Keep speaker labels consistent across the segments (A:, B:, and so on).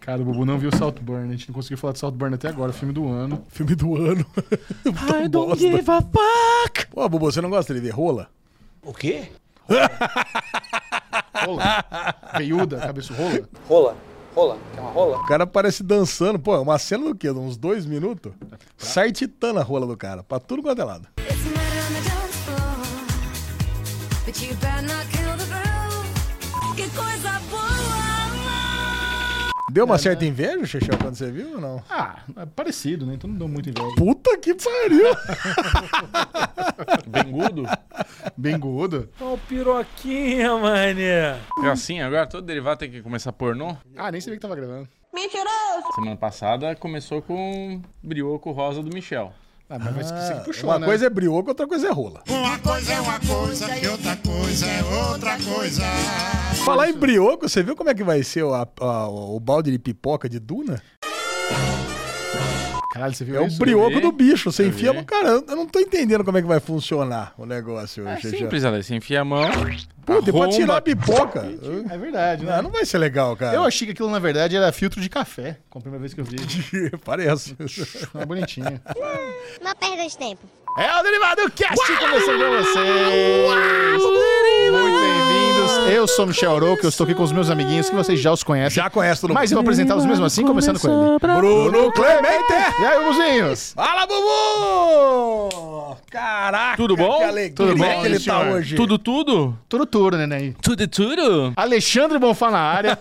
A: Cara, o Bubu não viu Saltburn. A gente não conseguiu falar de Saltburn até agora. Filme do ano.
B: Filme do ano. Tão
C: I don't
B: bosta.
C: give a fuck.
B: Pô, Bubu, você não gosta dele de rola?
D: O quê?
A: Rola. Veiuda, cabeça rola.
D: Rola. Rola. Quer uma rola?
B: O cara aparece dançando, pô, é uma cena do quê? De uns dois minutos? Sai titana a rola do cara, pra tudo quanto é lado.
E: It's a night on the dance floor, but you better not kill the groove. Que coisa boa!
B: Deu uma certa inveja, Xexão, quando você viu ou não?
A: Ah, é parecido, né? Então não deu muito inveja.
B: Puta que pariu!
F: Bengudo?
A: Bem gorda.
C: Ó o piroquinha, mané.
F: É assim, agora todo derivado tem que começar pornô.
A: Ah, nem sabia que tava gravando.
E: Mentiroso!
F: Semana passada começou com brioco rosa do Michel.
A: Ah, mas mas você que puxou,
B: uma
A: né?
B: coisa é brioco, outra coisa é rola.
G: Uma coisa é uma coisa e outra coisa é outra coisa.
B: Falar em brioco, você viu como é que vai ser o, a- a- o balde de pipoca de Duna?
A: Caralho, você viu
B: É o
A: isso?
B: brioco
F: vi.
B: do bicho, você
F: Eu
B: enfia
F: vi.
B: no cara. Eu eu não tô entendendo como é que vai funcionar o negócio,
F: É
B: Xexão.
F: simples, Alex. Você enfia a mão.
B: Pô, tem pra
F: arromba.
B: tirar a pipoca.
A: É verdade, né?
B: Não, não vai ser legal, cara.
A: Eu achei que aquilo, na verdade, era filtro de café. Com a primeira vez que eu vi.
B: Parece.
A: Uma bonitinha.
E: Não perda de tempo.
A: É o Derivado Cast começando com vocês! Muito bem-vindos. Eu sou Michel Arouca, eu estou aqui com os meus amiguinhos que vocês já os conhecem.
B: Já conhece todo mundo.
A: Mas eu vou apresentá-los mesmo assim, começando com ele.
B: Bruno Clemente!
A: E aí, Bubuzinhos?
B: Fala, Bubu! Caraca!
F: Tudo bom?
B: Que alegria
A: Tudo bom,
B: que ele
A: senhor?
B: tá hoje.
F: Tudo, tudo?
A: Tudo tudo, né, né?
F: Tudo, tudo?
A: Alexandre Bonfá na área.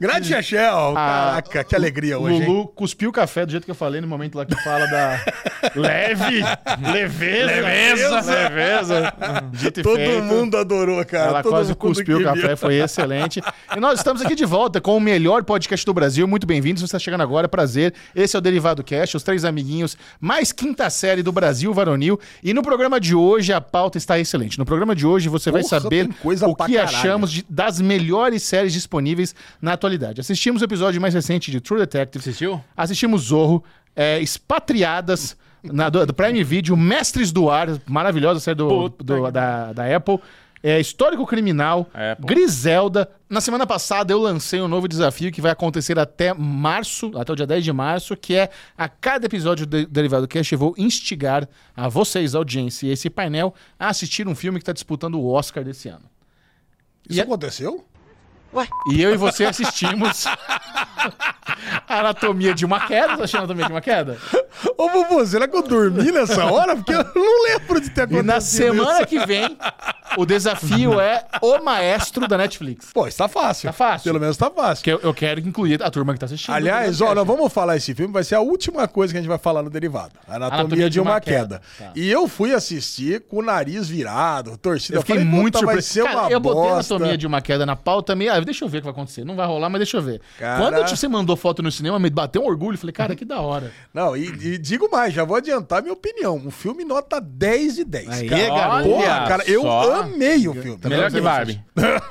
B: Grande Chechel! Caraca, que alegria hoje, hein?
A: Ah, Lulu cuspiu o café do jeito que eu falei no momento lá que fala da leve, leveza. Leveza. Leveza. Dito e
B: Todo
A: feito.
B: mundo adorou, cara.
A: Ela
B: Todo
A: quase
B: mundo
A: cuspiu o
B: que
A: café,
B: viu.
A: foi excelente. E nós estamos aqui de volta com o melhor podcast do Brasil. Muito bem-vindos, você está chegando agora, prazer. Esse é o Derivado Cast, os três amiguinhos, mais quinta série do Brasil Varonil. E no programa de hoje a pauta está excelente. No programa de hoje você vai
B: Porra,
A: saber
B: tem coisa
A: o
B: pra
A: que
B: caralho.
A: achamos de- das melhores séries disponíveis na atualidade. Assistimos o episódio mais recente de True Detective,
F: Assistiu?
A: assistimos Zorro, é, Expatriadas na, do, do Prime Video, Mestres do Ar, maravilhosa série do,
F: Puta
A: do- da, da Apple, é, Histórico Criminal,
F: Apple.
A: Griselda. Na semana passada eu lancei um novo desafio que vai acontecer até março, até o dia 10 de março, que é a cada episódio do Derivado Cast eu vou instigar a vocês, a audiência e esse painel, a assistir um filme que está disputando o Oscar desse ano. é-
B: Isso aconteceu?
A: E eu e você assistimos Anatomia de uma Queda. Você achou Anatomia de uma Queda?
B: Ô, Bubu, será que eu dormi nessa hora? Porque eu não lembro de ter acontecido
A: E na semana
B: isso.
A: que vem, o desafio é o maestro da Netflix.
B: Pô, está fácil.
A: Tá fácil.
B: Pelo menos tá fácil.
A: Que eu, eu quero incluir a turma que tá assistindo.
B: Aliás, ó, nós vamos falar esse filme, vai ser a última coisa que a gente vai falar no derivado. Anatomia, de uma, queda.
A: Tá.
B: E eu fui assistir com o nariz virado, torcida.
A: eu fiquei
B: falei,
A: muito
B: "Puta, Vai
A: surpreso.
B: ser
A: Cara,
B: uma
A: eu botei
B: bosta.
A: anatomia de uma queda na pauta meio. Ah, deixa eu ver o que vai acontecer. Não vai rolar, mas deixa eu ver.
B: Cara-
A: Quando eu te- você mandou foto no cinema, me bateu um orgulho. Falei, cara, que da hora.
B: Não, e, e digo mais, já vou adiantar minha opinião. Um filme nota 10 de 10.
C: Aí,
B: cara.
F: garoto.
B: Porra, cara, eu
F: Só.
B: amei o filme.
F: Melhor que
A: Barbie.
F: Barbie.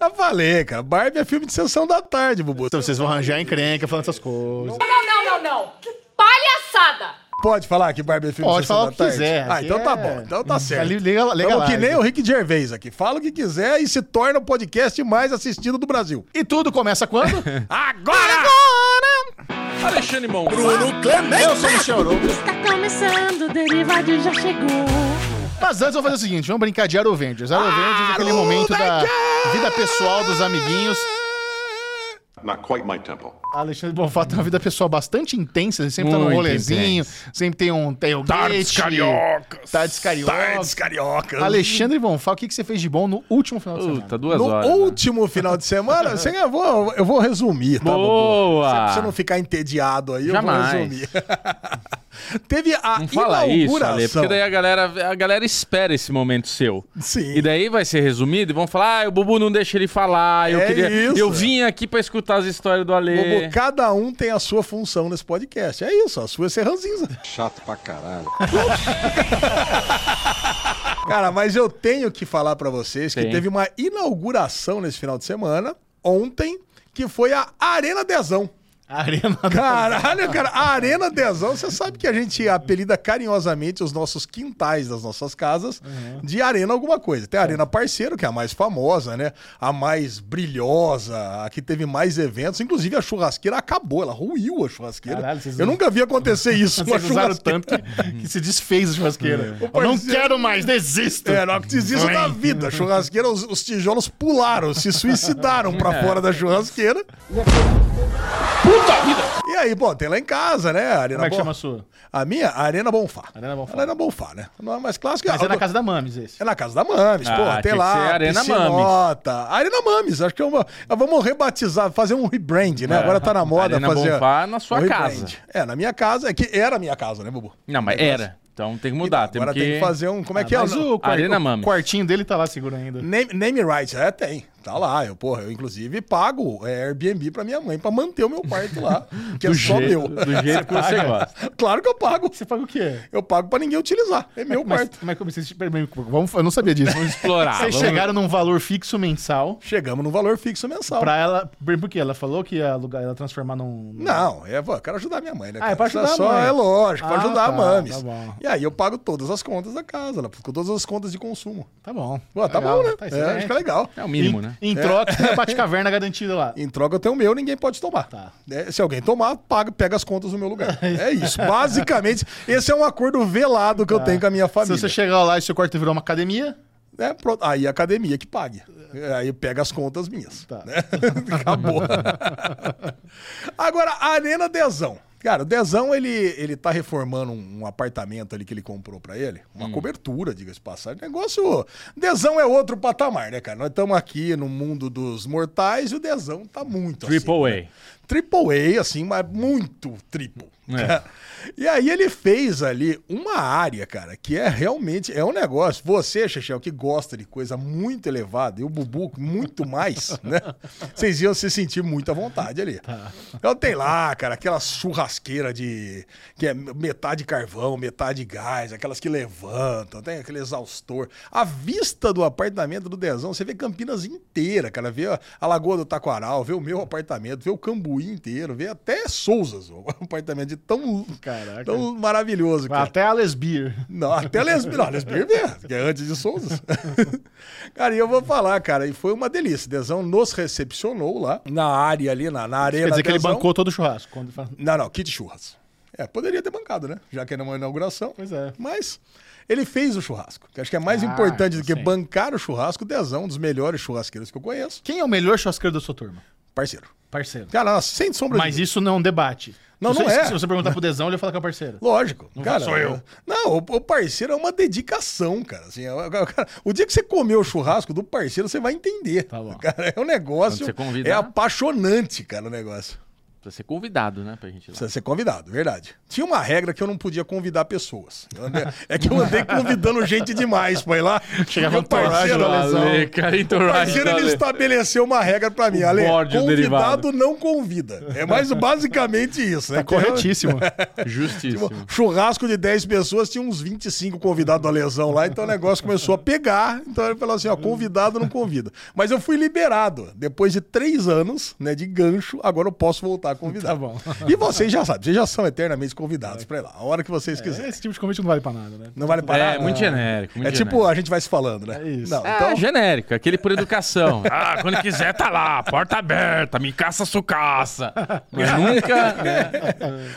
B: Eu falei, cara, Barbie é filme de sessão da tarde, Bubu.
A: Então vocês vão arranjar encrenca falando essas coisas.
H: Não, não, não, não. Que palhaçada!
B: Pode falar que Barbie é filme
A: Pode
B: de sessão
A: falar o
B: da
A: que
B: tarde?
A: quiser,
B: Ah,
A: aqui
B: então tá
A: é-
B: bom. Então tá certo.
A: Ali, liga- liga
B: Tamo
A: lá,
B: que nem
A: gente.
B: o Rick Gervais aqui. Fala o que quiser e se torna o podcast mais assistido do Brasil.
A: E tudo começa quando?
B: Agora!
F: Alexandre Mão.
B: Bruno Clemente!
A: eu sou o Michel Arouca.
H: Está começando, o derivado já chegou.
A: Mas antes, vamos fazer o seguinte: vamos brincar de Arrow Avengers. Arrow Avengers é aquele momento da vida pessoal dos amiguinhos.
I: Not quite my tempo.
A: Alexandre Bonfá tem uma vida pessoal bastante intensa, ele sempre tá num
F: Muito
A: rolezinho, sempre tem um tailgate.
F: Tardes cariocas.
A: Tardes cariocas.
B: Tardes carioca.
A: Alexandre Bonfá, o que, que você fez de bom no último final de semana?
F: Puta, duas
B: No
F: horas. né?
B: último final de semana, você, eu, vou, eu vou resumir, tá, Bubu?
F: Boa!
B: Pra você não ficar entediado aí,
F: Jamais.
B: eu vou resumir. Teve a
F: Não fala isso,
B: inauguração.
F: Ale, porque daí é a galera, a galera espera esse momento seu.
B: Sim.
F: E daí vai ser resumido e vão falar: ah, o Bubu não deixa ele falar. Eu,
B: É
F: queria,
B: isso.
F: eu vim aqui pra escutar as histórias do Ale.
B: Bobo, cada um tem a sua função nesse podcast. É isso, a sua é ser ranzinza.
G: Chato pra caralho.
B: Cara, mas eu tenho que falar pra vocês que
F: Tem.
B: teve uma inauguração nesse final de semana, ontem, que foi a Arena Dezão.
A: Arena da-
B: Caralho, cara, a Arena Dezão, você sabe que a gente apelida carinhosamente os nossos quintais das nossas casas
A: Uhum.
B: de Arena alguma coisa. Tem a Arena Parceiro, que é a mais famosa, né? A mais brilhosa, a que teve mais eventos. Inclusive, a churrasqueira acabou, ela ruiu a churrasqueira.
A: Caralho, vocês
B: Eu
A: não-
B: nunca vi acontecer isso. uma
A: Vocês usaram
B: churrasqueira.
A: tanto que, que se desfez a
F: É.
A: churrasqueira. Eu não
B: parceiro-
A: quero mais, desisto.
B: É, não desista
A: Vem.
B: da vida. A churrasqueira, os, os tijolos pularam, se suicidaram pra fora da churrasqueira.
A: É. Puta vida!
B: E aí, bom, tem lá em casa, né? A Arena
A: Como é que
B: Bon-
A: chama a sua?
B: A minha, a Arena Bonfá.
A: Arena Bonfá.
B: Arena Bonfá, né? Não é mais clássica.
A: Mas é na casa da Mames esse.
B: É na casa da Mames,
F: Ah,
B: pô,
F: tinha
B: tem
F: que
B: lá.
F: ser Arena
B: piscinota. Arena Mames, acho que é uma. Vamos rebatizar, fazer um rebrand, né? Agora tá na moda
F: É. Arena
B: fazer.
F: Bonfá na sua
B: um rebrand.
F: casa.
B: É, na minha casa, é que era a minha casa, né, Bubu?
F: Não, mas era. Então tem que Ah, mudar.
B: Agora
F: temos
B: tem que fazer um. Como é que é?
A: Mas
B: o-
A: o, quar-
F: Arena
A: o
F: Mames.
A: quartinho dele tá lá seguro ainda.
B: Name, name rights, é, tem. Tá lá. Eu, porra, eu inclusive pago é, Airbnb pra minha mãe pra manter o meu quarto lá. Que é só
F: jeito-
B: meu.
F: do jeito que você
B: Claro que eu pago.
A: Você paga o quê?
B: Eu pago pra ninguém utilizar. É meu
A: Mas,
B: quarto.
A: mas como vocês. peraí, peraí, Vamos, eu não sabia disso. Vocês
F: explorar. Ah, vamos-
A: chegaram num valor fixo mensal.
B: Chegamos no valor fixo mensal.
A: Pra ela. bem, Por quê? Ela falou que ia alugar, ela transformar num. num-
B: Não, é, pô, eu quero ajudar minha mãe,
A: Ah,
B: né? cara?
A: é pra
B: Isso
A: ajudar a
B: só,
A: mãe.
B: É lógico, pra
A: Ah, tá,
B: ajudar a mames.
A: tá bom.
B: e aí eu pago todas as contas da casa, ela ficou todas as contas de consumo.
A: Tá bom.
B: Pô, tá
A: Legal,
B: bom, né?
A: Tá
B: É,
A: excelente.
B: acho que é legal.
F: É o mínimo,
A: em,
F: né?
A: Em troca, tem a Bate-Caverna garantida lá.
B: Em troca eu tenho o meu, ninguém pode tomar.
A: Tá.
B: É, se alguém tomar, paga, pega as contas no meu lugar. é isso. Basicamente, esse é um acordo velado que eu tenho com a minha
A: Tá. Se
B: família.
A: você chegar lá e seu quarto virou uma academia,
B: É, pronto. Aí a academia que pague. É, Aí pega as contas minhas.
A: Tá.
B: né? Acabou. Agora, a Arena Dezão. Cara, o Dezão, ele, ele tá reformando um, um apartamento ali que ele comprou pra ele. Uma cobertura, diga-se de passagem. Negócio... Dezão é outro patamar, né, cara? Nós estamos aqui no mundo dos mortais e o Dezão tá muito
F: Triple A.
B: Triple A, assim, mas muito triplo. E aí ele fez ali uma área, cara, que é realmente, é um negócio. Você, Chechel, que gosta de coisa muito elevada, e o Bubu muito mais, né? Vocês iam se sentir muito à vontade ali. Então tem lá, cara, aquela churrasqueira de... que é metade carvão, metade gás, aquelas que levantam, tem aquele exaustor. A vista do apartamento do Dezão, você vê Campinas inteira, cara. Vê a- a Lagoa do Taquaral, vê o meu apartamento, vê o Cambuí inteiro, vê até Souzas, o apartamento de tão,
A: Caraca.
B: tão maravilhoso,
A: vai
B: cara.
A: até a Lesbier.
B: Não, até Lesbir, não, Lesbir mesmo, que é antes de Souzas. cara, e eu vou falar, cara, e foi uma delícia. Dezão nos recepcionou lá, na área ali, na, na arena
A: Quer dizer que ele
B: Dezão.
A: bancou todo o churrasco. Quando fala-
B: Não, não, kit churras. É, poderia ter bancado, né? Já que era uma inauguração.
A: Pois é.
B: Mas ele fez o churrasco. Que acho que é mais
A: Ah,
B: importante do que
A: sim.
B: bancar o churrasco. O Dezão, um dos melhores churrasqueiros que eu conheço.
A: Quem é o melhor churrasqueiro da sua turma?
B: Parceiro.
A: Parceiro.
B: Cara, nossa, sem sombra de
A: Mas isso não é um debate.
B: Não,
A: Se
B: não
A: você-
B: é.
A: Se você perguntar pro Desão, ele vai falar que é parceiro.
B: Lógico. cara,
A: sou eu.
B: Não, o, o parceiro é uma dedicação, cara. Assim, é- é- cara, O dia que você comer o churrasco do parceiro, você vai entender.
F: Tá bom.
B: Cara, é um negócio.
F: Quando você convidar.
B: É apaixonante, cara, o negócio.
F: Precisa ser convidado, né, pra gente ir lá.
B: Precisa ser convidado, verdade. Tinha uma regra que eu não podia convidar pessoas. Eu andei- é que eu andei convidando gente demais pra ir lá.
A: Chegava
B: E o
A: um torragem
B: parceiro,
A: do
B: o
A: lesão.
F: Ale, cara,
B: parceiro ele estabeleceu uma regra pra mim. Ale,
F: borde, o
B: convidado
F: derivado.
B: não convida. É mais basicamente isso. né?
A: Tá corretíssimo.
F: Justíssimo.
B: Tipo,
F: É
B: Churrasco de 10 pessoas, tinha uns 25 convidados da lesão lá, então o negócio começou a pegar. Então ele falou assim: ó, convidado não convida. Mas eu fui liberado. Depois de três anos, né, de gancho, agora eu posso voltar a convidar.
A: Tá bom.
B: E vocês já sabem, vocês já são eternamente convidados pra ir lá, a hora que vocês quiserem.
A: Esse tipo de convite não vale pra nada, né?
B: Não vale para
F: É,
B: nada.
F: muito genérico.
B: É
F: muito
B: tipo,
F: genérico.
B: a gente vai se falando, né?
A: É isso.
B: Não,
F: É,
B: então,
F: genérico, aquele por educação. ah, quando quiser tá lá, porta aberta, me caça, sucaça. Mas nunca, né?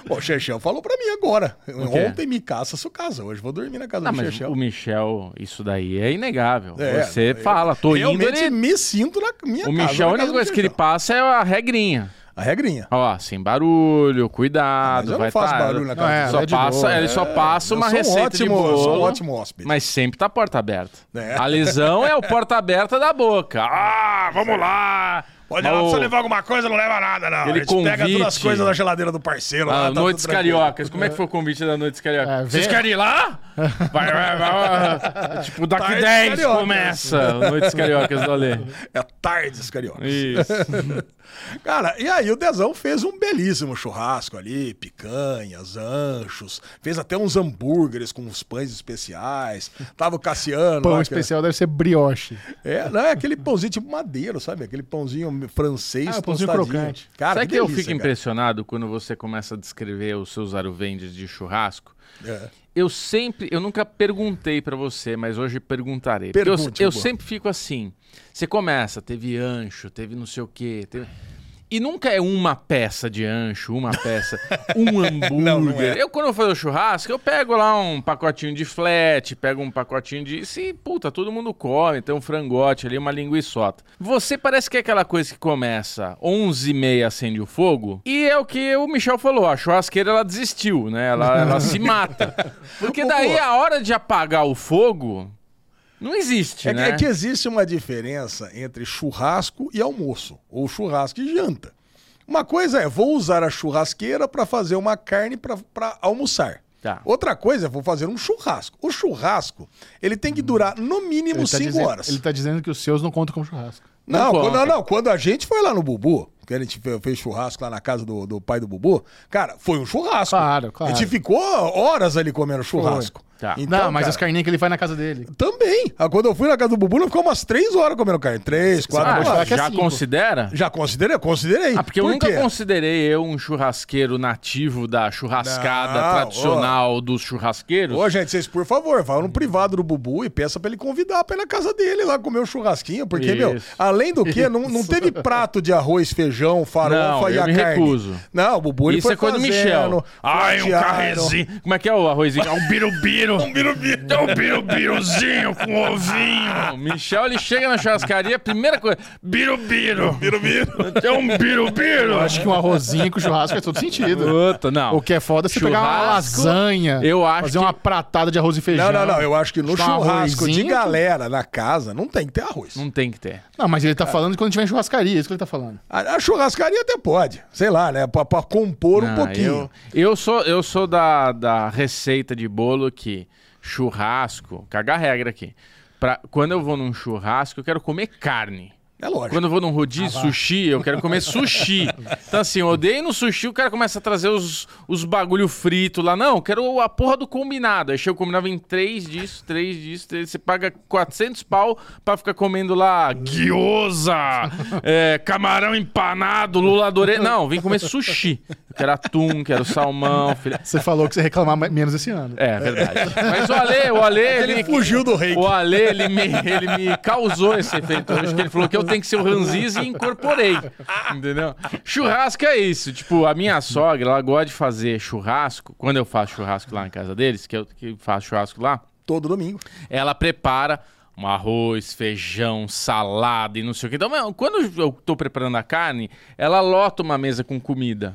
B: Pô, o Xexel falou pra mim agora.
F: quê?
B: Ontem me caça a sua casa, hoje vou dormir na casa
F: Não,
B: do
F: mas
B: Xexel.
F: o Michel, isso daí é inegável.
B: É,
F: Você
B: eu
F: fala, tô indo,
B: Realmente é
F: ele...
B: me sinto na minha
F: O
B: casa. na
F: Michel, a única
B: casa do
F: coisa que ele
B: Xexel.
F: passa é a regrinha.
B: A regrinha.
F: Ó, sem barulho,
B: Mas
F: cuidado,
B: eu
F: vai
B: não faço
F: tá-
B: barulho na casa
A: é,
B: do
F: Só
A: é de
F: passa,
A: boa,
F: ele só passa
B: Eu
F: uma
B: sou um
F: receita de
B: ótimo-
F: bolo.
B: eu sou um ótimo hóspede.
F: Mas sempre tá a porta aberta.
B: É.
F: A lesão é o porta aberta da boca. Ah, vamos lá.
B: Pode
F: Mas
B: lá,
F: o-
B: precisa levar alguma coisa, não leva nada, não.
F: Ele
B: a gente pega
F: convite.
B: todas as coisas da geladeira do parceiro
F: Ah,
B: lá. tá
F: Noites
B: tudo tranquilo.
F: Cariocas. Como é que foi o convite da Noites Carioca?
A: É,
F: Vocês
A: vem-
F: querem ir lá? Vai, vai, vai. vai. tipo, daqui
B: Tarde
F: 10
B: Tá, é Cariocas.
F: começa o Noites Cariocas do Alê.
B: É tardes carioca.
F: Isso.
B: Cara, e aí o Dezão fez um belíssimo churrasco ali, picanhas, anchos, fez até uns hambúrgueres com uns pães especiais. Tava o Cassiano.
A: Pão
B: lá, que-
A: especial deve ser brioche.
B: É, não, é aquele pãozinho tipo madeiro, sabe? Aquele pãozinho come francês
A: Ah,
B: ah,
A: o pãozinho crocante.
B: Cara,
F: Sabe que, eu
B: delícia,
F: fico impressionado quando você começa a descrever os seus aruvendes de churrasco?
B: cara. É.
F: Eu sempre, eu nunca perguntei pra você, mas hoje perguntarei. Porque
B: Pergunte,
F: eu, eu
B: Hugo.
F: sempre fico assim. Você começa, teve ancho, teve não sei o quê, teve- E nunca é uma peça de ancho, uma peça, um hambúrguer.
B: Não, não é.
F: Eu, quando eu faço churrasco, eu pego lá um pacotinho de flat, pego um pacotinho de. Sim, puta, todo mundo come. Tem um frangote ali, uma linguiçota. Você parece que é aquela coisa que começa 11h30, acende o fogo. E é o que o Michel falou: a churrasqueira ela desistiu, né? Ela, ela se mata. Porque
B: Ô,
F: daí
B: pô.
F: a hora de apagar o fogo não existe,
B: É, que-
F: né?
B: é que existe uma diferença entre churrasco e almoço, ou churrasco e janta. Uma coisa é, vou usar a churrasqueira para fazer uma carne para almoçar.
F: Tá.
B: Outra coisa é, vou fazer um churrasco. O churrasco, ele tem que durar no mínimo 5
A: dizendo,
B: horas.
A: ele tá dizendo que os seus não contam como churrasco.
B: Não,
F: Não
B: quando,
F: conta.
B: não, não, quando a gente foi lá no Bubu, que a gente fe- fez churrasco lá na casa do, do pai do Bubu, cara, foi um churrasco.
A: Claro, claro.
B: A gente ficou horas ali comendo churrasco. Então,
F: Tá.
A: não, mas
B: cara,
A: as carninhas que ele faz na casa dele.
B: Também. Ah, Quando eu fui na casa do Bubu, nós ficamos umas três horas comendo carne. Três,
F: Ah,
B: quatro
A: pode falar
B: horas.
A: que é
F: já
A: cinco.
F: considera?
B: Já considerei, considerei.
F: Ah, porque eu
B: Por
F: nunca
B: quê?
F: considerei eu um churrasqueiro nativo da churrascada
B: Não,
F: tradicional dos churrasqueiros.
B: Ô, gente, vocês, por favor, vão no privado do Bubu e peça pra ele convidar pra ir na casa dele lá comer um churrasquinho, porque, meu,
F: Isso.
B: além do que, não, não teve prato de arroz, feijão, farofa
F: Não,
B: e
F: eu
B: a
F: me
B: carne.
F: recuso.
B: Não, o Bubu, ele
F: Isso
B: foi
F: é coisa do
B: fazendo,
F: Michel. Ai, um
B: fatiaram.
F: carrezinho. Como é que é o arrozinho? É um birubiru. um birubiru. É um birubiruzinho com ovinho. Michel, ele chega na churrascaria, primeira coisa. Birubiru. Birubiru. É um birubiru.
A: Um Eu acho que um arrozinho com churrasco faz todo sentido.
F: Puta, não.
A: O que é foda é você pegar uma
F: Churrasco,
A: lasanha,
F: eu acho
A: fazer
F: que-
A: uma pratada de arroz e feijão.
B: Não, não, não. Eu acho que no
F: Tipo
A: Só um
B: churrasco de
A: arrozinho.
B: galera na casa não tem que ter arroz.
F: Não tem que ter.
A: Não, mas ele tá falando de quando tiver em churrascaria, isso que ele tá falando.
B: A, a churrascaria até pode. Sei lá, né? Pra, pra compor um
F: Ah,
B: pouquinho.
F: Eu, eu sou, eu sou da, da receita de bolo que churrasco, cagar regra aqui. Pra, quando eu vou num churrasco, eu quero comer carne.
B: É lógico.
F: Quando eu vou num rodízio sushi, eu quero comer sushi. Então, assim, eu odeio no sushi, o cara começa a trazer os, os bagulho frito lá. Não, eu quero a porra do combinado. Aí chega, eu combinava em três disso, três disso, três. Você paga 400 pau pra ficar comendo lá guiosa, é, camarão empanado, lula dore. Não, vem comer sushi. Eu quero atum, quero salmão. Filé.
A: Você falou que você ia reclamar mais- menos esse ano.
F: É, verdade. Mas o Ale, o Ale... Ele, é
B: fugiu do rei.
F: O Ale, ele me, ele me causou esse efeito hoje, que ele falou que eu tenho que ser o Ranziz e incorporei, entendeu? Churrasco é isso. Tipo, a minha sogra, ela gosta de fazer churrasco, quando eu faço churrasco lá na casa deles, que eu que faço churrasco lá,
B: Todo domingo.
F: ela prepara um arroz, feijão, salada e não sei o que. Então, meu, quando eu tô preparando a carne, ela lota uma mesa com comida.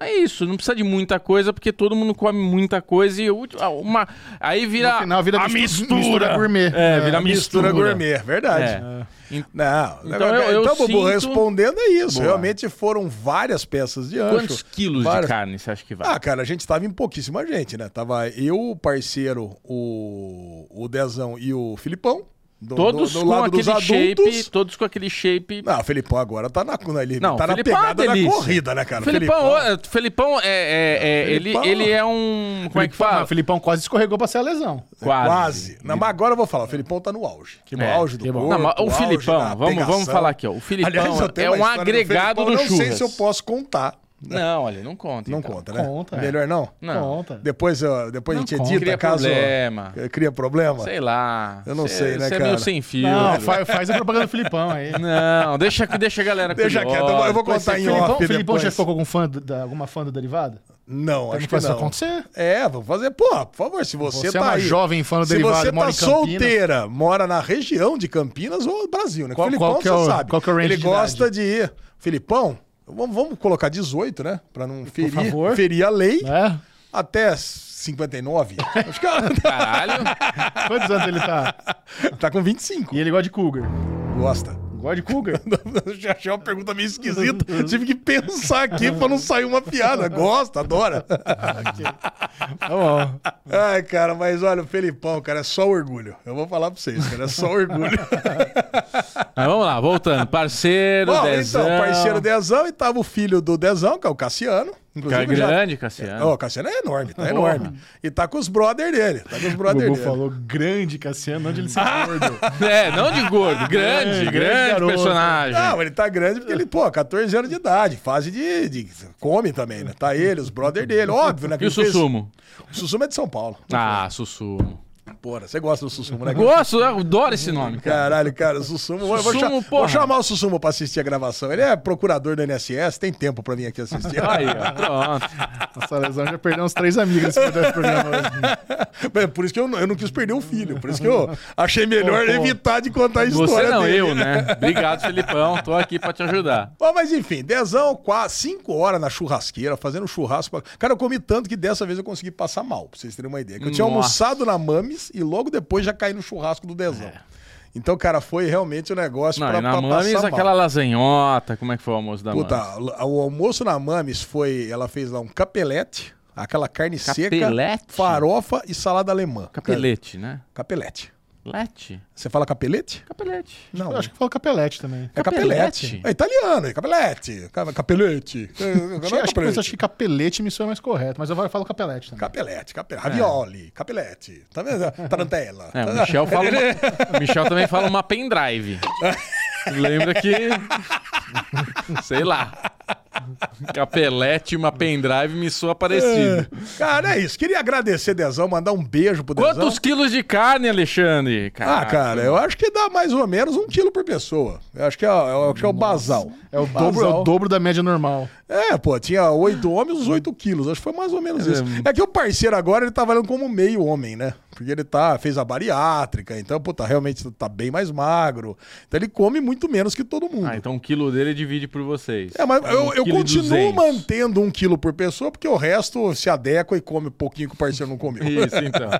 F: É isso, não precisa de muita coisa, porque todo mundo come muita coisa e eu, ah, uma, aí vira,
A: No final vira
F: a
A: mistu-
F: mistura.
A: mistura gourmet.
F: É, vira
B: Mistura
F: mistura,
B: gourmet, verdade.
F: É. Em-
B: Não,
F: Então,
B: agora-
F: eu- eu
B: então, Bubu,
F: sinto-
B: respondendo é isso.
F: Boa.
B: Realmente foram várias peças de ancho.
F: Quantos quilos de
B: Várias-
F: carne você acha que vai?
B: Ah, cara, a gente tava em pouquíssima gente, né? Tava eu, o parceiro, o, o Dezão e o Filipão. Do,
F: todos
B: do- do
F: com aquele shape, todos com aquele shape.
B: Não, o Felipão agora tá na, na- ele
F: Não,
B: Ah, tá na
F: Felipão é uma
B: pegada da
F: delícia.
B: corrida, né, cara?
F: Felipão, ó, Felipão é, é- é-
B: Felipão-
F: Ele, ele é um. Como é que
A: Filipão-
F: fala?
A: não, Filipão quase escorregou pra ser a lesão.
F: É Quase.
B: Quase. Não, mas agora eu vou falar, o Felipão tá no auge. Que
F: É,
B: auge do
A: que bom.
B: corpo,
F: Não, mas o
B: auge
F: Filipão,
B: da
F: vamos- vamos
B: pegação.
F: falar aqui, ó. O Filipão
B: eu tenho
F: é
B: uma
F: um
B: história do
F: agregado
B: Felipão,
F: do
B: Não sei
F: churras.
B: se eu posso contar.
F: Não, olha, não conta.
B: Não
F: então.
B: conta, né?
A: Conta, é.
B: Melhor não?
F: Não.
A: Conta.
B: Depois, eu- depois a
A: Não
B: gente
A: conta.
B: edita,
F: Cria
B: caso...
F: problema.
B: Cria problema?
F: Sei lá.
B: Eu não
F: Cê-
B: sei, né,
F: cê é
B: cara?
F: meio sem fio.
A: Não,
F: né?
A: fa- faz a propaganda do Filipão aí.
F: Não, deixa, deixa a galera
B: Deixa
F: curiosa,
B: quieto, eu vou
F: depois
B: contar
F: cê-
B: em
A: Filipão,
B: off
A: Filipão já
B: depois.
A: ficou com algum fã do- da- alguma fã do derivado?
B: Não,
A: Vamos
B: acho que
A: fazer
B: não.
A: acontecer.
B: É, vamos fazer. Pô, por favor, se você,
A: Você é
B: tá
A: uma
B: aí,
A: jovem fã do
B: se
A: Derivado,
B: você
A: mora
B: tá
A: em Campinas.
B: solteira, mora na região de Campinas ou Brasil, né?
A: Qual-
B: Filipão,
A: qual que é o-
B: você sabe.
A: qual que é o range
B: Ele
A: de
B: gosta de ir. Filipão, vamos, vamos colocar 18, né? Pra não ferir,
A: favor.
B: ferir a lei.
A: É?
B: Até 59. Acho que
F: é Caralho.
A: Quantos anos ele tá?
B: tá com 25.
A: E ele gosta de cougar.
B: Gosta.
A: Gosta de cougar?
B: Já achei uma pergunta meio esquisita. Tive que pensar aqui pra não sair uma piada. Gosta, adora.
A: Tá bom.
B: Ai, cara, mas olha, o Felipão, cara, é só orgulho. Eu vou falar pra vocês, cara, é só orgulho.
F: Mas vamos lá, voltando. Parceiro,
B: Bom,
F: dezão.
B: então, parceiro Dezão, e tava o filho do Dezão, que é o Cassiano,
F: Cara
B: Inclusive, já-
F: grande, Cassiano.
B: Ô, o Cassiano é enorme, tá enorme. E tá com os brother dele. Tá com os
A: O
B: brother
A: Gugu
B: dele.
A: falou grande Cassiano, onde ele se gordo.
F: É, não de gordo. Grande,
A: grande
F: grande,
A: garoto.
F: personagem.
B: Não, ele tá grande porque ele, pô, 14 anos de idade, fase de, de- Come também, né? Tá ele, os brother dele, óbvio, né?
F: e o Sussumo?
B: O Sussumo é de São Paulo.
F: Ah, Sussumo.
B: Porra, você gosta do Sussumo, né?
F: Gosto, eu adoro esse nome, cara.
B: Caralho, cara, o Sussumo. eu vou,
F: Sussumo,
B: cha- vou
F: porra.
B: chamar o Sussumo pra assistir a gravação. Ele é procurador do NSS, tem tempo pra vir aqui assistir.
F: Aí, ó, pronto.
A: Nossa, lesão já perdeu uns três amigos nesse programa. hoje.
B: É Por isso que eu não, eu não quis perder o filho. Por isso que eu achei melhor evitar de contar a história
F: Você não,
B: dele.
F: eu, né? Obrigado, Felipão. Tô aqui pra te ajudar.
B: Bom, mas enfim, dezão, quase 5 horas na churrasqueira, fazendo churrasco. pra- Cara, eu comi tanto que dessa vez eu consegui passar mal, pra vocês terem uma ideia. Que eu tinha
F: Nossa. É.
B: almoçado na Mames e logo depois já caí no churrasco do dezão. Então, cara, foi realmente um negócio
F: Não,
B: pra,
F: e na
B: pra
F: Mames,
B: passar mal.
F: aquela lasanhota. Como é que foi o almoço da
B: Puta,
F: Mames?
B: o almoço na Mames foi. Ela fez lá um capelete, aquela carne
F: Capelete?
B: seca, farofa e salada alemã.
F: Capelete, né?
B: Cara, capelete.
F: Lete?
B: Você fala capelete?
F: Capelete.
B: Não.
A: Eu acho que falou Capelete também.
B: É capelete.
F: Capelete.
B: É italiano, é capelete. Ca- Capelete. É,
A: Acho,
B: não é
A: acho, que- mas
B: capelete.
A: acho que Capelete me soa mais correto, mas eu falo Capelete também.
B: Capelete, capelete. Ravioli, capelete. Tá vendo? Tarantela.
F: É, o Michel fala uma- o Michel também fala uma pendrive. Lembra que. Sei lá. Capelete, uma pendrive me soa parecido.
B: Cara, é isso. Queria agradecer, Dezão, mandar um beijo pro Dezão.
F: Quantos quilos de carne, Alexandre?
B: Ah,
F: Caraca.
B: cara, eu acho que dá mais ou menos um quilo por pessoa. Eu acho que é, eu acho que é o basal.
A: É o, dobro, é o dobro da média normal.
B: É, pô, tinha oito homens, os oito quilos. Acho que foi mais ou menos isso. É que o parceiro agora, ele tá valendo como meio homem, né? Porque ele tá, fez a bariátrica, então, puta, realmente tá bem mais magro. Então ele come muito menos que todo mundo.
F: Ah, então um quilo dele divide por vocês.
B: É, mas
F: Um
B: eu, eu
F: quilo e
B: continuo
F: 200.
B: mantendo um quilo por pessoa, porque o resto se adequa e come um pouquinho que o parceiro não comeu.
F: Isso, então.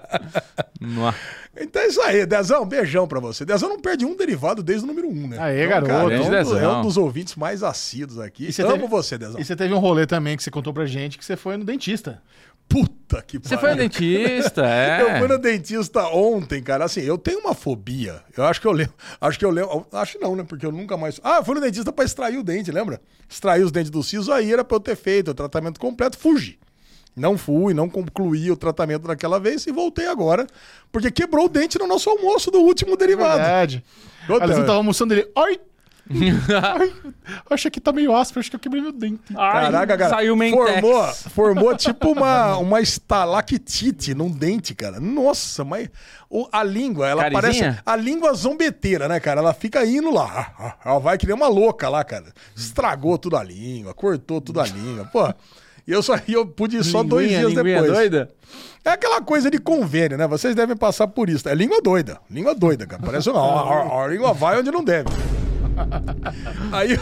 F: Nó.
B: Então é isso aí, Dezão, beijão pra você. Dezão não perde um derivado desde o número um, né?
A: Aê, garoto.
B: é, um
F: Grande
B: do- é
F: Dezão.
B: um dos ouvintes mais assíduos aqui.
A: E você
B: Amo
A: teve-
B: você, Dezão.
A: E você teve um rolê também que você contou pra gente que você foi no dentista.
B: Puta que
F: Você foi no dentista, é.
B: Eu fui no dentista ontem, cara. Assim, eu tenho uma fobia. Eu acho que eu lembro. Acho que eu lembro. Acho não, né? Porque eu nunca mais. Ah, eu fui no dentista pra extrair o dente, lembra? Extrair os dentes do siso, aí era pra eu ter feito o tratamento completo, fugi. Não fui, não concluí o tratamento daquela vez e voltei agora, porque quebrou o dente no nosso almoço do último derivado.
A: Verdade.
B: Outra-
A: Aliás, eu tava almoçando ele. Ai! Ai! Eu achei que tá meio áspero, acho que eu quebrei meu dente.
B: Caraca, cara.
F: Saiu Mentex.
B: formou, formou tipo uma, uma estalactite num dente, cara. Nossa, mas o- a língua, ela
F: Carizinha?
B: parece. A língua zombeteira, né, cara? Ela fica indo lá. Ela vai que nem uma louca lá, cara. Estragou tudo a língua, cortou tudo a língua. Pô. E eu só e eu pude ir só dois
F: Linguinha,
B: dias
F: linguinha
B: depois.
F: doida?
B: É aquela coisa de convênio, né? Vocês devem passar por isso. É língua doida. Língua doida, cara. Parece uma. A, a- a língua vai onde não deve. Aí,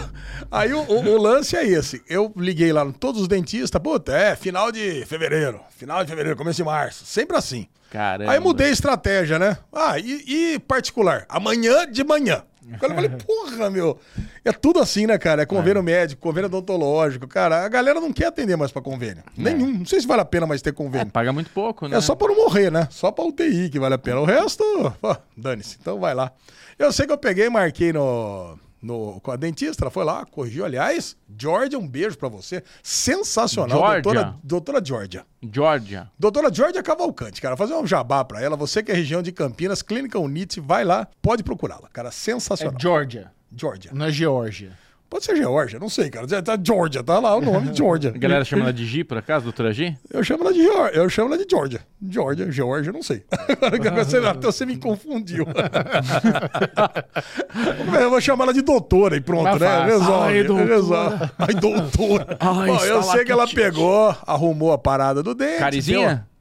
B: aí o, o- o lance é esse. Eu liguei lá em todos os dentistas. Puta, é final de fevereiro. Final de fevereiro, começo de março. Sempre assim.
F: Caramba.
B: Aí mudei a estratégia, né? Ah, e, e particular? Amanhã de manhã. Quando eu falei, porra, meu. É tudo assim, né, cara? É convênio médico, convênio odontológico. Cara, a galera não quer atender mais pra convênio. Nenhum. Não sei se vale a pena mais ter convênio.
F: Paga muito pouco, né?
B: É só pra não morrer, né? Só pra UTI que vale a pena. O resto, ó, dane-se. Então vai lá. Eu sei que eu peguei e marquei no, no, com a dentista. Ela foi lá, corrigiu. Aliás, Georgia, um beijo pra você. Sensacional.
F: Georgia?
B: Doutora, doutora Georgia.
F: Georgia.
B: Doutora Georgia Cavalcante, cara, fazer um jabá pra ela. Você que é região de Campinas, Clínica Unite, vai lá, pode procurá-la, cara.
A: É
B: Sensacional.
A: Georgia,
B: Georgia.
A: não é Geórgia.
B: Pode ser Georgia, não sei, cara. Já Tá Georgia, tá lá o nome, Georgia.
F: A galera chama ela de Gi, por acaso, doutora Gi?
B: Eu chamo ela de Georgia. Eu chamo ela de Georgia. Georgia, Georgia, não sei. Agora que você, até você
F: Uhum.
B: me confundiu. eu vou chamar ela de doutora e pronto,
F: Tá
A: Mais
B: né?
A: fácil.
B: Resolve.
A: Ai, doutora.
B: Resolve. Ai, doutora.
F: Ai,
B: Bom, eu
F: está
B: sei que ela
F: lactite.
B: pegou, arrumou a parada do dente.
F: Carizinha?
B: deu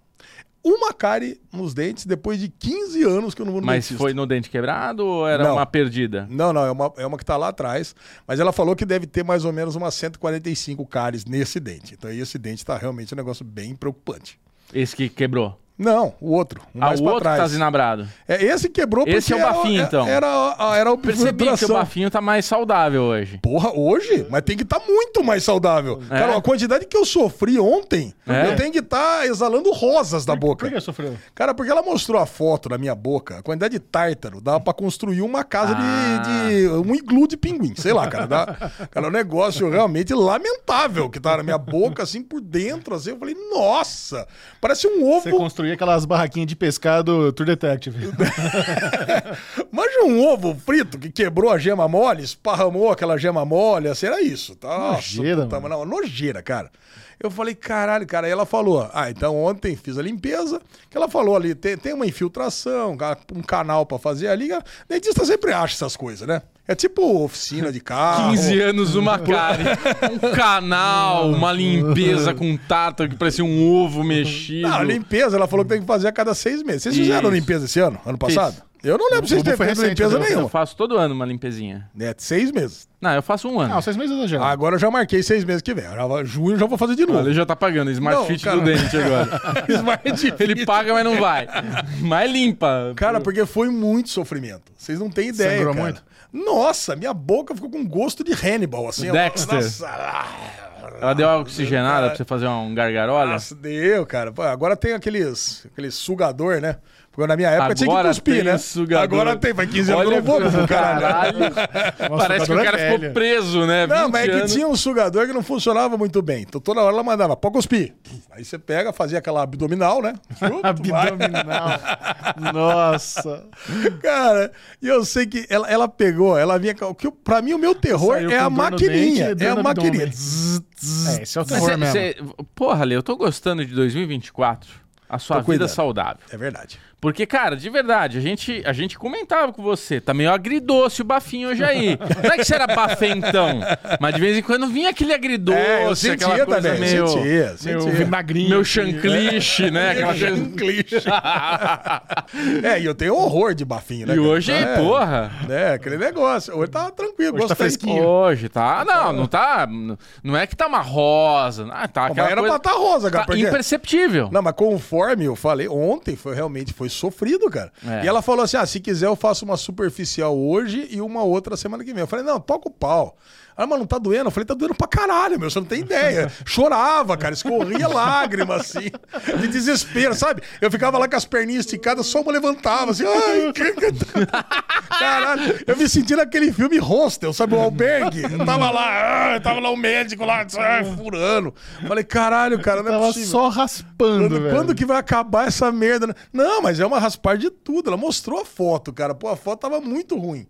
B: Uma cárie nos dentes depois de 15 anos que eu não vou no
F: Mas
B: dentista.
F: foi no dente quebrado ou era
B: Não.
F: uma perdida?
B: Não, não, é uma, é uma que tá lá atrás. Mas ela falou que deve ter mais ou menos umas 145 cáries nesse dente. Então esse dente tá realmente um negócio bem preocupante.
F: Esse que quebrou.
B: Não, o outro. O
F: Ah,
B: Um mais
F: o
B: pra
F: outro que
B: trás.
F: tá zinabrado.
B: É, esse quebrou porque
F: Esse é o
B: era-
F: Bafinho, então.
B: Era, a- era a
F: Percebi que o
B: infiltração.
F: bafinho tá mais saudável hoje.
B: Porra, hoje? Mas tem que estar muito mais saudável. Cara, a quantidade que eu sofri ontem,
F: É.
B: eu tenho que estar exalando rosas da boca.
A: Por que sofreu?
B: Cara, porque ela mostrou a foto da minha boca, a quantidade de tártaro dava pra construir uma casa de-
F: Ah.
B: de, um iglu de pinguim, sei lá, cara. Dá, cara, é um negócio realmente lamentável que tá na minha boca, assim, por dentro, assim. Eu falei, nossa, parece um
A: Você
B: ovo.
A: construía aquelas barraquinhas de pescado True Detective.
B: Manja um ovo frito que quebrou a gema mole, esparramou aquela gema mole, assim, era isso. Tá,
A: Nojeira,
B: puta,
A: mano.
B: não, nojeira, cara. Eu falei, caralho, cara. Aí ela falou, ah, então ontem fiz a limpeza, que ela falou ali, tem, tem uma infiltração, ca- um canal pra fazer ali. a- Dentista sempre acha essas coisas, né? É tipo oficina de carro.
F: 15 anos, uma cara, um canal, uma limpeza com tártaro que parecia um ovo mexido.
B: Não, Ah, limpeza, ela falou que tem que fazer a cada seis meses. Vocês fizeram
F: Isso.
B: limpeza esse ano? Ano passado? Eu não lembro
A: O
B: vocês
A: Bobo
B: terem
A: foi
B: feito
A: recente,
B: limpeza
A: né?
F: Eu
B: nenhuma.
F: faço todo ano uma limpezinha.
B: É, seis meses.
F: Não, eu faço um ano.
A: Não, seis meses exagerado.
B: Agora eu já marquei seis meses que vem. Eu já vou- Junho eu já vou fazer de novo.
F: Ele já tá pagando, Smart
B: Não,
F: Fit
B: cara.
F: do dente agora.
B: Smart Fit.
F: Ele paga, mas não vai. Mas limpa.
B: Cara, porque foi muito sofrimento. Vocês não têm ideia.
A: Sangrou
B: cara.
A: Hum. muito?
B: Nossa, minha boca ficou com gosto de Hannibal, assim. ó.
F: Dexter.
B: Nossa, ah,
F: Ela deu uma
B: é,
F: oxigenada pra você fazer um gargarola.
B: nossa, deu, cara. Pô, Agora tem aqueles, aqueles sugador, né? Porque na minha época tinha que
F: Agora
B: cuspir,
F: tem
B: né?
F: sugador.
B: Agora tem, faz 15 anos que eu não vou pro caralho.
F: Parece que o
A: jogador é
F: cara ficou
A: velho.
F: preso, né?
B: Não,
F: 20
B: mas é que
F: anos.
B: tinha um sugador que não funcionava muito bem. Então toda hora ela mandava, pode cuspir. Aí você pega, fazia aquela abdominal, né? Abdominal.
A: Abdominal. Nossa.
B: Cara, e eu sei que ela, ela pegou, ela vinha. com- Que, eu- pra mim, o meu terror
A: Saiu
B: é
A: com
B: a
A: dor no
B: maquininha.
A: dente e
B: é
A: dor
B: a
A: no
B: maquininha.
A: abdômen. É, esse é o
B: um
F: Mas
A: terror
F: cê-
A: mesmo.
F: cê- porra, Lê, eu tô gostando de 2024. A sua
B: Tô
F: vida
B: cuidando.
F: saudável.
B: É verdade.
F: Porque, cara, de verdade, a gente, a gente comentava com você. Tá meio agridoce o bafinho hoje aí. Não é que você era bafentão, mas de vez em quando vinha aquele agridoce,
B: É, eu
F: aquela
B: sentia
F: coisa
B: também.
F: meio...
B: sentia,
A: Meu
B: sentia.
A: magrinho. assim,
F: Meu chancliche, né? Aquela coisa...
B: É, e eu tenho horror de bafinho, né?
F: E
B: cara?
F: hoje,
B: é,
F: porra...
B: É, aquele negócio. Hoje tá tranquilo,
A: Hoje tá
B: gostei.
A: fresquinho.
F: Hoje tá. Não, não tá. Não é que tá uma rosa. Ah, tá
B: Mas
F: aquela
B: era
F: coisa.
B: pra tá rosa, cara.
F: Tá
B: porque-
F: imperceptível.
B: Não, mas conforme eu falei, ontem foi realmente foi sofrido, cara.
F: É.
B: E ela falou assim: ah, se quiser eu faço uma superficial hoje e uma outra semana que vem. Eu falei, não, toca o pau. Ela, mas não tá doendo? Eu falei, tá doendo pra caralho, meu, você não tem ideia. Chorava, cara, escorria lágrima, assim, de desespero, sabe? Eu ficava lá com as perninhas esticadas, só uma levantava, assim, ai, tá caralho. Eu me senti naquele filme Hostel, sabe? O albergue. Eu tava lá, ah, tava lá o médico lá, ah, furando. Falei, caralho, cara, não é
A: Tava
B: possível.
A: só raspando,
B: Quando,
A: velho.
B: quando que vai acabar essa merda? né? Não, mas é uma raspar de tudo. Ela mostrou a foto, cara. Pô, a foto tava muito ruim.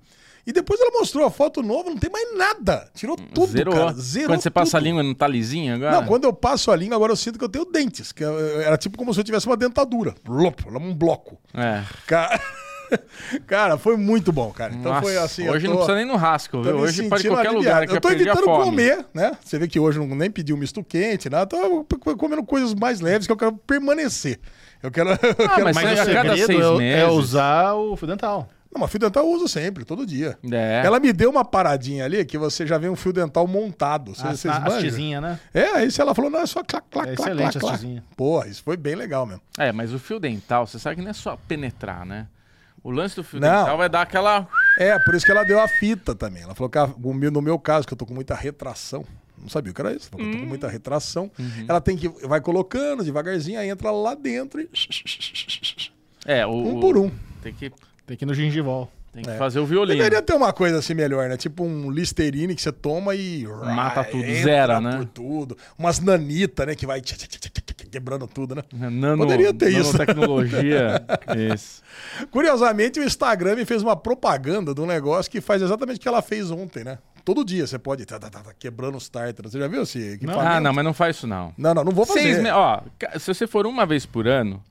B: E depois ela mostrou a foto nova, não tem mais nada. Tirou tudo,
F: Zerou.
B: cara. Zerou
F: Quando você passa a
B: tudo.
F: língua, não tá lisinha agora?
B: Não, quando eu passo a língua, agora eu sinto que eu tenho dentes. Que eu- era tipo como se eu tivesse uma dentadura. Lop, um bloco.
F: É.
B: Cara, cara foi muito bom, cara. Então
F: Nossa,
B: foi assim. eu
F: hoje não
B: tô-
F: precisa nem no rasco,
B: Tô
F: viu?
B: me
F: Hoje pode ir em
B: sentindo
F: qualquer
B: aliviado.
F: lugar. aqui
B: Eu tô
F: vai perder a
B: evitando
F: fome.
B: comer, né? Você vê que hoje eu não, nem pedi um misto quente, nada. Tô comendo coisas mais leves que eu quero permanecer. Eu quero. eu quero-
F: Ah, mas
A: Mas
F: a
A: o
F: cada
A: segredo
F: seis
A: é,
F: meses.
A: é usar o fio dental.
B: Não, mas fio dental eu uso sempre, todo dia.
F: É.
B: Ela me deu uma paradinha ali que você já vê um fio dental montado. Vocês, vocês manjam?
A: tizinhas, né?
B: É, aí se ela falou, não, é só clac, clac,
A: É
B: clac,
A: excelente
B: clac, clac.
A: as tizinhas.
B: Porra, isso foi bem legal mesmo.
F: É, mas o fio dental, você sabe que não é só penetrar, né? O lance do fio
B: Não.
F: dental vai dar aquela.
B: É, por isso que ela deu a fita também. Ela falou que a- o meu- no meu caso, que eu tô com muita retração. Não sabia o que era isso. Falou que eu tô com
F: Hum.
B: muita retração.
F: Uhum.
B: Ela tem que. Vai colocando devagarzinho, aí entra lá dentro e.
F: É, o.
B: Um por um.
F: Tem que,
A: Tem que ir no gengival.
F: tem que fazer o violino.
B: Deveria ter uma coisa assim melhor, né? Tipo um Listerine que você toma e.
F: Mata tudo,
B: Entra
F: zera, né?
B: Por tudo. Umas nanita, né? Que vai tch- tch- tch- tch- tch- quebrando tudo, né?
F: Nano,
B: Poderia ter isso.
F: Nanotecnologia. isso.
B: Curiosamente, o Instagram me fez uma propaganda de um negócio que faz exatamente o que ela fez ontem, né? Todo dia você pode tá, tá, tá, tá, quebrando os tártaros. Você já viu esse equipamento?
F: Ah, não, mas não faz isso, não.
B: Não, não, não vou fazer.
F: Seis meses. Ó, ca- se você for uma vez por ano,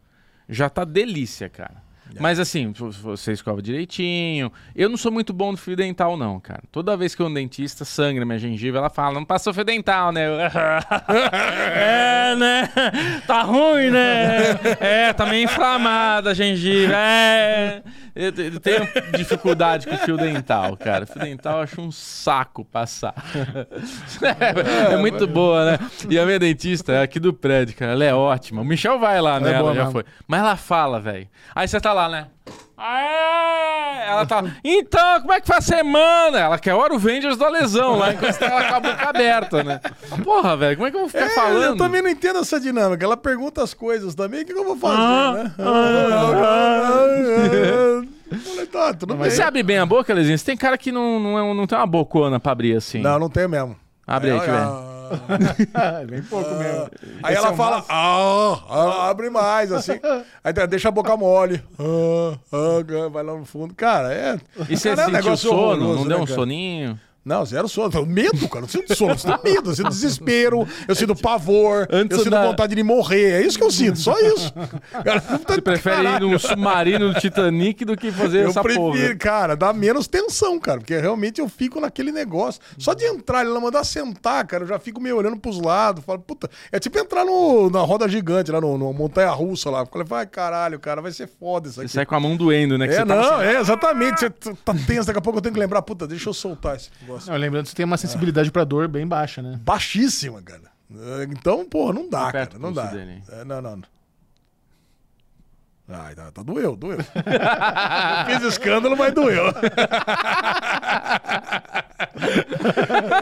F: já tá delícia, cara. Mas assim, vo- você escova direitinho. Eu não sou muito bom no fio dental, não, cara. Toda vez que eu ando no dentista, sangra minha gengiva, ela fala, não passou fio dental, né? Eu,
C: É, né? Tá ruim, né? É, tá meio inflamada a gengiva. É.
F: eu te- eu tenho dificuldade com fio dental, cara. Fio dental eu acho um saco passar. é, é muito boa, né? E a minha dentista é aqui do prédio, cara. Ela é ótima. O Michel vai lá, né?
A: é
F: Ela
A: boa
F: já
A: mesmo.
F: foi. Mas ela fala, velho. Aí você tá lá, né? Aê! Ela tá. Então, como é que foi a semana? Ela quer o Avengers da lesão lá, enquanto ela com a boca aberta, né? Porra, velho, como é que eu vou ficar
B: É,
F: falando?
B: Eu também não entendo essa dinâmica. Ela pergunta as coisas também, o que, que eu vou fazer, né?
F: ah,
B: "Ah, Falei, tá, tudo
F: Mas
B: bem.
F: você abre bem a boca, Lezinha? Você tem cara que não, não, é- não tem uma bocona pra abrir assim.
B: Não, não tem mesmo.
F: Abre aí,
B: Ah,
F: que vem.
A: Bem pouco mesmo.
B: Aí ela fala, ah, ah, abre mais, assim. Aí tá, deixa a boca mole. Ah, ah, vai lá no fundo. Cara, é.
F: E você
B: cara, é um
F: sentiu
B: negócio
F: sono?
B: horroroso,
F: Não deu
B: né,
F: um
B: cara?
F: soninho?
B: Não, zero sono. Eu medo, cara. Eu sinto sono. Eu sinto medo, eu sinto desespero, eu sinto pavor,
F: Antes
B: eu sinto
F: da-
B: vontade de morrer. É isso que eu sinto, só isso. Cara,
F: Você prefere ir num submarino do Titanic do que fazer
B: Eu
F: essa
B: prefiro,
F: porra?
B: cara, dá menos tensão, cara, porque realmente eu fico naquele negócio. Só de entrar, ele mandar sentar, cara, eu já fico meio olhando pros lados, falo, puta, é tipo entrar no, na roda gigante, lá no, no montanha russa lá. Eu falei, vai, caralho, cara, vai ser foda isso aqui.
F: Você sai com a mão doendo, né? Que
B: É,
F: você tá
B: não,
F: assim-
B: é, exatamente. Você t- tá tenso, daqui a pouco eu tenho que lembrar, puta, deixa eu soltar esse negócio.
A: Não, lembrando que você tem uma sensibilidade pra dor bem baixa, né?
B: Baixíssima, cara. É, Então, porra, não dá, cara,
F: Aperta o
B: não
F: Tá pulso
B: dá.
F: dele.
B: É, não, não, não. Ai, tá, tá doeu, doeu. eu fiz escândalo, mas doeu. Ai,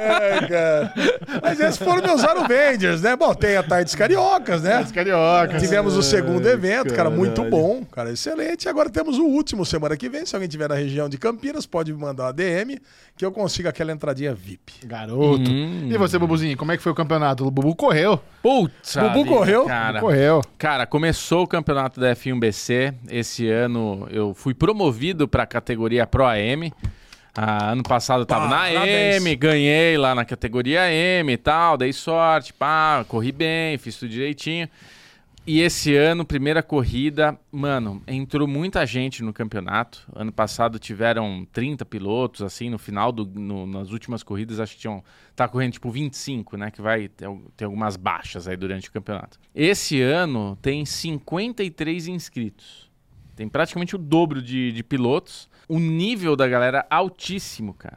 B: É, cara. Mas esses foram meus Aruvengers, né? Bom, tem a Tardes Cariocas, né?
A: Carioca.
B: Tivemos o segundo evento, cara, muito bom, cara, excelente. Agora temos o último semana que vem. Se alguém tiver na região de Campinas, pode me mandar a DM que eu consigo aquela entradinha VIP.
A: Garoto. E você, Bubuzinho, como é que foi o campeonato? O Bubu correu.
F: Putz,
B: Bubu
F: vida,
B: correu?
F: Cara.
A: Correu.
F: Cara, começou o campeonato da F1BC. Esse ano eu fui promovido para a categoria Pro AM. Ah, ano passado eu tava na
B: Parabéns.
F: M, ganhei lá na categoria M e tal, dei sorte, pá, corri bem, fiz tudo direitinho. E esse ano, primeira corrida, mano, entrou muita gente no campeonato. Ano passado tiveram 30 pilotos, assim, no final, do, no- nas últimas corridas, acho que tinham. Tá correndo tipo 25, né? Que vai ter, al- ter algumas baixas aí durante o campeonato. Esse ano tem 53 inscritos. Tem praticamente o dobro de, de pilotos. O nível da galera é altíssimo, cara.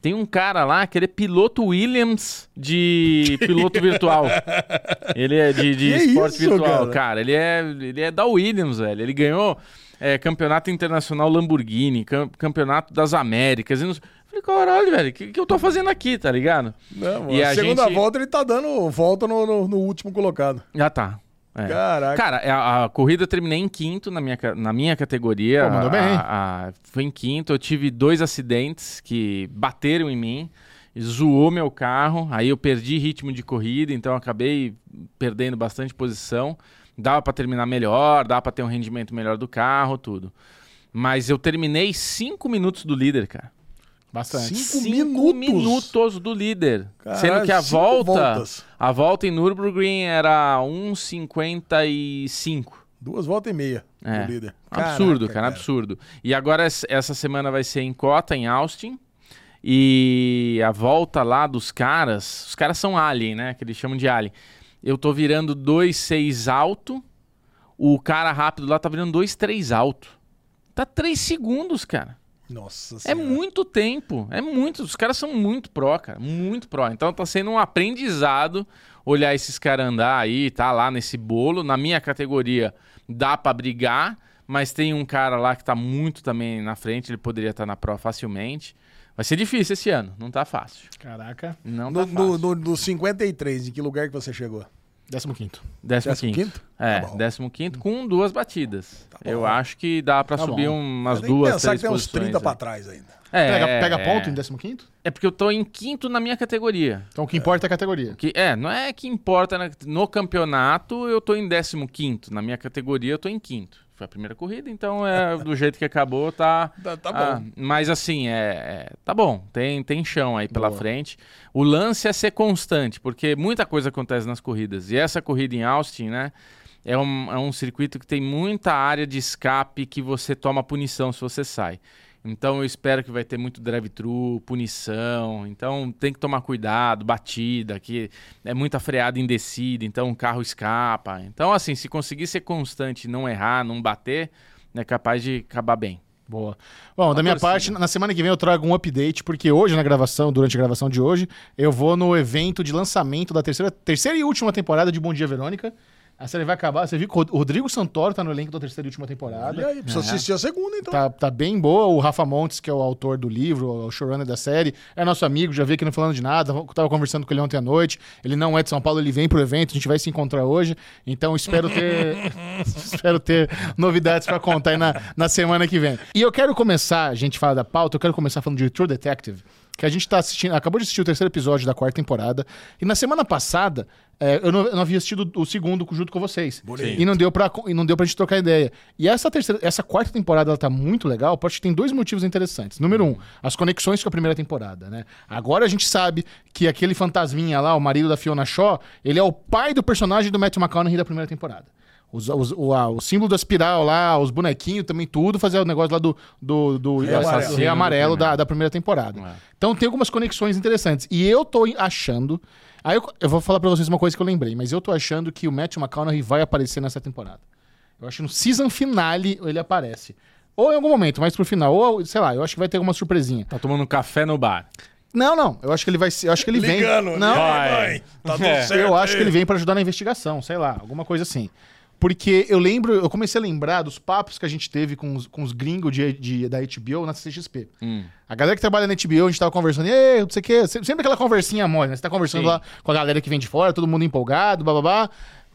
F: Tem um cara lá que ele é piloto Williams de piloto virtual. Ele é de, de
B: Que
F: esporte
B: isso,
F: virtual,
B: cara?
F: cara. Ele é, ele é da Williams, velho. Ele ganhou é, campeonato internacional Lamborghini, cam- campeonato das Américas. E não... sei- Falei, caralho, velho, o que, que eu tô fazendo aqui, tá ligado?
B: Não,
F: E
B: a
F: a
B: segunda
F: gente-
B: volta ele tá dando volta no, no- no último colocado.
F: Já tá. É.
B: Caraca.
F: Cara, a, a corrida eu terminei em quinto na minha, ca- na minha categoria.
A: Pô, mandou
F: A-
A: bem.
F: a- foi em quinto. Eu tive dois acidentes que bateram em mim. Zoou meu carro. Aí eu perdi ritmo de corrida, então eu acabei perdendo bastante posição. Dava pra terminar melhor, dava pra ter um rendimento melhor do carro, tudo. Mas eu terminei cinco minutos do líder, cara.
A: Bastante.
B: Cinco, minutos.
F: Cinco minutos do líder.
B: Caralho,
F: sendo que a
B: cinco
F: volta.
B: voltas.
F: A volta em Nürburgring era 1,55.
B: Duas voltas e meia
F: É.
B: do líder.
F: Absurdo,
B: Caraca,
F: cara, absurdo. E agora es- essa semana vai ser em Cota, em Austin. E a volta lá dos caras. Os caras são alien, né? Que eles chamam de alien. Eu tô virando 2,6 alto. O cara rápido lá tá virando 2,3 alto. Tá 3 segundos, cara.
B: Nossa
F: É
B: Senhora.
F: muito tempo, é muito. Os caras são muito pró, cara, muito pró. Então tá sendo um aprendizado olhar esses caras andar aí, tá lá nesse bolo. Na minha categoria dá pra brigar, mas tem um cara lá que tá muito também na frente, ele poderia estar na pró facilmente. Vai ser difícil esse ano, não tá fácil.
A: Caraca.
F: Não tá
B: No,
F: fácil.
B: no, no- no 53, em que lugar que você chegou?
A: Décimo quinto.
F: décimo,
B: décimo
F: quinto.
B: quinto?
F: É,
B: Tá bom. Tá
F: décimo quinto com duas batidas.
B: bom.
F: Eu acho que dá pra
A: Tá
F: subir
A: bom.
F: umas
B: Tem que
F: duas,
B: pensar
F: três
B: que tem uns 30
F: posições,
B: pra
F: né?
B: trás ainda.
F: É,
A: Pega, pega
F: é.
A: ponto em décimo quinto?
F: É porque eu tô em quinto na minha categoria.
A: Então o que importa é a categoria.
F: Que, é, não é que importa. né? No campeonato, eu tô em 15. Na minha categoria, eu tô em quinto. Foi a primeira corrida, então é do jeito que acabou, tá.
B: Tá- tá
F: ah,
B: bom.
F: mas assim, é, é, Tá bom, tem, tem chão aí pela frente. O lance é ser constante, porque muita coisa acontece nas corridas. E essa corrida em Austin, né? é um, é um circuito que tem muita área de escape que você toma punição se você sai. Então eu espero que vai ter muito drive-thru, punição. Então tem que tomar cuidado, batida, que é muita freada em descida, então o carro escapa. Então, assim, se conseguir ser constante, não errar, não bater, é capaz de acabar bem.
A: Boa. Bom, da minha parte, na semana que vem eu trago um update, porque hoje na gravação, durante a gravação de hoje, eu vou no evento de lançamento da terceira, terceira e última temporada de Bom Dia Verônica. A série vai acabar. Você viu que o Rod- Rodrigo Santoro tá no elenco da terceira e última temporada.
B: E
F: Uhum.
B: aí, precisa assistir a segunda, então.
A: Tá, tá bem boa. O Rafa Montes, que é o autor do livro, o showrunner da série, é nosso amigo, já veio aqui não falando de nada. Eu tava conversando com ele ontem à noite. Ele não é de São Paulo, ele vem pro evento, a gente vai se encontrar hoje. Então espero ter. espero ter novidades pra contar aí na, na semana que vem. E eu quero começar, a gente fala da pauta, eu quero começar falando de True Detective. Que a gente tá assistindo, acabou de assistir o terceiro episódio da quarta temporada. E na semana passada, é, eu, não, eu não havia assistido o segundo junto com vocês. E não deu pra, e não deu pra gente trocar ideia. E essa terceira, essa quarta temporada ela tá muito legal, porque acho que tem dois motivos interessantes. Número um, as conexões com a primeira temporada, né? Agora a gente sabe que aquele fantasminha lá, o marido da Fiona Shaw, ele é o pai do personagem do Matthew McConaughey da primeira temporada. Os- os- o, a- o símbolo da espiral lá, os bonequinhos também, tudo, fazer o negócio lá do, do, do do
B: amarelo.
A: assassino amarelo, da, da primeira temporada. Então tem algumas conexões interessantes. E eu tô achando. Aí eu, eu vou falar pra vocês uma coisa que eu lembrei, mas eu tô achando que o Matthew McConaughey vai aparecer nessa temporada. Eu acho que no season finale ele aparece. Ou em algum momento, mas pro final. Ou, sei lá, eu acho que vai ter alguma surpresinha.
F: Tá tomando café no bar.
A: Não, não. Eu acho que ele vai. se- Eu acho que ele
B: Ligando.
A: vem. Não,
F: é.
B: Vai. Mãe, tá tudo certo.
A: eu acho que ele vem pra ajudar na investigação, sei lá, alguma coisa assim. Porque eu lembro, eu comecei a lembrar dos papos que a gente teve com os, com os gringos de, de- da HBO na CXP. A galera que trabalha na HBO, a gente tava conversando, ei, não sei o quê, se- sempre aquela conversinha mole, né? Você tá conversando lá com a galera que vem de fora, todo mundo empolgado, bababá.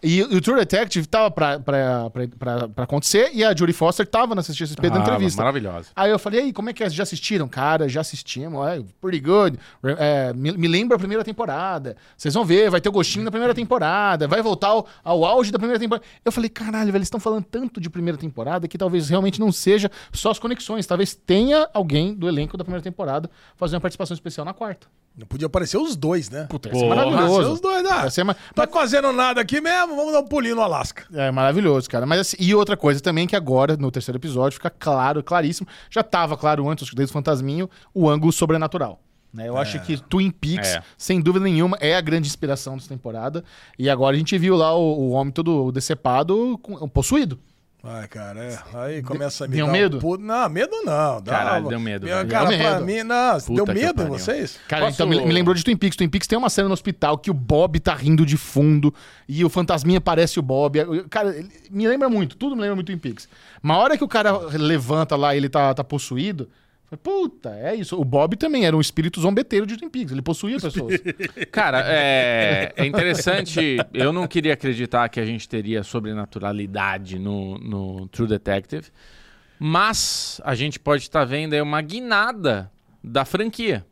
A: E, e o True Detective tava pra, pra, pra, pra- pra acontecer e a Judy Foster tava na CXP da
F: Ah,
A: entrevista.
F: Maravilhosa.
A: Aí eu falei, e aí, como é que é? Já assistiram? Cara, já assistimos, é pretty good. Re- é, me, me lembra a primeira temporada. Vocês vão ver, vai ter o gostinho da primeira temporada, vai voltar ao, ao auge da primeira temporada. Eu falei, caralho, velho, eles estão falando tanto de primeira temporada que talvez realmente não seja só as conexões. Talvez tenha alguém do elenco da primeira temporada fazendo uma participação especial na quarta.
B: Não podia aparecer os dois, né?
A: Puta, ia ser
F: Porra,
B: Aparecer
A: maravilhoso.
B: os dois, ah,
A: Ia ser ma-
B: Tá fazendo nada aqui mesmo, vamos dar um pulinho no Alasca.
A: É maravilhoso, cara. Mas assim, e outra coisa também que agora, no terceiro episódio, fica claro, claríssimo. Já tava claro antes, acho que desde o Fantasminho, o ângulo sobrenatural. Né? Eu acho que Twin Peaks,
F: É.
A: sem dúvida nenhuma, é a grande inspiração dessa temporada. E agora a gente viu lá o, o homem todo decepado, com- possuído.
B: Ai, cara, é. aí começa a me
A: deu
B: dar
A: medo?
B: Um pu- Não, medo não. Dá
F: Caralho,
B: uma-
F: deu medo,
B: Meu,
F: velho.
B: Cara,
A: Deu
B: pra
A: medo.
B: mim, não, deu
F: que
B: medo em
F: pariu.
B: vocês?
A: Cara,
F: Posso-
A: então me, me lembrou de Twin Peaks. Twin Peaks tem uma cena no hospital que o Bob tá rindo de fundo e o fantasminha parece o Bob. Eu- Cara, ele- me lembra muito. Tudo me lembra muito Twin Peaks. Uma hora que o cara levanta lá e ele tá, tá possuído... eu falei, Puta, é isso. O Bob também era um espírito zombeteiro de Twin Peaks. Ele possuía pessoas.
F: Cara, é, é interessante. Eu não queria acreditar que a gente teria sobrenaturalidade no, no True Detective, mas a gente pode estar vendo aí uma guinada da franquia.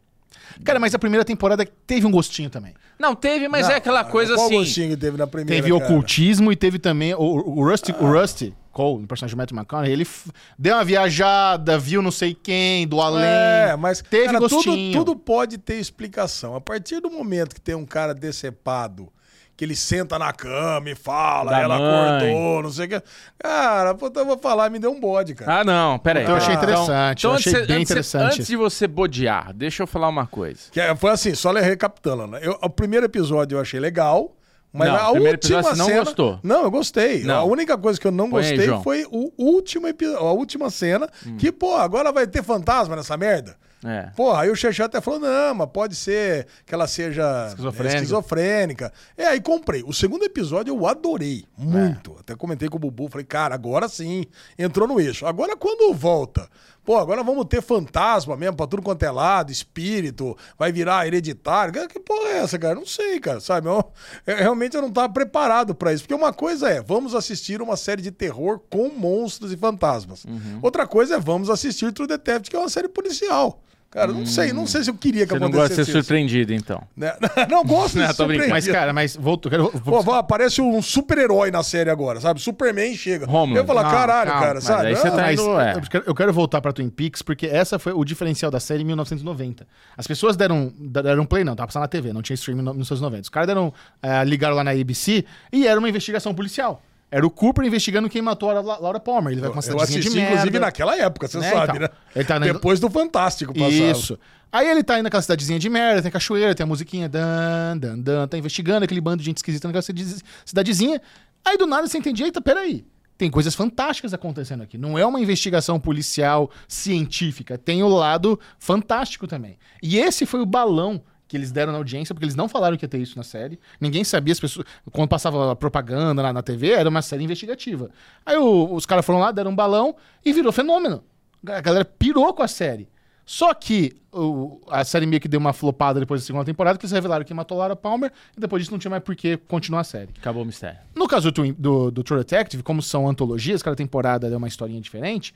A: Cara, mas a primeira temporada teve um gostinho também.
F: Não teve, mas é aquela coisa
B: Qual
F: assim.
B: gostinho que teve na primeira,
A: Teve
B: cara? Ah.
A: ocultismo e teve também o, o Rusty, o Rusty Cole, o personagem do Matthew McConaughey, ele f- deu uma viajada, viu não sei quem, do além.
B: É, mas
A: teve
B: cara, tudo,
A: gostinho.
B: tudo pode ter explicação. A partir do momento que tem um cara decepado, que ele senta na cama e fala,
F: Da
B: ela
F: mãe.
B: cortou, não sei o que. Cara, puta, eu vou falar, me deu um bode, cara.
F: Ah, não, peraí.
A: Então eu achei interessante, eu achei
F: antes-
A: bem
F: antes-
A: interessante.
F: Antes de você bodear, deixa eu falar uma coisa.
B: Que é- foi assim, só le- recapitulando. né? Eu, o primeiro episódio eu achei legal, mas
F: Não,
B: a
F: o primeiro
B: última
F: episódio você não
B: cena...
F: gostou.
B: Não, eu gostei.
F: Não.
B: A única coisa que eu não
F: Põe aí,
B: gostei
F: João. Hum.
B: foi o último epi- a última cena, que, pô, agora vai ter fantasma nessa merda.
F: É.
B: Porra, aí o Xexé até falou, não, mas pode ser que ela seja
F: Esquizofrênica.
B: esquizofrênica. É, aí comprei. O segundo episódio eu adorei, muito. Até comentei com o Bubu, falei, cara, agora sim, entrou no eixo. Agora quando volta, pô, agora vamos ter fantasma mesmo pra tudo quanto é lado, espírito, vai virar hereditário. Cara, Que porra é essa, cara? Não sei, cara, sabe? Eu- eu- realmente eu não tava preparado pra isso. Porque uma coisa é, vamos assistir uma série de terror com monstros e fantasmas.
F: Uhum.
B: Outra coisa é, vamos assistir True Detective, que é uma série policial. Cara, eu não sei, não sei se eu queria que
F: Hum. Você não gosta de
B: acontecesse
F: ser
B: isso.
F: surpreendido, então.
B: Né? Não gosto tipo
F: Não,
B: de
F: tô brincando.
A: Mas, cara, mas voltou. Quero,
B: Pô, vai, aparece um super-herói na série agora, sabe? Superman chega.
F: Homeland.
B: Eu falo,
F: Não,
B: caralho,
F: calma,
B: cara,
F: mas
B: sabe?
F: aí você
B: Ah,
F: tá
A: Mas
F: indo, é.
A: eu quero- eu quero voltar pra Twin Peaks, porque essa foi o diferencial da série em 1990. As pessoas deram, deram play, não, tava passando na TV, não tinha streaming em 1990. Os caras deram, eh, ligaram lá na ABC e era uma investigação policial. Era o Cooper investigando quem matou a La- Laura Palmer. Ele vai com uma
B: Eu
A: cidadezinha
B: assisti,
A: de merda.
B: inclusive, naquela época, você
A: Né,
B: sabe,
A: então.
B: né?
A: Ele tá na-
B: Depois do Fantástico passava.
A: Isso. Aí ele tá indo naquela cidadezinha de merda, tem cachoeira, tem a musiquinha, dan, dan, dan, tá investigando aquele bando de gente esquisita naquela cidi- cidadezinha. Aí do nada você entende, eita, peraí. Tem coisas fantásticas acontecendo aqui. Não é uma investigação policial científica, tem o lado fantástico também. E esse foi o balão que eles deram na audiência, porque eles não falaram que ia ter isso na série. Ninguém sabia, as pessoas. Quando passava propaganda lá na TV, era uma série investigativa. Aí o- os caras foram lá, deram um balão e virou fenômeno. A galera pirou com a série. Só que o- a série meio que deu uma flopada depois da segunda temporada, que eles revelaram que matou Laura Palmer, e depois disso não tinha mais por que continuar a série.
F: Acabou o mistério.
A: No caso do, Twin- do, do True Detective, como são antologias, cada temporada é uma historinha diferente,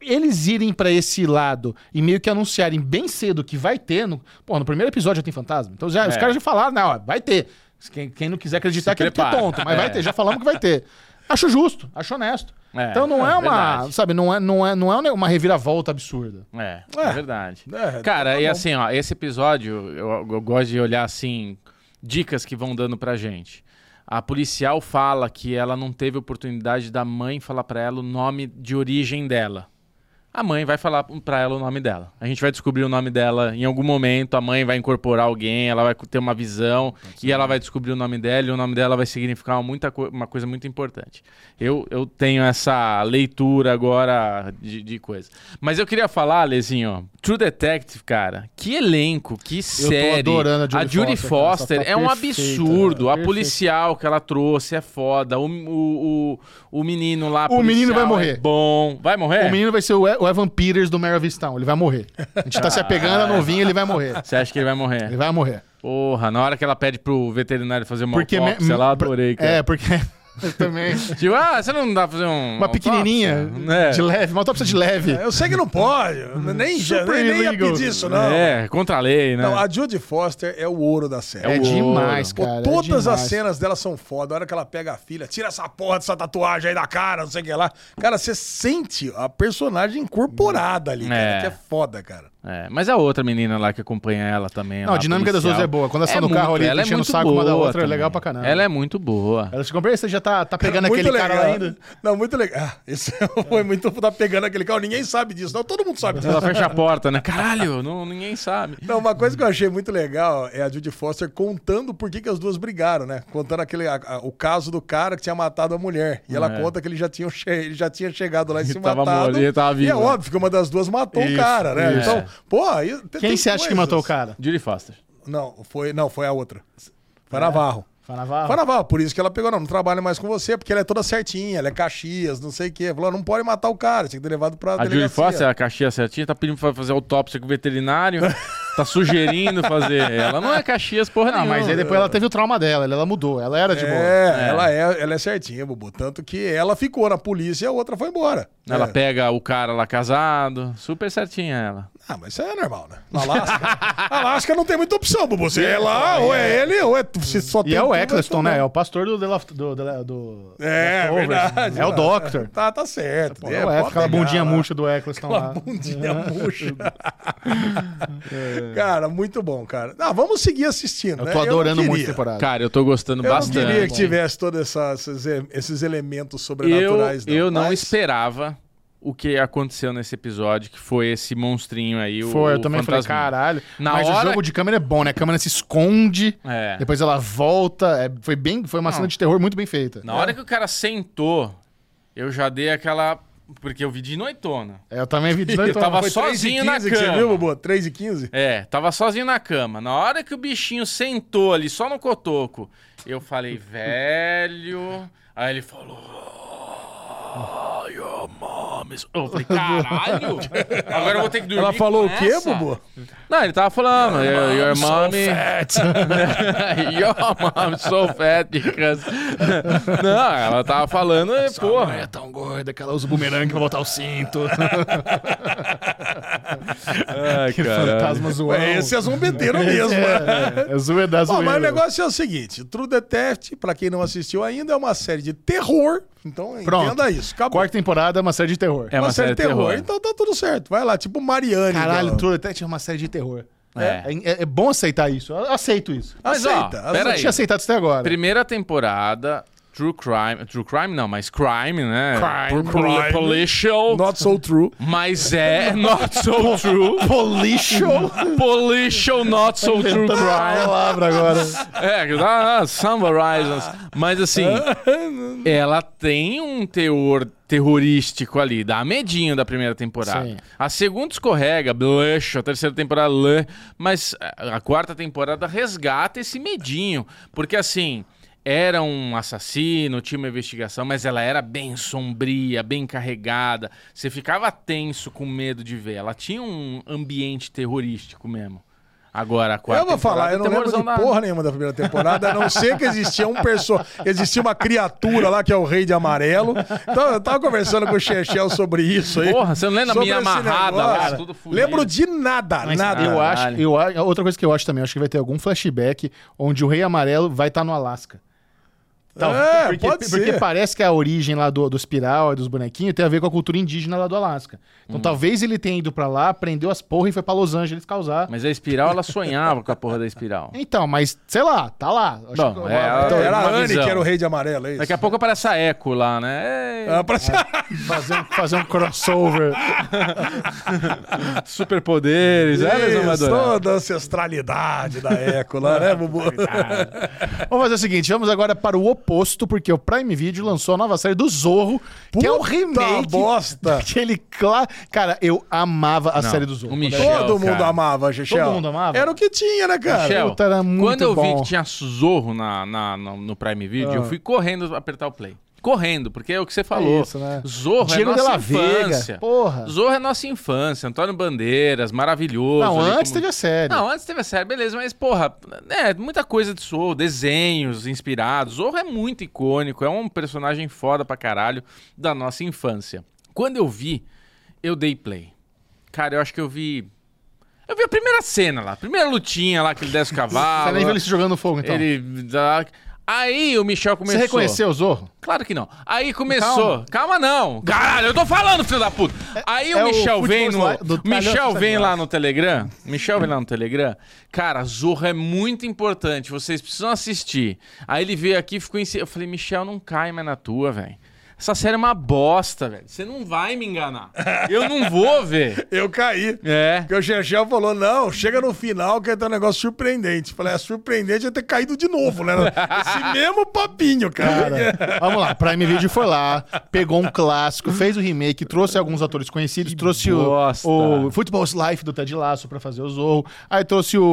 A: eles irem pra esse lado e meio que anunciarem bem cedo que vai ter. No, pô, no primeiro episódio já tem fantasma. Então já, os
F: É.
A: caras já falaram, não, ó, vai ter. Quem, quem não quiser acreditar
F: Se
A: que é, que é
F: prepara.
A: tonto, mas vai
F: É.
A: ter, já falamos que vai ter. Acho justo, acho honesto.
F: É,
A: então não é,
F: é
A: uma.
F: verdade.
A: Sabe, não é, não, é, não é uma reviravolta absurda.
F: É, é,
B: É.
F: verdade.
A: né?
B: É,
F: Cara,
B: tá
F: e
B: bom.
F: assim, ó, esse episódio, eu, eu gosto de olhar assim, dicas que vão dando pra gente. A policial fala que ela não teve oportunidade da mãe falar pra ela o nome de origem dela. A mãe vai falar pra ela o nome dela. A gente vai descobrir o nome dela em algum momento. A mãe vai incorporar alguém, ela vai ter uma visão e ela vai descobrir o nome dela. E o nome dela vai significar muita co- uma coisa muito importante. Eu, eu tenho essa leitura agora de, de coisa. Mas eu queria falar, Lezinho, ó, True Detective, cara, que elenco, que série.
A: adorando a Jodie
F: Judy
A: Foster, cara,
F: Foster,
A: ela tá
F: é um
A: perfeita,
F: absurdo.
A: né?
F: A
A: Perfeita.
F: policial que ela trouxe é foda. O, o, o, o menino lá.
A: O menino
F: policial,
A: vai morrer.
F: É bom. Vai morrer?
A: O menino vai ser o E- o Evan Peters do Mare of Easttown. Ele vai morrer. A gente tá se apegando a novinho, ele vai morrer.
F: Você acha que ele vai morrer?
A: Ele vai morrer.
F: Porra, na hora que ela pede pro veterinário fazer uma
A: Porque
F: autópsia,
A: me-
F: ela adorei, cara.
A: É, porque. Eu também.
F: Tipo, ah, você não dá pra fazer um
A: Uma pequenininha,
B: É.
F: né?
A: de leve, uma autópsia de leve.
B: Eu sei que não pode, nem, já,
A: Super
B: nem, nem ia
A: illegal.
B: pedir isso, não.
F: É, contra a lei, né?
B: Não, a Judy Foster é o ouro da série.
A: É,
F: o
A: demais,
B: Pô,
A: cara. é
B: todas as
A: demais.
B: cenas dela são foda. A hora que ela pega a filha, tira essa porra dessa tatuagem aí da cara, não sei o que lá. Cara, você sente a personagem incorporada ali, cara,
F: É.
B: que é foda, cara.
F: É, mas a outra menina lá que acompanha ela também.
A: Não,
F: lá,
A: a dinâmica das
F: policial,
A: duas é boa. Quando elas estão no
F: muito-
A: carro ali,
F: ela
A: enchendo o
F: muito
A: saco uma da
F: boa
A: outra, é legal pra caramba.
F: Ela é muito boa.
A: Elas ficam bem, você já tá, tá pegando
B: Muito
A: aquele cara lá
B: legal.
A: ainda.
B: Não, muito legal. Ah, Isso foi muito tá pegando aquele cara. Ninguém sabe disso, não. Todo mundo sabe disso.
F: Ela fecha a porta, né? Caralho, não, ninguém sabe.
B: Não, uma coisa que eu achei muito legal é a Judy Foster contando por que, que as duas brigaram, né? Contando aquele, a- a- o caso do cara que tinha matado a mulher. E ela
F: É.
B: conta que ele já tinha, che- ele já tinha chegado lá e se
F: tava
B: matado.
F: morto, ele tava
B: E é
F: vivo. né?
B: óbvio que uma das duas matou o
A: Isso,
B: cara, né?
F: isso.
B: Então,
F: É.
B: pô, aí tem-
A: Quem
B: tem
A: você acha que
B: coisas.
A: matou o cara?
F: Judy Foster.
B: Não, foi, não, foi a outra. Foi a Navarro.
A: Fala, Navarro.
B: Foi a Navarro, por isso que ela pegou, não, não trabalha mais com você, porque ela é toda certinha, ela é Caxias, não sei o quê. Falou, não pode matar o cara, tinha que ter levado pra
F: A Judy
B: delegacia.
F: Foster, a caixinha certinha, tá pedindo pra fazer autópsia com o veterinário. tá sugerindo fazer. Ela não é Caxias, porra
A: Não,
F: nenhuma.
A: Ah, mas aí depois ela teve o trauma dela, ela mudou, ela era de boa.
B: É, Ela, é, ela é certinha, Bubu. Tanto que ela ficou na polícia e a outra foi embora.
F: Ela
B: É.
F: pega o cara lá casado. Super certinha ela.
B: Ah, mas isso é normal, né? Na Alasca, Alasca não tem muita opção, Bubu. Você é lá, ou é ele, ou é. Você só
A: E
B: tem
A: é o
B: tudo,
A: Eccleston,
B: mas
A: né? É
B: tudo
A: o pastor do... The Left- do, do, do
B: bem. É,
A: Leftovers.
B: verdade.
A: É o Doctor.
B: Tá, tá certo.
A: Pô, é,
B: pode
A: aquela
B: pegar né?
A: bundinha
B: lá.
A: murcha do Eccleston
B: Aquela
A: lá.
B: bundinha murcha.
A: É.
B: Cara, muito bom, cara. Ah, vamos seguir assistindo,
A: Eu
B: né?
A: tô
B: não
A: adorando muito
B: queria.
A: a temporada.
F: Cara, eu tô gostando
B: Tá. Eu
F: bastante.
B: não queria que tivesse todos esses elementos
F: eu,
B: sobrenaturais.
F: eu não
B: mas-
F: esperava o que aconteceu nesse episódio, que foi esse monstrinho aí. o-
A: Foi,
F: o
A: eu também
F: fantasminha.
A: falei, caralho.
F: Na
A: Mas
F: hora-
A: o jogo de câmera é bom, né? A câmera se esconde,
F: É.
A: depois ela volta. é, foi bem, foi uma cena de terror muito bem feita.
F: Na
B: é."
F: hora que o cara sentou, eu já dei aquela. Porque eu vi de noitona.
A: É, Eu também vi de noite.
F: Eu tava
B: Foi
F: sozinho
B: 3 e 15
F: na
B: Que
F: cama.
B: você viu, Bubu? 3 e 15?
F: É, tava sozinho na cama. Na hora que o bichinho sentou ali, só no cotoco, eu falei, velho. Aí ele falou. "Ah, your mom is-" Eu falei, caralho! Agora eu vou ter que dormir.
B: Ela falou o
F: com
B: quê,
F: essa?
B: Bubu?
F: Não, ele tava falando, your, your mommy. your mom so fat because. Não, ela tava falando, eh, porra.
A: é tão gorda que ela usa o bumerangue pra botar o cinto.
F: Ai, caralho.
A: Fantasma zoão.
B: É, esse é zombeteiro mesmo. né?
A: É zoeira,
B: Ó, mas
A: zoeira.
B: o negócio é o seguinte: True Detective, pra quem não assistiu ainda, é uma série de terror. Então
A: Pronto.
B: entenda isso. Acabou.
A: Quarta temporada é uma série de terror.
F: É uma série de terror.
B: Então tá tudo certo. Vai lá, tipo Mariane.
A: Caralho,
B: então.
A: True Detective é uma série de terror.
F: É. Ah,
A: É, é bom aceitar isso. Eu aceito isso.
F: Mas, ó,
B: Aceita,
F: pera
A: Eu não
F: aí.
A: tinha aceitado isso até agora.
F: Primeira temporada, True crime. True crime não, mas crime, né?
A: Crime.
F: Por- por-
A: Crime.
F: Policial.
B: Not so true.
F: Mas é not so true. Policial. Policial, not so true
A: Então,
F: crime.
A: Palavra agora.
F: É, ah, ah, some horizons. Mas assim, ela tem um teor terrorístico ali, dá medinho da primeira temporada.
A: Sim.
F: A segunda escorrega, blush, a terceira temporada, lã, mas a a quarta temporada resgata esse medinho, porque assim, era um assassino, tinha uma investigação, mas ela era bem sombria, bem carregada. Você ficava tenso com medo de ver. Ela tinha um ambiente terrorístico mesmo. Agora, a quarta
B: eu vou falar, eu não lembro de porra nenhuma da primeira temporada, a não ser que existia um perso... existia uma criatura lá que é o rei de amarelo. Então, eu tava conversando com o Chechel sobre isso aí.
F: Porra, você não lembra da
B: Sobre
F: minha
B: esse
F: amarrada lá,
B: negócio.
F: tudo fudido.
B: Lembro de nada, nada.
A: Eu
F: Caralho.
A: acho, eu, a- outra coisa que eu acho também, acho que vai ter algum flashback onde o Rei Amarelo vai estar no Alasca. Tal-
B: É,
A: porque,
B: pode
A: porque
B: ser.
A: parece que a origem lá do, do espiral e dos bonequinhos tem a ver com a cultura indígena lá do Alasca.
F: Uhum.
A: Então talvez ele tenha ido pra lá, prendeu as porra e foi pra Los Angeles causar.
F: Mas a espiral, ela sonhava com a porra da espiral.
A: Então, mas sei lá, tá lá. Acho
F: Bom,
A: que-
F: é, ela-
B: Então, era a
F: uma
B: Anne
F: visão.
B: que era o rei de amarelo, é isso?
F: Daqui a pouco aparece a Echo lá, né? É,
B: Ah, pra-
A: fazer, um, fazer um crossover.
F: Superpoderes, é, eles vão
B: Isso,
F: adorar.
B: toda a ancestralidade da Eco lá, né, Bubu?
A: Vamos fazer o seguinte, vamos agora para o oposto, porque o Prime Video lançou a nova série do Zorro, que é o
B: Puta
A: remake.
B: bosta.
A: Aquele clá... Cara, eu amava a série do Zorro.
F: o Michel,
B: Todo mundo
F: cara.
B: amava, Chechel.
A: Todo mundo amava?
B: Era o que tinha, né, cara?
F: Michel,
A: puta, era muito
F: quando eu
A: bom. Ah.
F: vi que tinha Zorro na, na- no, no Prime Video, eu fui correndo apertar o play. Correndo, porque é o que você falou.
A: isso, né?
F: Zorro
A: Diego
F: é nossa
A: Della Vega,
F: infância.
A: porra.
F: Zorro é nossa infância. Antônio Bandeiras, maravilhoso.
A: Não,
F: ali
A: antes
F: como-
A: teve a série.
F: Não, antes teve a série, beleza, mas, porra, é, muita coisa de Zorro, desenhos inspirados. Zorro é muito icônico, é um personagem foda pra caralho da nossa infância. Quando eu vi, eu dei play. Cara, eu acho que eu vi. Eu vi a primeira cena lá, a primeira lutinha lá que ele desce o
A: Você
F: cavalo.
A: nem viu ele se jogando no fogo, então.
F: ah, ele dá- Aí o Michel
A: Você
F: começou.
A: reconheceu o Zorro?
F: Claro que não. Aí começou. Calma, não. Caralho, eu tô falando, filho da puta. Aí
A: é
F: o
A: o
F: Michel
A: futebol
F: vem no.
A: lá- do
F: Michel
A: Palhaço
F: vem
A: Sangue
F: lá
A: Rosa.
F: no Telegram. Michel vem lá no Telegram. Cara, Zorro é muito importante. Vocês precisam assistir. Aí ele veio aqui e ficou em. si- Eu falei, Michel, não cai mais na tua, velho. Essa série é uma bosta, velho. Você não vai me enganar. Eu não vou ver.
B: Eu caí.
F: É.
B: Porque o Chechel falou: não, chega no final que é um negócio surpreendente. Falei, é surpreendente eu ter caído de novo, né? Esse mesmo papinho, cara.
A: Cara, vamos lá, Prime Video foi lá, pegou um clássico, fez o remake, trouxe alguns atores conhecidos, trouxe
F: bosta.
A: o, o Football's Life do Ted Lasso pra fazer o Zorro, aí trouxe o,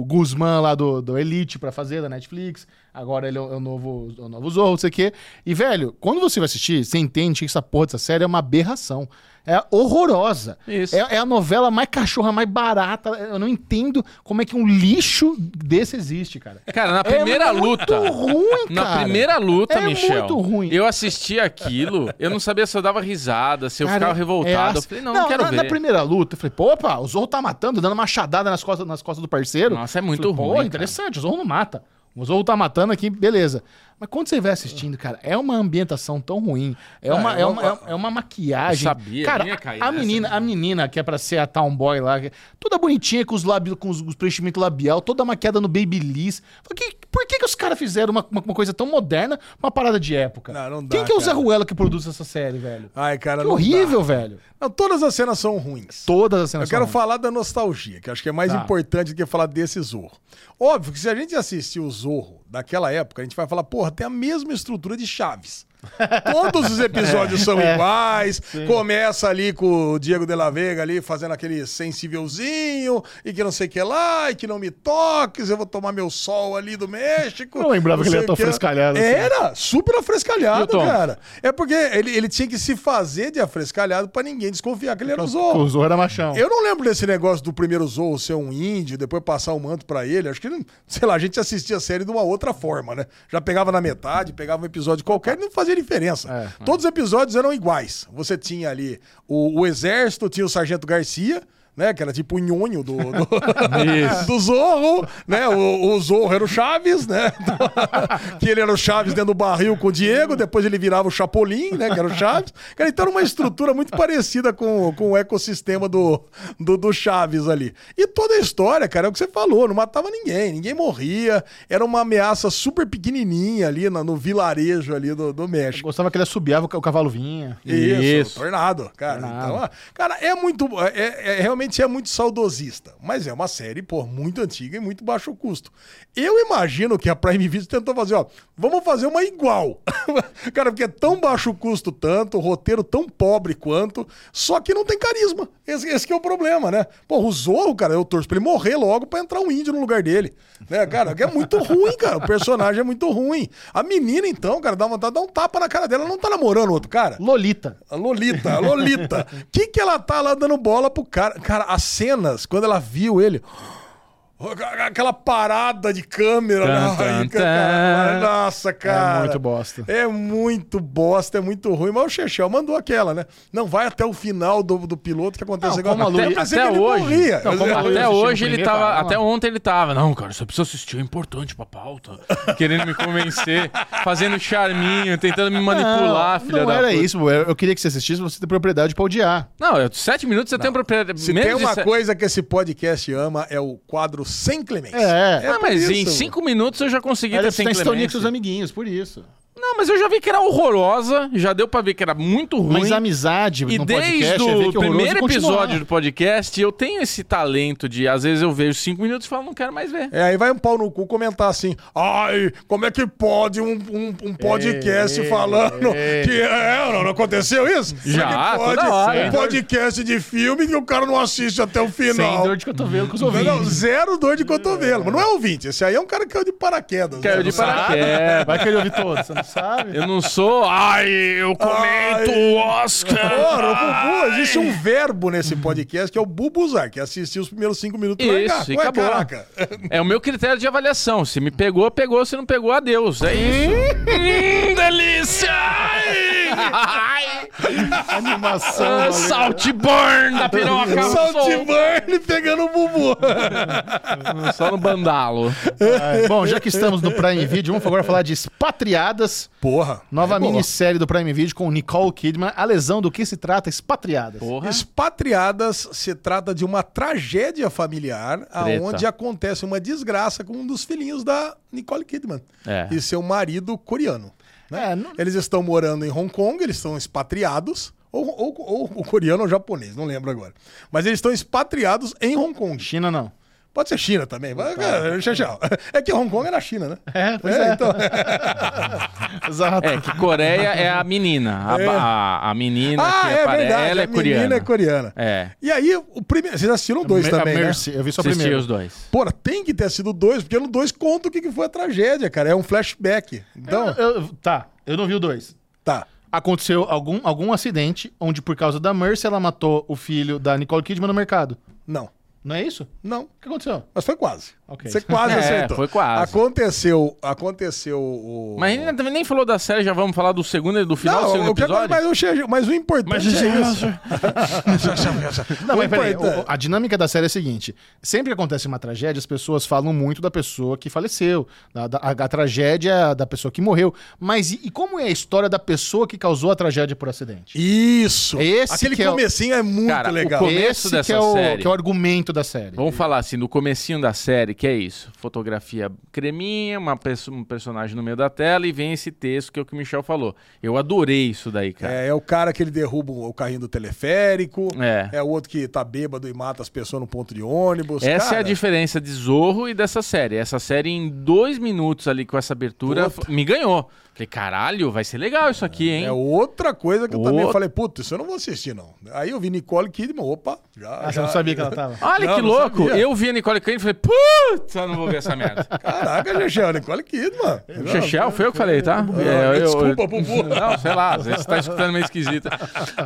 A: o Guzman lá do, do Elite pra fazer, da Netflix, agora ele é o, é o novo, é o novo Zorro, não sei o quê. E, velho, quando você vai assistir, você entende que essa porra dessa série é uma aberração. É horrorosa.
F: Isso.
A: É, é a novela mais cachorra, mais barata. Eu não entendo como é que um lixo desse existe, cara.
F: Cara, na primeira
A: É, muito
F: luta.
A: ruim,
F: Na
A: Então, cara.
F: primeira luta,
A: É
F: Michel.
A: muito ruim.
F: Eu assisti aquilo, eu não sabia se eu dava risada, se eu
A: Cara, é
F: ficava revoltado. Eu
A: ass-
F: falei, não, não, quero
A: na,
F: ver.
A: Na primeira luta, eu falei, pô, opa, o Zorro tá matando, dando machadada nas costas, nas costas do parceiro.
F: Nossa, é muito
A: Eu falei,
F: ruim, cara.
A: interessante, o Zorro não mata. O Zorro tá matando aqui, beleza. Mas quando você vai assistindo, cara, é uma ambientação tão ruim. É uma, é uma, é uma maquiagem.
F: Eu sabia,
A: cara,
F: eu ia cair
A: a
F: nessa, né?
A: menina, a menina que é pra ser a Town Boy lá, que- é toda bonitinha com os lábios, com os, os preenchimento labial, toda maquiada no Babyliss. Falei, que- Por que, que os caras fizeram uma, uma- uma coisa tão moderna, uma parada de época?
B: Não, não dá,
A: Quem que é o Zé
B: cara.
A: Ruelo que produz essa série, velho?
B: Ai, cara,
A: Que
B: não
A: horrível, velho.
B: dá. Não, todas as cenas são ruins.
A: Todas as cenas.
B: Eu quero
A: são-
B: falar da nostalgia, que eu acho que é mais
A: Tá.
B: importante do que falar desse Zorro. Óbvio que se a gente assistir o Zorro daquela época, a gente vai falar, porra, tem a mesma estrutura de Chaves. Todos os episódios são
A: É.
B: iguais. Começa ali com o Diego de la Vega ali fazendo aquele sensívelzinho e que não sei o que lá, e que não me toques, eu vou tomar meu sol ali do México.
A: Não lembrava que ele
B: sei
A: era tão
B: o lá.
A: frescalhado assim.
B: Era, super
F: E o
B: afrescalhado,
F: Tom?
B: cara. É porque ele, ele tinha que se fazer de afrescalhado pra ninguém desconfiar que ele era o Zorro.
A: O Zorro era machão.
B: Eu não lembro desse negócio do primeiro Zorro ser um índio, depois passar o manto pra ele. Acho que, não- sei lá, a gente assistia a série de uma outra forma, né? Já pegava na metade, pegava um episódio qualquer e não fazia diferença. Todos os episódios eram iguais. Você tinha ali o, o exército, tinha o Sargento Garcia. né? Que era tipo o nhonho do, do, do Zorro, né? O, o Zorro era o Chaves, né? que ele era o Chaves dentro do barril com o Diego, depois ele virava o Chapolin, né? Que era o Chaves. Cara, então era uma estrutura muito parecida com, com o ecossistema do, do, do Chaves ali. E toda a história, cara, é o que você falou, não matava ninguém, ninguém morria, era uma ameaça super pequenininha ali na- no, vilarejo ali do, do México.
A: Gostava que ele assobiava, o cavalo vinha.
B: Isso,
F: Isso.
B: Tornado, cara. Então, ah, cara, é muito. É, é- realmente é muito saudosista. Mas é uma série, pô, muito antiga e muito baixo custo. Eu imagino que a Prime Video tentou fazer, ó, vamos fazer uma igual. cara, porque é tão baixo custo tanto, o roteiro tão pobre quanto, só que não tem carisma. Esse, esse que é o problema, né? Pô, o Zorro, cara, eu torço pra ele morrer logo pra entrar um índio no lugar dele. Né, cara? Que é muito ruim, cara. O personagem é muito ruim. A menina, então, cara, dá vontade de dar um tapa na cara dela. Ela não tá namorando outro cara.
A: Lolita.
B: A Lolita, a Lolita. que que ela tá lá dando bola pro cara? Cara, as cenas, quando ela viu ele. Aquela parada de câmera.
F: Tan,
B: né? Ai,
F: tan,
B: cara,
F: tan.
B: Nossa, cara.
A: muito bosta.
B: É muito bosta, é muito ruim. Mas o Chechel mandou aquela, né? Não, vai até o final do, do piloto que acontece
A: Não, como a Lu-
B: Eu pensei
F: até
B: que ele
F: hoje.
B: morria.
A: Não,
B: Mas
A: como
B: é-
A: a Lu-
F: Até
A: assistindo
F: hoje ele
A: primeiro, vai
F: tava.
A: lá.
F: Até ontem ele tava. Não, cara, só precisa assistir, é importante pra pauta. Querendo me convencer, fazendo charminho, tentando me manipular,
A: não,
F: filha
A: não
F: da
A: era
F: puta.
A: isso, pô. eu eu queria que você assistisse pra você ter propriedade pra odiar.
F: Não, eu- sete minutos você tem um propriedade.
B: Se tem uma coisa que esse podcast ama, é o quadro Sem Clemência.
A: É.
F: Ah,
B: por
F: mas em
B: isso.
F: cinco minutos eu já consegui
A: Ela
F: ter
A: está
F: sem
A: em sintonia com
F: clemência.
A: seus amiguinhos, por isso.
F: Não, mas eu já vi que era horrorosa, já deu pra ver que era muito ruim.
A: Mas a amizade
F: E
A: no
F: desde
A: podcast é ver que é
F: o
A: horroroso e
F: primeiro
A: continuar.
F: episódio do podcast, eu tenho esse talento de, às vezes, eu vejo cinco minutos e falo, não quero mais ver.
B: É, aí vai um pau no cu comentar assim: ai, como é que pode um, um, um podcast falando que é, não, não aconteceu isso?
F: Já,
B: Como é que
F: toda hora.
B: um podcast de filme que o cara não assiste até o final.
A: Sem dor de cotovelo com os
B: Não, não,
A: ouvintes.
B: zero dor de cotovelo. Mas não é ouvinte, esse aí é um cara que caiu de paraquedas.
F: Caiu
B: né?
F: de
B: Não sabe?
F: paraquedas.
A: É, Vai querer ouvir todos, você não sabe?
F: Eu não sou. Ai, eu comento
B: Ai.
F: o Oscar.
B: Ora, o Bubu, existe um verbo nesse podcast que é o bubuzar, que é assistir os primeiros cinco minutos pra cá.
F: Isso, e
B: Ué,
F: acabou.
B: caraca.
F: É o meu critério de avaliação. Se me pegou, pegou. Se não pegou, adeus. É isso. hum, delícia! Ai!
A: Animação.
F: Ah, Saltburn da piroca.
B: Saltiburn pegando o Bubu.
F: Só no bandalo.
A: Bom, já que estamos no Prime Video, vamos agora falar de Expatriadas.
B: Porra.
A: Nova
B: é boa.
A: minissérie do Prime Video com Nicole Kidman. A lesão do que se trata, Expatriadas.
F: Porra.
B: Ah. Expatriadas se trata de uma tragédia familiar
F: Treta.
B: onde acontece uma desgraça com um dos filhinhos da Nicole Kidman
F: É.
B: e seu marido coreano. né?
A: É, não-
B: Eles estão morando em Hong Kong, eles estão expatriados, ou, ou- ou o coreano ou o japonês, não lembro agora. Mas eles estão expatriados em Hong Kong.
A: China não.
B: Pode ser China também. Mas,
F: Tá.
B: cara, tchau, tchau. É que Hong Kong é na China, né?
A: É, pois é.
B: então.
A: Exato.
F: É, que Coreia é a menina. A,
B: É.
F: a, a menina
B: Ah,
F: que
B: é
F: apare-
B: verdade.
F: Ela é
B: a menina
F: coreana.
B: é coreana.
F: É.
B: E aí, o primeiro. Vocês assistiram dois
A: Me- a
B: também. né?
A: Mercy, Eu vi só o
F: Assisti
A: primeiro.
F: os dois.
B: Porra, tem que ter sido dois, porque no dois conta o que que foi a tragédia, cara. É um flashback. Então,
A: Eu- eu- tá, eu não vi o dois.
B: tá.
A: Aconteceu algum, algum acidente onde, por causa da Mercy, ela matou o filho da Nicole Kidman no mercado.
B: Não.
A: Não é isso? O
B: Não.
A: que aconteceu?
B: Mas foi quase.
A: Ok.
B: Você quase
F: É,
B: acertou.
F: foi quase.
B: Aconteceu. Aconteceu o.
F: Mas ainda também nem falou da série, já vamos falar do segundo e do final do
B: Não,
F: segundo
B: eu quero,
F: episódio?
B: mas, eu chego- mas o importante
F: Mas-
B: é isso.
A: Não,
B: O
A: mas peraí,
B: importante-
A: o- o- a dinâmica da série é a seguinte: sempre que acontece uma tragédia, as pessoas falam muito da pessoa que faleceu, da, da- a, a tragédia da pessoa que morreu. Mas e, e como é a história da pessoa que causou a tragédia por acidente?
B: Isso.
A: Esse
B: Aquele
A: que é o-
B: comecinho é, muito
F: Cara, o
B: legal.
F: começo dessa
A: que é, o,
F: série.
A: que é o argumento da série.
F: Vamos falar assim, no comecinho da série, que é isso. Fotografia creminha, uma perso- um personagem no meio da tela e vem esse texto que é o que o Michel falou. Eu adorei isso daí, cara.
B: É, é o cara que ele derruba o carrinho do teleférico.
F: É.
B: o outro que tá bêbado e mata as pessoas no ponto de ônibus.
F: Essa é a
B: Cara,
F: diferença de Zorro e dessa série. Essa série, em dois minutos ali com essa abertura,
B: Puta.
F: f- me ganhou. Falei, caralho, vai ser legal isso aqui, hein?
B: É outra coisa que eu também
F: Outra.
B: falei, puta, isso eu não vou assistir, não. Aí eu vi Nicole Kidman, opa, já.
A: Ah, você
B: já-
A: não sabia que ela tava.
F: Olha
B: Não,
F: que
B: não
F: louco!
B: sabia.
F: Eu vi a Nicole Kidman e falei, puta, não vou ver essa merda.
B: Caraca, Chechel, Nicole Kidman.
F: Chechel, foi eu que falei, tá? É,
B: desculpa, Bubu.
F: Não, sei lá, às vezes você tá escutando meio esquisita.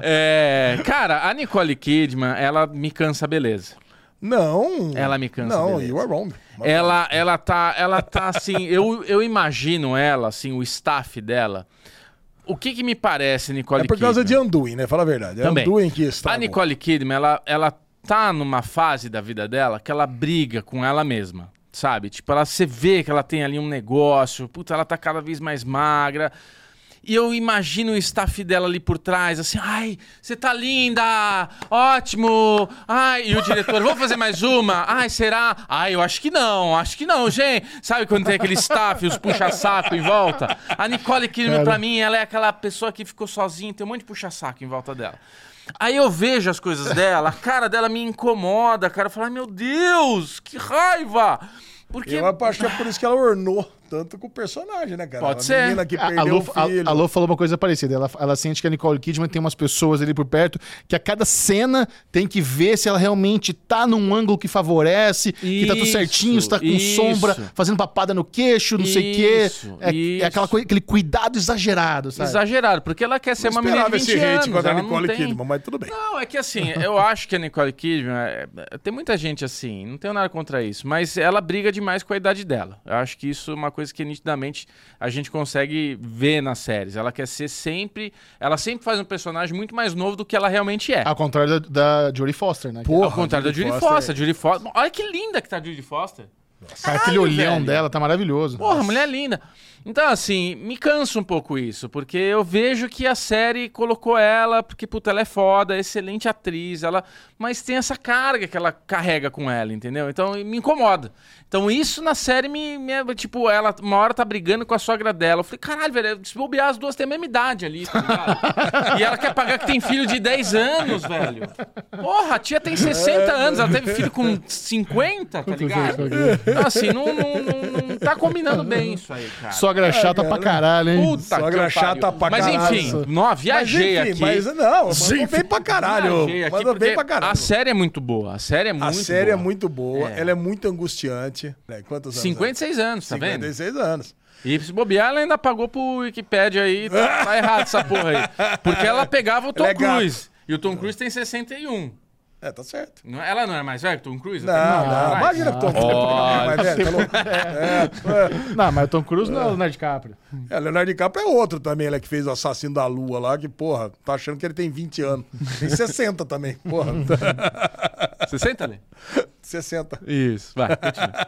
F: É, cara, a Nicole Kidman, ela me cansa a beleza.
B: Não.
F: Ela me cansa,
B: Não,
F: beleza.
B: you are wrong. Mas-
F: Ela, ela tá, ela tá assim, eu, eu imagino ela, assim, o staff dela. O que que me parece, Nicole
B: É por causa de
F: Kidman?
B: Anduin, né? Fala a verdade. É
F: Também.
B: Anduin que está.
F: A Nicole Kidman, ela, ela tá numa fase da vida dela que ela briga com ela mesma, sabe? Tipo, ela você vê que ela tem ali um negócio, puta, ela tá cada vez mais magra. E eu imagino o staff dela ali por trás, assim, ai, você tá linda, ótimo, ai, e o diretor, vamos fazer mais uma? Ai, será? Ai, eu acho que não, acho que não, gente. Sabe quando tem aquele staff, os puxa-saco em volta? A Nicole Kidman, pra mim, ela é aquela pessoa que ficou sozinha, tem um monte de puxa-saco em volta dela. Aí eu vejo as coisas dela, a cara dela me incomoda, cara, eu falo, ai, meu Deus, que raiva! Porque...
B: Eu acho que é por isso que ela ornou tanto com o personagem, né, cara?
F: Pode
B: Uma
F: ser.
B: menina que
A: A-
B: perdeu
A: a, Lu,
B: o filho.
A: a- a Lu falou uma coisa parecida. Ela, ela sente que a Nicole Kidman tem umas pessoas ali por perto que a cada cena tem que ver se ela realmente tá num ângulo que favorece, que tá tudo
F: Isso,
A: certinho, se tá com
F: isso.
A: sombra, fazendo papada no queixo, não sei o quê.
F: Isso,
A: É, é
F: isso.
A: aquela coi- aquele cuidado exagerado, sabe?
F: Exagerado, porque ela quer ser
B: Eu
F: é uma menina de
B: esperava
F: 20
B: esse hate
F: anos.
B: contra a
F: ela não
B: Nicole
F: tem-
B: Kidman, mas tudo bem.
F: Não, é que assim, eu acho que a Nicole Kidman. é, é, tem muita gente assim, não tenho nada contra isso, mas ela briga demais com a idade dela. Eu acho que isso é uma coisa que nitidamente a gente consegue ver nas séries. Ela quer ser sempre. Ela sempre faz um personagem muito mais novo do que ela realmente é.
A: Ao contrário da, da Jodie Foster, né?
F: Ao contrário da Judy Foster. A Judy Foster. Olha que linda que tá a Judy Foster.
A: Cara, aquele olhão
F: velho.
A: dela tá maravilhoso.
F: Porra, mulher linda. Então, assim, me cansa um pouco isso, porque eu vejo que a série colocou ela, porque, puta, ela é foda, é excelente atriz, ela... mas tem essa carga que ela carrega com ela, entendeu? Então, me incomoda. Então, isso na série me. me- tipo, ela uma hora tá brigando com a sogra dela. Eu falei, caralho, velho, se bobear, as duas têm a mesma idade ali, tá ligado? e ela quer pagar que tem filho de 10 anos, velho. Porra, a tia tem 60 anos, ela teve filho com 50, tá ligado? Então, assim, não, não, não- não tá combinando bem isso aí, cara.
A: Sogra chata pra caralho, hein?
F: Puta
B: Sogra
F: eu
B: chata
F: pariu.
B: pra
F: Mas
B: caralho.
F: enfim, nó, viajei
B: mas,
F: aqui.
B: Mas não,
F: Sim.
B: mandou bem pra caralho.
F: Viajei aqui
B: Mandou
F: porque
B: bem pra caralho.
F: A série é muito boa. A série é muito
B: A série é
F: boa.
B: muito boa,
F: É.
B: ela é muito angustiante. Né? Quantos anos?
F: 56 anos, tá vendo?
B: 56 anos.
F: E se bobear, ela ainda pagou pro Wikipedia aí. Tá, tá errado essa porra aí. Porque ela pegava o Tom
B: Ela é gata.
F: Cruise. E o Tom Cruise tem 61.
B: É, tá certo.
F: Não- Ela não é mais velha que o Tom Cruise?
B: Não,
F: Ela tem-
B: não,
F: mais.
B: imagina que o Tom Cruise
F: Olha.
B: mas, velho, tá louco?
A: Não, mas o Tom Cruise não é o Leonardo DiCaprio.
B: É, Leonardo DiCaprio é outro também, ele é que fez o Assassino da Lua lá, que, porra, tá achando que ele tem 20 anos. Tem 60 também, porra.
F: 60 ali?
B: 60.
F: Isso, vai, continua.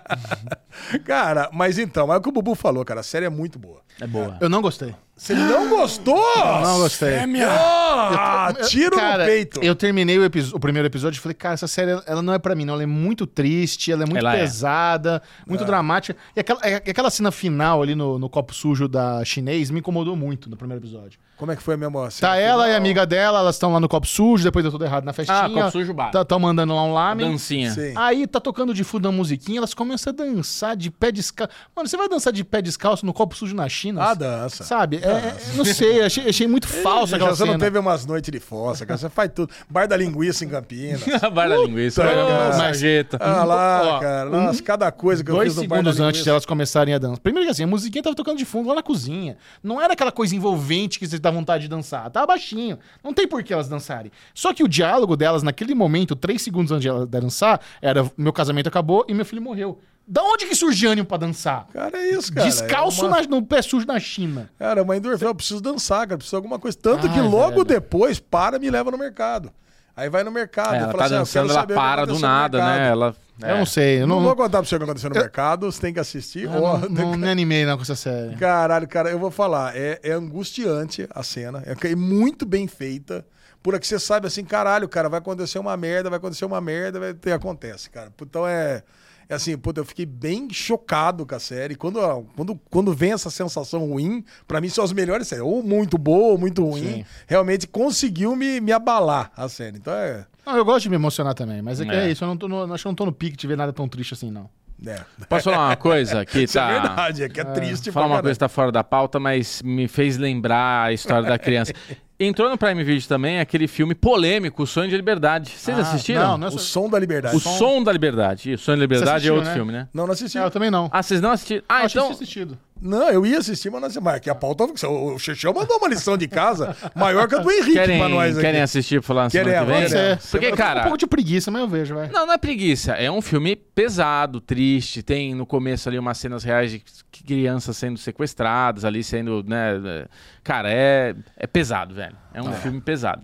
B: Cara, mas então, é o que o Bubu falou, cara, a série é muito boa.
F: É boa.
A: Eu não gostei.
B: Você não gostou?
A: Não gostei.
B: Ah, tiro
A: Cara,
B: no peito.
A: Eu terminei o, episo- o primeiro episódio e falei, cara, essa série ela não é pra mim, não. Ela é muito triste, ela é muito
F: Ela é.
A: pesada, muito dramática. E aquela, é- aquela cena final ali no, no copo sujo da chinês me incomodou muito no primeiro episódio.
B: Como é que foi mesmo assim?
A: Tá ela e a amiga dela, elas estão lá no copo sujo, depois deu tudo errado na festinha.
F: Ah, copo sujo, bar.
A: Tá tão mandando lá um lamen.
F: Dancinha.
B: Sim.
A: Aí tá tocando de fundo a musiquinha, elas começam a dançar de pé descalço. Mano, você vai dançar de pé descalço no copo sujo na China?
B: Ah, dança.
A: Sabe? É- é- não sei, achei, achei muito falso
B: Você já-
A: aquela
B: você
A: cena.
B: não teve umas noites de fossa, cara. Você faz tudo. Bar da linguiça em Campinas.
F: A barra da linguiça.
B: cara.
F: Ô, Sarjeta.
B: Ah lá,
A: Ó,
B: cara. Nossa, cada coisa que eu
A: Dois
B: fiz no bar da
A: segundos antes de
B: linguiça.
A: elas começarem a dançar. Primeiro que assim, a musiquinha tava tocando de fundo lá na cozinha. Não era aquela coisa envolvente que você dá vontade de dançar. Tava baixinho. Não tem por que elas dançarem. Só que o diálogo delas naquele momento, três segundos antes de elas dançar, era meu casamento acabou e meu filho morreu. Da onde que surge ânimo pra dançar?
B: Cara, é isso, cara.
A: Descalço
B: é uma...
A: na- no pé sujo na China.
B: Cara, mãe do Orfeu, eu preciso dançar, cara. Preciso de alguma coisa. Tanto
A: Ai,
B: que logo
A: velho.
B: depois, para e me leva no mercado. Aí vai no mercado.
F: É,
B: fala
F: ela tá
B: assim, ah, eu quero
F: dançando, ela
B: saber o que
F: para do
B: aconteceu no
F: nada,
B: mercado.
F: né? Ela.
A: Eu não sei. Eu
B: É. Não
A: não,
B: vou contar pra você o que aconteceu no mercado. Você tem que assistir.
A: eu
B: Ó,
A: não, não me animei não com essa série.
B: Caralho, cara, eu vou falar, é, é angustiante a cena, é que é muito bem feita, por aqui você sabe assim, caralho, cara, vai acontecer uma merda, vai acontecer uma merda, vai ter, acontece, cara. Então é, é assim, puta, eu fiquei bem chocado com a série. Quando, quando, quando vem essa sensação ruim, pra mim são as melhores séries, ou muito boa, ou muito ruim, realmente conseguiu me, me abalar a série. Então é,
A: Não, eu gosto de me emocionar também, mas é que é,
F: É.
A: isso. Eu não tô no- acho que eu não tô no pique de ver nada tão triste assim, não.
B: é,
F: Posso falar uma coisa que
B: Isso
F: tá.
B: é verdade, é que é triste.
F: Falar
B: pra
F: uma
B: caralho.
F: coisa que tá fora da pauta, mas me fez lembrar a história da criança. Entrou no Prime Video também aquele filme polêmico, O Sonho de Liberdade. Vocês
A: Ah,
F: assistiram?
A: Não, não é
B: O
A: só-
B: som da liberdade.
F: tá? O Som da Liberdade. E O Sonho da Liberdade
A: assistiu,
F: é outro
A: né?
F: filme, né?
B: Não, não assisti.
A: É, eu também não.
F: Ah, vocês não assistiram? Ah,
A: Acho que
F: então.
A: tinha assistido.
B: Não, eu ia assistir, mas não assisti. Mas aqui a pauta. O o Chechel mandou uma lição de casa maior que a do Henrique
F: Querem,
B: pra nós aqui.
F: querem assistir pra falar na semana que
B: Queremos,
F: vem?
A: Pode ser.
B: É,
F: Porque,
A: eu tô com um
F: cara.
A: pouco de preguiça, mas eu vejo, vai.
F: Não, não é preguiça. É um filme pesado, triste. Tem no começo ali umas cenas reais de que- crianças sendo sequestradas, ali sendo, né? é- Cara, é, é pesado, velho. É um filme pesado.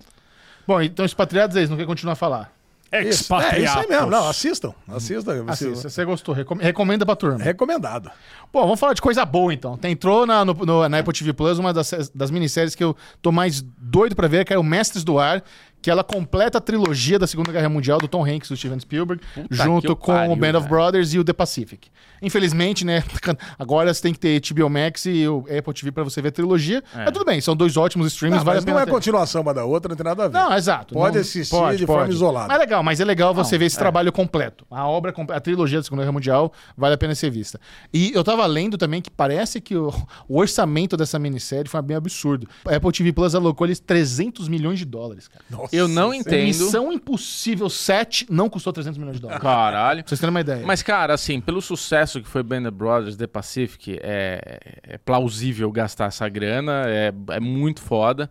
A: Bom, então expatriados é isso, não quer continuar a falar.
B: Isso. É, isso aí mesmo.
J: Expatriados.
B: Não, assistam. Assistam.
A: Assim, se
B: Vocês-
A: você gostou, recom- recomenda pra
B: É.
A: turma.
B: Recomendado.
A: Bom, vamos falar de coisa boa então. Tem- Entrou na, no- no- na Apple TV Plus uma das, das minisséries que eu tô mais doido pra ver, que é o Mestres do Ar, que ela completa a trilogia da Segunda Guerra Mundial do Tom Hanks e do Steven Spielberg,
F: Puta que eu
A: junto com
F: pariu,
A: o Band of
F: cara.
A: Brothers e o The Pacific. Infelizmente, né, agora você tem que ter HBO Max e o Apple TV pra você ver a trilogia. Mas tudo bem, são dois ótimos streams,
B: Não,
A: vale a
B: mas
A: pena.
B: não é
A: ter.
B: continuação uma da outra, não tem nada a ver.
F: é-
A: Não, exato.
B: Pode
A: Não-
B: assistir de forma isolada.
A: Mas é legal, mas é legal você ver esse trabalho completo. A obra, comple- a trilogia da Segunda Guerra Mundial vale a pena ser vista. E eu tava lendo também que parece que o, o orçamento dessa minissérie foi bem absurdo. A Apple TV Plus alocou eles 300 milhões de dólares, cara.
B: Nossa,
F: Eu não
B: sim.
F: entendo.
A: Missão Impossível 7 não custou 300 milhões de dólares. Pra
F: Caralho.
A: vocês terem uma ideia.
F: Mas, cara, assim, pelo sucesso que foi Band of Brothers, The Pacific, é, é plausível gastar essa grana, é, é muito foda.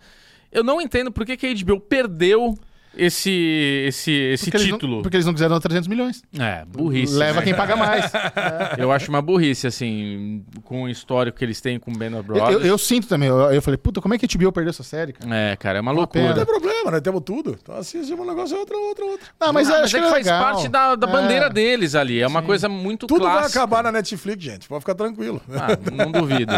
F: Eu não entendo por que, que a HBO perdeu esse, esse, esse
A: porque eles não-
F: título.
A: porque eles não quiseram dar 300 milhões.
F: É, burrice.
A: Leva
F: né?
A: quem paga mais.
F: Eu acho uma burrice, assim, com o histórico que eles têm com Band of
A: eu,
F: Brothers.
A: eu- eu sinto também. Eu, eu falei, puta, como é que a HBO perdeu essa série, cara?
F: É, cara, é uma
A: pena.
F: loucura.
B: Não tem problema, nós temos tudo. Então assiste um negócio, outra, outra, outra.
A: Não, mas,
F: Ah,
A: acho
F: mas é
A: que
F: que
A: era
F: faz
A: legal.
F: parte da, da bandeira
A: É.
F: deles ali. É uma coisa muito
B: Tudo vai
F: clássica.
B: acabar na Netflix, gente. Pode ficar tranquilo.
F: Ah, não duvido.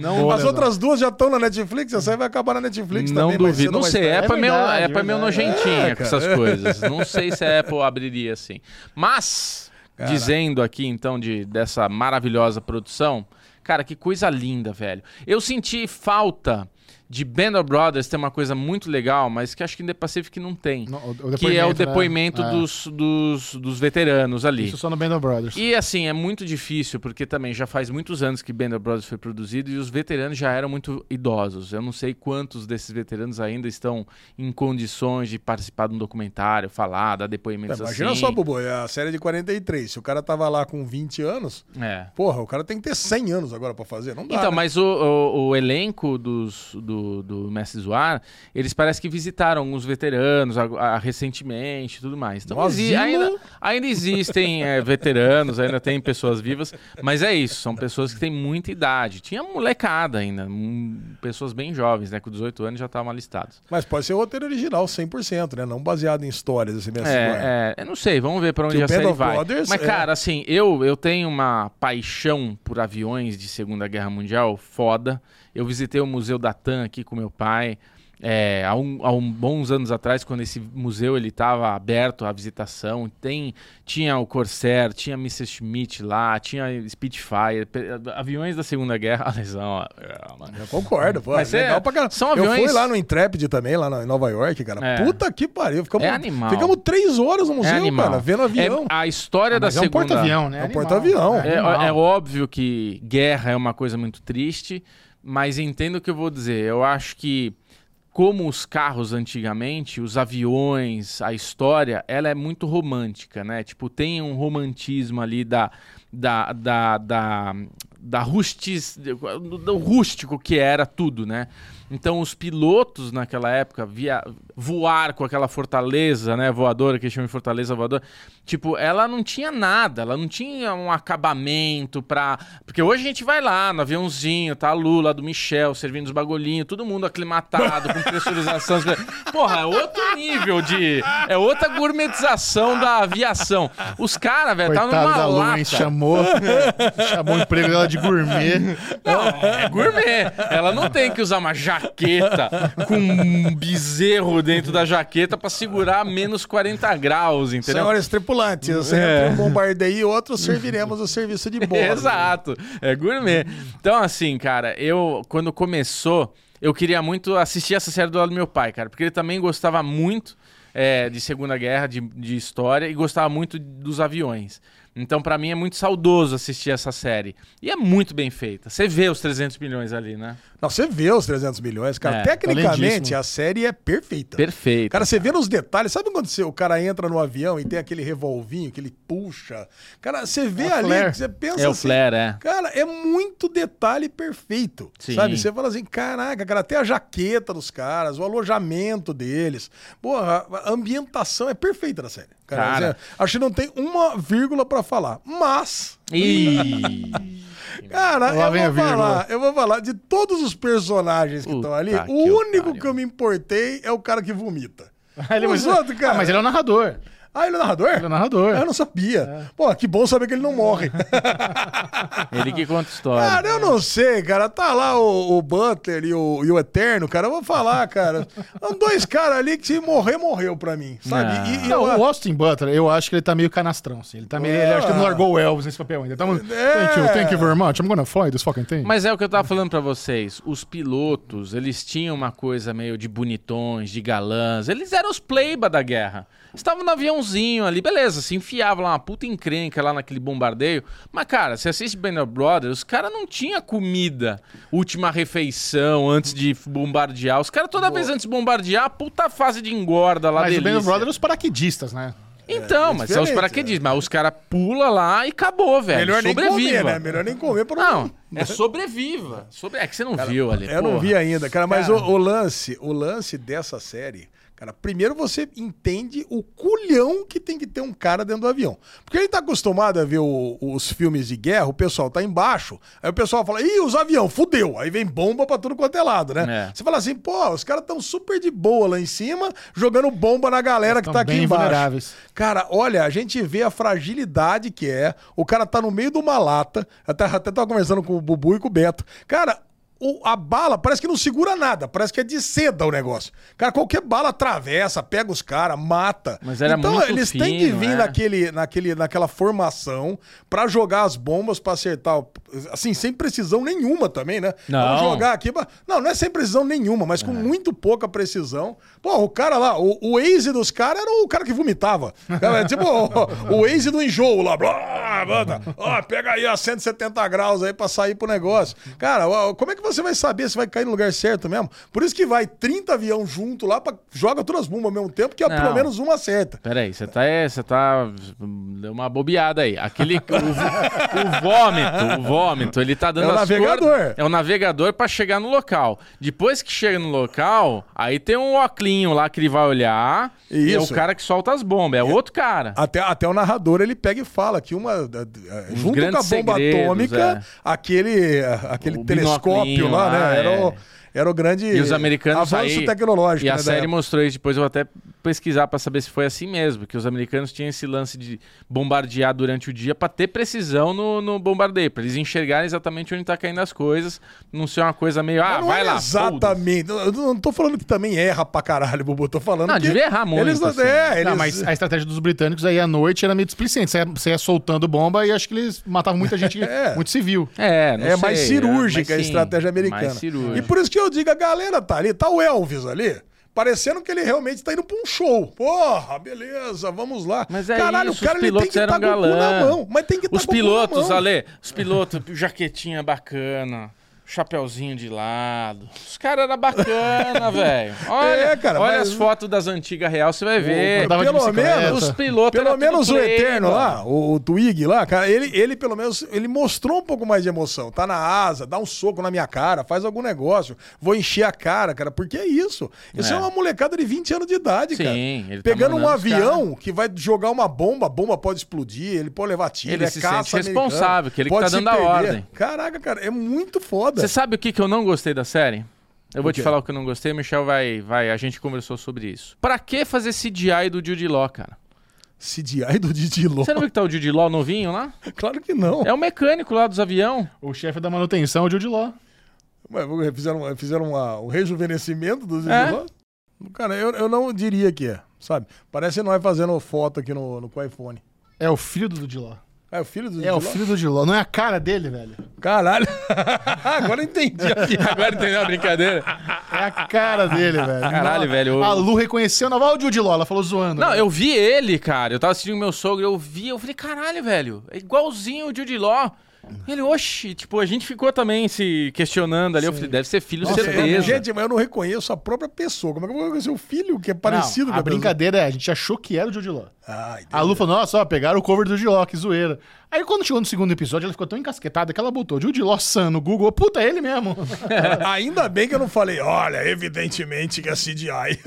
F: Não,
A: Boa,
B: As
A: Leandro.
B: outras duas já estão na Netflix, essa aí vai acabar na Netflix
F: não
B: também. mais
F: duvido.
B: cedo
F: Não
B: ou mais
F: sei, a
B: tarde.
F: Apple é meio,
A: verdade,
F: a Apple é meio
A: verdade.
F: nojentinha
B: É,
F: com essas
B: cara.
F: coisas. Não sei se a Apple abriria assim. Mas, dizendo aqui então de, dessa maravilhosa produção, cara, que coisa linda, velho. Eu senti falta de Band of Brothers ter uma coisa muito legal, mas que acho que em The Pacific não tem.
A: No- o- o
F: que é o
A: depoimento, né?
F: depoimento
A: É.
F: dos, dos, dos veteranos ali.
A: Isso só no Band of Brothers.
F: E assim, é muito difícil, porque também já faz muitos anos que Band of Brothers foi produzido e os veteranos já eram muito idosos. Eu não sei quantos desses veteranos ainda estão em condições de participar de um documentário, falar, dar
B: É,
F: depoimentos
B: imagina
F: assim.
B: só, Bubu, é a série de 43. Se o cara tava lá com 20 anos,
F: É.
B: porra, o cara tem que ter 100 anos agora pra fazer. Não dá.
F: Então,
B: né?
F: mas o, o- o elenco dos, do, do Mestre Zoar, eles parece que visitaram os veteranos a- a- recentemente e tudo mais. Então,
B: No
F: exi-
B: asilo?
F: ainda, ainda existem é, veteranos, ainda tem pessoas vivas, mas é isso, são pessoas que têm muita idade. Tinha molecada ainda, hum, pessoas bem jovens, né? Com 18 anos já estavam alistados.
B: Mas pode ser roteiro original, 100%, né? Não baseado em histórias, assim, mesmo.
F: É, é, eu não sei, vamos ver pra onde
B: Que o
F: a série
B: Band of
F: vai.
B: Brothers
F: Mas,
B: é-
F: cara, assim, eu, eu tenho uma paixão por aviões de Segunda Guerra Mundial foda. Eu visitei o Museu da TAM aqui com meu pai. é, há, um, há um bons anos atrás, quando esse museu ele estava aberto à visitação, tem, tinha o Corsair, tinha Messerschmitt lá, tinha Spitfire, pe- aviões da Segunda Guerra. é Lesão, ó.
B: Eu concordo, pô.
F: Mas é-
B: legal pra caramba.
F: são
B: Eu
F: aviões-
B: fui lá no Intrepid também, lá na- em Nova York, cara.
F: É.
B: Puta que pariu. Ficamos,
F: É animal.
B: Ficamos três horas no
F: É
B: um museu,
F: animal.
B: cara, vendo avião. Ah,
F: É, a história da
A: Mas é um
F: Segunda...
A: porta-avião, né?
B: É um
A: Animal.
B: porta-avião.
F: É,
A: animal.
F: é óbvio que guerra é uma coisa muito triste, mas entendo o que eu vou dizer. Eu acho que, como os carros antigamente, os aviões, a história, ela é muito romântica, né? Tipo, tem um romantismo ali da. da, da, da da rustis, do do rústico que era tudo, né? Então os pilotos naquela época via voar com aquela fortaleza, né, voadora que chama de fortaleza voadora. Tipo, ela não tinha nada, ela não tinha um acabamento pra. Porque hoje a gente vai lá no aviãozinho, tá a Lula do Michel servindo os bagulhinhos, todo mundo aclimatado com pressurização. Porra, é outro nível de é outra gourmetização da aviação. Os caras, velho,
A: Coitado
F: tava numa
A: da Lu,
F: lata.
A: hein? Chamou, chamou o emprego dela de gourmet.
F: É gourmet. Ela não tem que usar uma jaqueta com um bezerro dentro da jaqueta pra segurar menos 40 graus, entendeu? É.
B: Senhores tripulantes, entre um bombardeio e outro, serviremos o serviço de bordo.
F: Exato, é gourmet. Então, assim, cara, eu, quando começou, eu queria muito assistir essa série do lado do meu pai, cara, porque ele também gostava muito é, de Segunda Guerra, de, de história, e gostava muito dos aviões. Então, pra mim, é muito saudoso assistir essa série. E é muito bem feita. Você vê os 300 milhões ali, né?
B: Não, você vê os 300 milhões, cara.
F: É,
B: Tecnicamente,
A: lindíssimo.
B: a série é perfeita.
F: Perfeito.
B: Cara, você vê nos detalhes, sabe quando você- o cara entra no avião e tem aquele revolvinho que ele puxa? Cara, você vê ali,
A: flare.
B: você pensa
F: é o
B: assim,
F: flare, é.
B: Cara, é muito detalhe perfeito.
F: Sim.
B: Sabe? Você fala assim, caraca, cara, até a jaqueta dos caras, o alojamento deles. Porra, a ambientação é perfeita na série. Cara,
F: Cara.
B: assim, acho que não tem uma vírgula pra falar. Mas,
F: Ih,
B: cara,
A: Lá vem a
B: eu
A: vírgula.
B: vou falar, eu vou falar de todos os personagens que
F: Puta
B: estão ali,
F: que
B: o único
F: otário.
B: que eu me importei é o cara que vomita.
A: Aí ele-
F: Ah,
B: Os outros, cara.
A: Ah, mas ele é o narrador.
B: Ah, ele é o narrador?
A: Ele é o narrador. É.
B: Eu não sabia. Pô, que bom saber que ele não morre.
F: Ele que conta história.
B: Cara, eu não sei, cara. Tá lá o, o Butler e o, e o Eterno, cara. Eu vou falar, cara. São dois caras ali que se morrer, morreu pra mim, sabe? E- E,
A: É. Não,
B: eu-
A: o Austin Butler, eu acho que ele tá meio canastrão, assim. Ele tá meio. Ele acho que não
B: Ah.
A: largou o Elvis nesse papel ainda. Tá, muito-
B: É.
A: Thank you, thank you very much. I'm gonna fly this fucking thing.
F: Mas é o que eu tava falando pra vocês. Os pilotos, eles tinham uma coisa meio de bonitões, de galãs. Eles eram os pleiba da guerra. Estavam no aviãozinho ali, beleza, se enfiavam lá uma puta encrenca lá naquele bombardeio. Mas, cara, você assiste Band of Brothers, os caras não tinha comida, última refeição, antes de bombardear. Os caras, toda vez antes de bombardear, puta fase de engorda lá
A: Mas o
F: delícia.
A: Band of Brothers, os paraquedistas, né?
F: Então, mas são os
B: é diferente, né?
F: paraquedistas. Mas os caras pula lá e acabou, velho.
B: Melhor nem
F: Sobreviva.
B: comer, né? Melhor nem comer pra
F: Não, é sobreviva. Sobre... É que você não viu ali.
B: Eu não
F: porra.
B: vi ainda, cara, mas O, o lance, o lance dessa série, cara, primeiro você entende o culhão que tem que ter um cara dentro do avião. Porque ele tá acostumado a ver o- os filmes de guerra, o pessoal tá embaixo, aí o pessoal fala, ih, os avião, fudeu. Aí vem bomba pra tudo quanto é lado, né?
F: É.
B: Você fala assim, pô, os caras tão super de boa lá em cima, jogando bomba na galera que
A: Tão
B: tá aqui
A: bem
B: embaixo.
A: vulneráveis.
B: Cara, olha, a gente vê a fragilidade que é. O cara tá no meio de uma lata. Até, até tava conversando com o Bubu e com o Beto. Cara, o- a bala parece que não segura nada. Parece que é de seda o negócio. Cara, qualquer bala atravessa, pega os caras, mata.
F: Mas era
B: então,
F: muito
B: eles têm que
F: fino,
B: vir
F: é.
B: naquele, naquele, naquela formação pra jogar as bombas, pra acertar. o- Assim, sem precisão nenhuma também, né?
F: Não.
B: Vamos jogar aqui. pra- Não, não é sem precisão nenhuma, mas com muito pouca precisão. Pô, o cara lá, o, o Waze dos caras era o cara que vomitava. Era tipo o, o Waze do enjoo lá. Blá, manda, ó, pega aí a 170 graus aí pra sair pro negócio. Cara, ó, como é que você vai saber se vai cair no lugar certo mesmo? Por isso que vai 30 avião junto lá, pra, joga todas as bombas ao mesmo tempo, que ó,
F: Não.
B: pelo menos uma acerta.
F: Peraí, você tá. é, Você tá. Deu uma bobeada aí. Aquele. O, v- o vômito, o vômito, ele tá dando
B: É o
F: as
B: navegador.
F: cordas- É o navegador pra chegar no local. Depois que chega no local, aí tem um oclinho lá que ele vai olhar. E é o
B: Isso.
F: cara que solta as bombas. É outro cara.
B: Até, até o narrador ele pega e fala que uma. eh, eh, Junto com a
F: grandes
B: bomba
F: segredos,
B: atômica,
F: é.
B: aquele, eh, aquele
F: O
B: telescópio
F: binoclinho
B: lá,
F: lá,
B: né? Era, o,
F: é.
B: era o grande
F: E os americanos
B: É, avanço
F: aí,
B: tecnológico.
F: E a
B: né, da
F: série
B: época.
F: mostrou isso depois, eu vou até pesquisar pra saber se foi assim mesmo, que os americanos tinham esse lance de bombardear durante o dia pra ter precisão no, no bombardeio, pra eles enxergarem exatamente onde tá caindo as coisas, não ser uma coisa meio, ah,
B: Mas não
F: vai
B: é
F: lá. foda-se.
B: Exatamente. Eu não tô falando que também erra pra caralho, Bubu. Tô falando
F: Não,
B: que.
F: devia errar muito,
B: Eles não,
F: assim.
B: é, eles,
A: Não, mas a estratégia dos britânicos aí à noite era meio displicente. Você ia, você ia soltando bomba e acho que eles matavam muita gente,
B: É.
A: muito civil.
F: É, não
B: é mais
F: sei,
B: cirúrgica
F: mas
B: a
F: sim,
B: estratégia americana.
F: Mais cirúrgica.
B: E por isso que eu digo, a galera tá ali, tá o Elvis ali, parecendo que ele realmente tá indo pra um show. Porra, beleza, vamos lá.
F: Mas é
B: Caralho,
F: isso,
B: o cara
F: os
B: ele tem
F: pilotos
B: que tá
F: eram
B: com o cu na
F: galã.
B: mão. Mas tem que tá
F: Os
B: com o cu na
F: pilotos,
B: mão.
F: Ale, os pilotos, jaquetinha bacana, chapeuzinho de lado. Os caras eram bacana, velho. Olha,
B: É, cara,
F: olha
B: mas-
F: as fotos das antigas real, você vai ver.
A: Andava de
B: É, pelo
A: bicicleta.
B: menos-
F: Os pilotos
B: Pelo
F: eram tudo
B: menos o
F: playboy.
B: Eterno lá, o, o Twig lá, cara, ele, ele pelo menos ele mostrou um pouco mais de emoção. Tá na asa, dá um soco na minha cara, faz algum negócio, vou encher a cara, cara, porque é isso. Isso é,
F: É.
B: uma molecada de 20 anos de idade,
F: Sim,
B: cara.
F: ele tá
B: Pegando um
F: mandando os
B: avião que vai jogar uma bomba, a bomba pode explodir, ele pode levar tiro,
F: Ele
B: é
F: se
B: caça
F: sente
B: americano,
F: responsável, que ele que
B: pode
F: tá
B: se
F: dando a
B: perder.
F: ordem.
B: Caraca, cara, é muito foda.
F: Você sabe o que, que eu não gostei da série? Eu vou te
B: quê?
F: falar o que eu não gostei, o Michel vai, vai. A gente conversou sobre isso. Pra que fazer CGI do Jude Law, cara?
B: CGI do Didi Ló.
F: Você não viu que tá o Jude Law novinho lá?
B: Claro que não.
F: É o mecânico lá dos avião.
A: O chefe da manutenção, é o Jude Law.
B: Ué, Fizeram, fizeram uma- um rejuvenescimento do Zizi
F: É?
B: Ló? Cara, eu, eu não diria que é, sabe? Parece nós fazendo foto aqui no, no, com o iPhone.
A: É o filho do Jude Law.
B: É o filho do Zizi
A: É o
B: Ló?
A: filho do Jude Law. Não é a cara dele, velho.
B: Caralho! Agora eu entendi aqui.
F: Agora entendeu a brincadeira?
A: É a
F: Ah,
A: cara dele, velho.
F: Caralho,
A: Não,
F: velho, eu-
A: A Lu reconheceu. Não, olha o Jude Law. Ela falou zoando.
B: Né?
F: Não, eu vi ele, cara. Eu tava assistindo com meu sogro, eu vi, eu falei, caralho, velho, é igualzinho o Jude Law. Ele, oxi, tipo, a gente ficou também se questionando ali. Eu falei, deve ser filho,
B: Nossa, eu,
F: certeza.
B: gente, mas eu não reconheço a própria pessoa. Como é que eu vou reconhecer o filho que é
A: Não,
B: parecido com
A: a
B: pessoa? Ah,
A: brincadeira é, a gente achou que era o Jude Law.
B: Ai,
A: A Lu falou, nossa, ó, pegaram o cover do Jude Law, que zoeira. Aí quando chegou no segundo episódio, ela ficou tão encasquetada que ela botou Jude Law San no Google. Puta, é ele mesmo.
B: então, Ainda bem que eu não falei, olha, evidentemente que é CGI.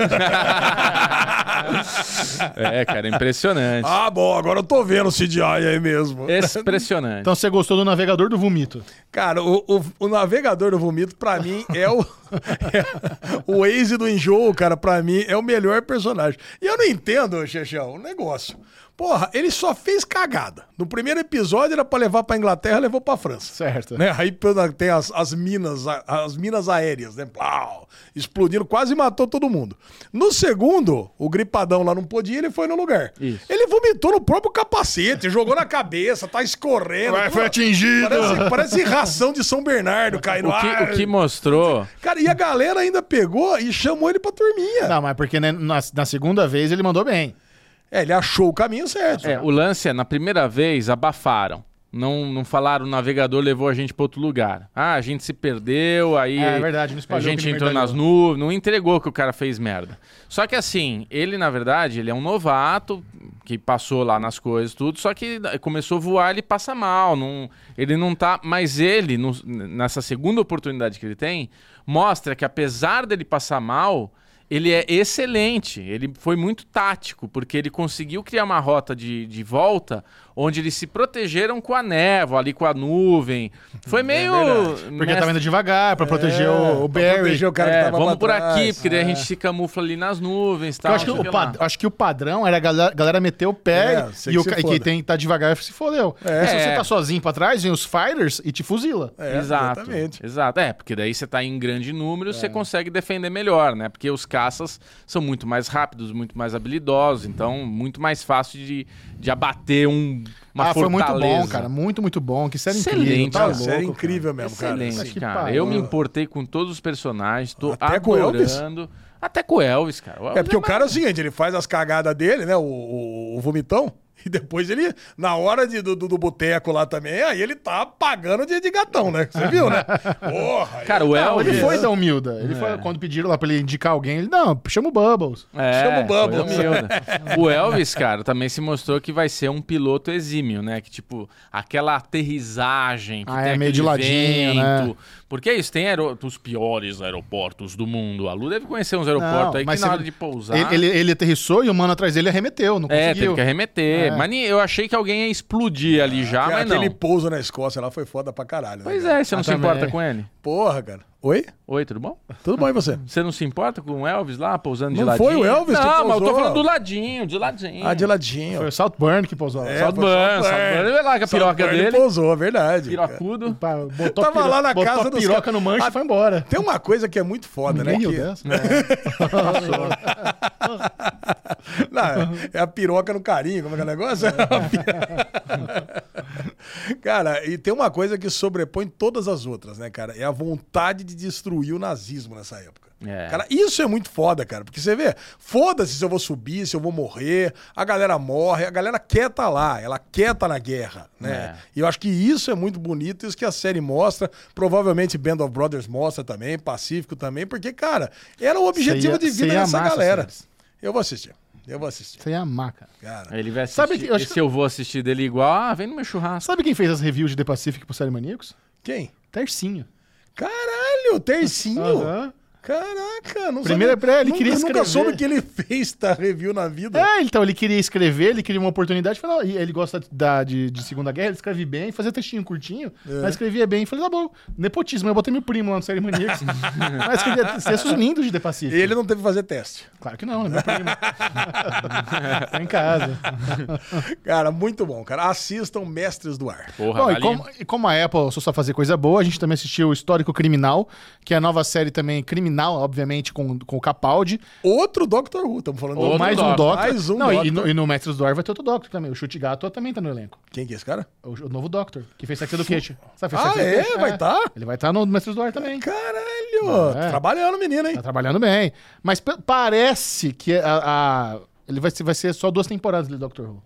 F: É, cara, impressionante.
B: ah, bom, agora eu tô vendo CGI aí
A: É,
B: mesmo.
F: Impressionante.
A: então você gostou do Navegador do Vomito.
B: Cara, o, o, o navegador do vomito, pra mim, é o. é- o Waze do enjoo, cara, pra mim, é o melhor personagem. E eu não entendo, Xexão, o negócio. Porra, ele só fez cagada. No primeiro episódio era pra levar pra Inglaterra, levou pra França.
A: Certo.
B: Né? Aí pela- tem as, as minas, a- as minas aéreas, né? Plau, explodindo, quase matou todo mundo. No segundo, o gripadão lá não podia, ele foi no lugar. Ele vomitou no próprio capacete, jogou na cabeça, tá escorrendo.
A: Vai, foi
B: Pô,
A: atingido.
B: Parece, parece ração de São Bernardo caindo.
F: O que,
B: Ah,
F: o que mostrou.
B: Cara, e a galera ainda pegou e chamou ele pra turminha.
A: Não, mas porque né, na, na segunda vez ele mandou bem.
B: É, ele achou o caminho certo.
F: É, o lance é, na primeira vez, abafaram. Não, não falaram, o navegador levou a gente pra outro lugar. Ah, a gente se perdeu, aí
A: É, é verdade, não
F: a
A: espalhou que
F: gente
A: não
F: entrou nas nuvens, não entregou que o cara fez merda. Só que assim, ele na verdade, ele é um novato que passou lá nas coisas, tudo, só que começou a voar, ele passa mal, não, ele não tá... Mas ele, no- nessa segunda oportunidade que ele tem, mostra que apesar dele passar mal, ele é excelente, ele foi muito tático, porque ele conseguiu criar uma rota de, de volta onde eles se protegeram com a névoa, ali com a nuvem. Foi meio.
A: É Porque
F: mestre-
A: tava indo devagar pra
B: É,
A: proteger o, o Barry.
B: proteger o cara que
F: é,
B: tava é.
F: vamos
B: pra
F: por
B: trás.
F: aqui, porque daí a gente se camufla ali nas nuvens e tal.
A: Eu acho que,
F: não sei
A: o
F: lá.
A: pad- acho que o padrão era a galera, galera meter o pé
B: É, sei
A: e,
B: que
A: o
B: se
A: ca- e
B: foda.
A: quem tem, tá devagar se fodeu. E se você
F: É.
A: tá sozinho pra trás, vem os fighters e te fuzila.
B: É,
F: Exato.
B: Exatamente.
F: Exato. É, porque daí você tá em grande número,
B: É.
F: você consegue defender melhor, né? Porque os caças são muito mais rápidos, muito mais habilidosos, então muito mais fácil de, de abater um, uma
A: ah, foi muito bom,
F: fortaleza.
A: cara. Muito, muito bom. Que série
F: Excelente,
A: incrível. Tá
F: cara.
B: Cara,
A: louco,
B: série
A: cara.
B: incrível mesmo,
F: Excelente,
B: cara.
A: Mas que
F: cara.
A: pariu,
F: eu me
A: mano.
F: importei com todos os personagens, tô
B: Até com o Elvis?
F: adorando. Até com o Elvis, cara. O Elvis
B: É porque o
F: mais-
B: cara é o seguinte, ele faz as cagadas dele, né? O, o- o vomitão. E depois ele, na hora de- do, do, do boteco lá também, aí ele tá pagando de, de gatão, né? Você viu, né? Porra!
F: Cara, É o É.
A: Não,
F: Elvis.
A: ele foi da humilda. Ele foi, quando pediram lá pra ele indicar alguém, ele, não, chama o Bubbles.
F: É,
B: Chama o Bubbles.
F: foi humilde. o Elvis, cara, também se mostrou que vai ser um piloto exímio, né? Que, tipo, aquela aterrissagem que
A: Ah,
F: tem
A: é meio de
F: aquele
A: ladinho,
F: vento.
A: né?
F: Porque é isso, tem aero- os piores aeroportos do mundo. A Lu deve conhecer uns aeroportos aí é que
A: você-
F: na hora de pousar...
A: Ele, ele, ele aterrissou e o mano atrás dele arremeteu, não
F: É, teve
A: conseguiu.
F: que arremeter. Mas nem- eu achei que alguém ia explodir ali já,
B: Aquele-
F: mas é não.
B: Aquele pouso na Escócia lá foi foda pra caralho. né,
F: Pois
B: cara?
F: é, você não
A: Ah,
F: se
A: também.
F: importa com ele?
B: Porra, cara. Oi?
F: Oi, tudo bom?
B: Tudo bom e você?
F: Você não se importa com o Elvis lá pousando de
B: Não
F: ladinho?
B: foi o Elvis que
F: Não, mas eu
B: pousou.
F: tô falando do ladinho, de ladinho.
B: Ah, de
A: Foi o
B: ladinho.
A: Southburn que pousou lá.
B: É,
F: Só
B: foi
F: do banho, só do
B: Saltburn.
F: banho. Olha lá com a piroca
B: Saltburn
F: dele.
B: pousou, é verdade.
F: Piracudo.
A: Pá, Botou
B: Tava
A: piro-
B: lá na
A: botou
B: casa
A: a
B: dos
A: piroca
B: caras.
A: no manche e
B: Ah,
A: foi embora.
B: Tem uma coisa que é muito foda, né?
A: Ninguém
B: Que-
A: riu um dessa.
B: Não, é a piroca no carinho, como é que é o negócio? cara, e tem uma coisa que sobrepõe todas as outras, né, cara? É a vontade de destruir o nazismo nessa época.
F: É.
B: Cara, isso é muito foda, cara. Porque você vê, foda-se se eu vou subir, se eu vou morrer, a galera morre, a galera quer tá lá, ela quer tá na guerra, né? E eu acho que isso é muito bonito, isso que a série mostra, provavelmente Band of Brothers mostra também, Pacífico também, porque, cara, era o objetivo
A: ia-
B: de
A: você
B: vida
A: ia
B: dessa
A: amar essa
B: galera.
A: série.
B: Eu vou assistir. Eu vou assistir.
A: Você ia amar, cara.
B: Cara.
F: Ele vai assistir.
A: Sabe que eu acho
F: e
A: que-
F: se eu vou assistir dele igual, ah, vem no meu churrasco.
A: Sabe quem fez as reviews de The Pacific pro Série Maníacos?
B: Quem?
A: Tercinho.
B: Caralho, tercinho.
A: Aham.
B: Caraca, não
A: Primeiro
B: sabia-
A: é pra ele,
B: nunca,
A: queria
B: nunca
A: escrever.
B: soube que ele fez da review na vida.
A: É, então ele queria escrever, ele queria uma oportunidade. Falou, e ele gosta da, de, de Segunda Guerra, ele escreve bem, fazia textinho curtinho,
B: É.
A: mas escrevia bem. Falei, tá bom, nepotismo. Eu botei meu primo lá no Série Maníacos. mas escrevia textos lindos de The Pacific.
B: Ele não teve que fazer teste.
A: Claro que não, né? Meu primo. tá em casa.
B: Cara, muito bom, cara. Assistam Mestres do Ar.
F: Porra,
A: Bom, e
F: vale-
A: como, e como a Apple só sabe fazer coisa boa, a gente também assistiu o Histórico Criminal, que é a nova série também criminal, obviamente, com, com o Capaldi.
B: Outro Doctor Who, estamos falando
F: Outro
B: do...
A: mais um
F: Doctor.
A: Doctor.
B: Mais um
A: Não, E,
B: Doctor.
A: no, e no Mestres do Ar vai ter outro Doctor também. O Chute Gato também tá no elenco.
B: Quem que é esse cara?
A: O, o novo Doctor, que fez Sex Education. Sabe, fez
B: Ah,
A: Sex
B: é?
A: Education?
B: Vai tá?
A: Ele vai estar no Mestres do Ar também.
B: Caralho!
A: É.
B: Trabalhando, menino, hein?
A: Tá trabalhando bem. Mas pe- parece que a, a- ele vai ser, vai ser só duas temporadas de Doctor Who.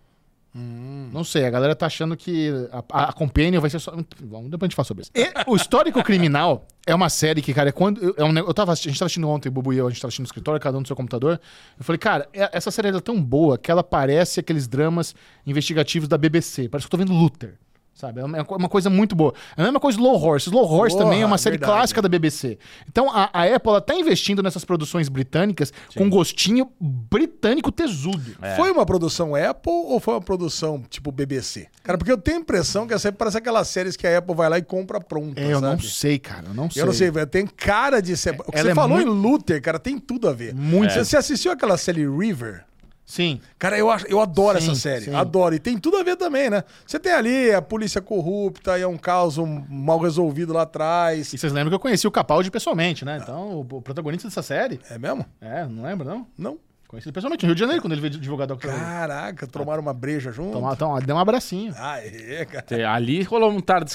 B: Hum.
A: Não sei, a galera tá achando que a, a, a Companion vai ser só. Vamos, depois a gente fala sobre isso. E o Histórico Criminal é uma série que, cara, é quando. eu- É um, ne- eu tava, assisti- a gente tava assistindo ontem, o Bubu e eu, a gente tava assistindo no escritório, cada um no seu computador. Eu falei, cara, é- essa série ela é tão boa que ela parece aqueles dramas investigativos da BBC. Parece que eu tô vendo Luther. Sabe? É uma é uma coisa muito boa. A mesma coisa Low Horse. Low Horse
B: Porra,
A: também é uma série
B: verdade.
A: clássica da BBC. Então a, a Apple ela tá investindo nessas produções britânicas com gostinho britânico tesudo.
B: Foi uma produção Apple ou foi uma produção tipo BBC? Cara, porque eu tenho a impressão que essa parece aquelas séries que a Apple vai lá e compra pronta.
A: É, eu não
B: sabe?
A: sei, cara. Eu não sei.
B: Eu não sei, velho. Tem cara de ser. O que
A: Ela
B: você
A: é
B: falou
A: muito-
B: em Luther, cara, tem tudo a ver.
A: Muito.
B: Você, você assistiu aquela série River?
A: Sim.
B: Cara, eu, acho- eu adoro
A: Sim,
B: essa série.
A: sim.
B: Adoro. E tem tudo a ver também, né? Você tem ali a polícia corrupta e é um caos mal resolvido lá atrás.
A: E vocês lembram que eu conheci o Capaldi pessoalmente, né? Então, o- o protagonista dessa série.
B: É mesmo?
A: É, não lembra, não?
B: Não.
A: Conheci ele pessoalmente no Rio de Janeiro, quando ele veio divulgar Doctor Who.
B: Caraca, tomaram uma breja junto.
A: Então, então, deu um abracinho.
B: Ah, é, cara.
F: Te- Ali rolou um Tardes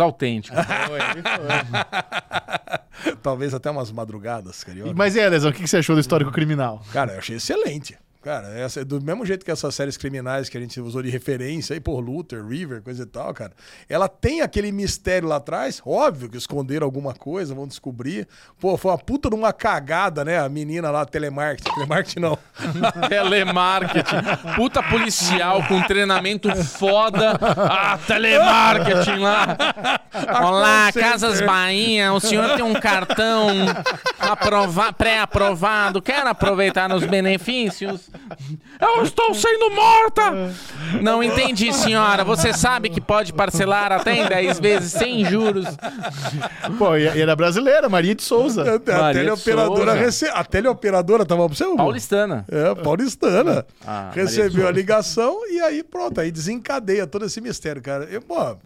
F: autêntico.
B: Talvez até umas madrugadas, carioca.
A: Mas e aí, Lesão, o que que você achou do histórico criminal?
B: Cara, eu achei excelente. Cara, essa, do mesmo jeito que essas séries criminais que a gente usou de referência aí por Luther, River, coisa e tal, cara, ela tem aquele mistério lá atrás, óbvio que esconderam alguma coisa, vão descobrir. Pô, foi uma puta de uma cagada, né? A menina lá, telemarketing. Telemarketing não.
F: telemarketing. Puta policial com treinamento foda. Ah, telemarketing lá.
A: Ah,
F: Olá,
B: call
F: Casas
B: center.
F: Bahia. O senhor tem um cartão aprova- pré-aprovado. Quer aproveitar os benefícios? Eu estou sendo morta! Não entendi, senhora. Você sabe que pode parcelar até em 10 vezes sem juros.
A: Pô, e e era brasileira, Maria de
B: A,
A: Souza.
B: a
F: Maria
B: teleoperadora
F: Souza.
B: rece... A teleoperadora tava pra você, Hugo?
F: Paulistana.
B: É, paulistana.
F: Ah, Maria de
B: Recebeu
F: Souza.
B: a ligação e aí pronto, aí desencadeia todo esse mistério, cara. Eu, pô,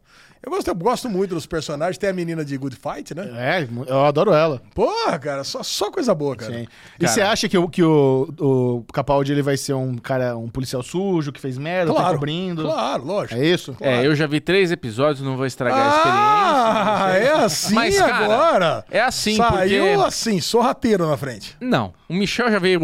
B: eu gosto, eu gosto muito dos personagens. Tem a menina de Good Fight, né?
A: É, eu adoro ela.
B: Porra, cara, só, só coisa boa, cara.
A: Sim. E você acha que, o, que o, o Capaldi ele vai ser um cara, um policial sujo, que fez merda, tá
B: Claro,
A: cobrindo?
B: claro, lógico.
A: É isso?
F: É, eu já vi três episódios, não vou estragar a experiência.
B: Ah, é assim
F: Mas, cara,
B: agora?
F: é assim,
B: Saiu
F: porque-
B: assim, sorrateiro na frente.
F: Não, o Michel já veio,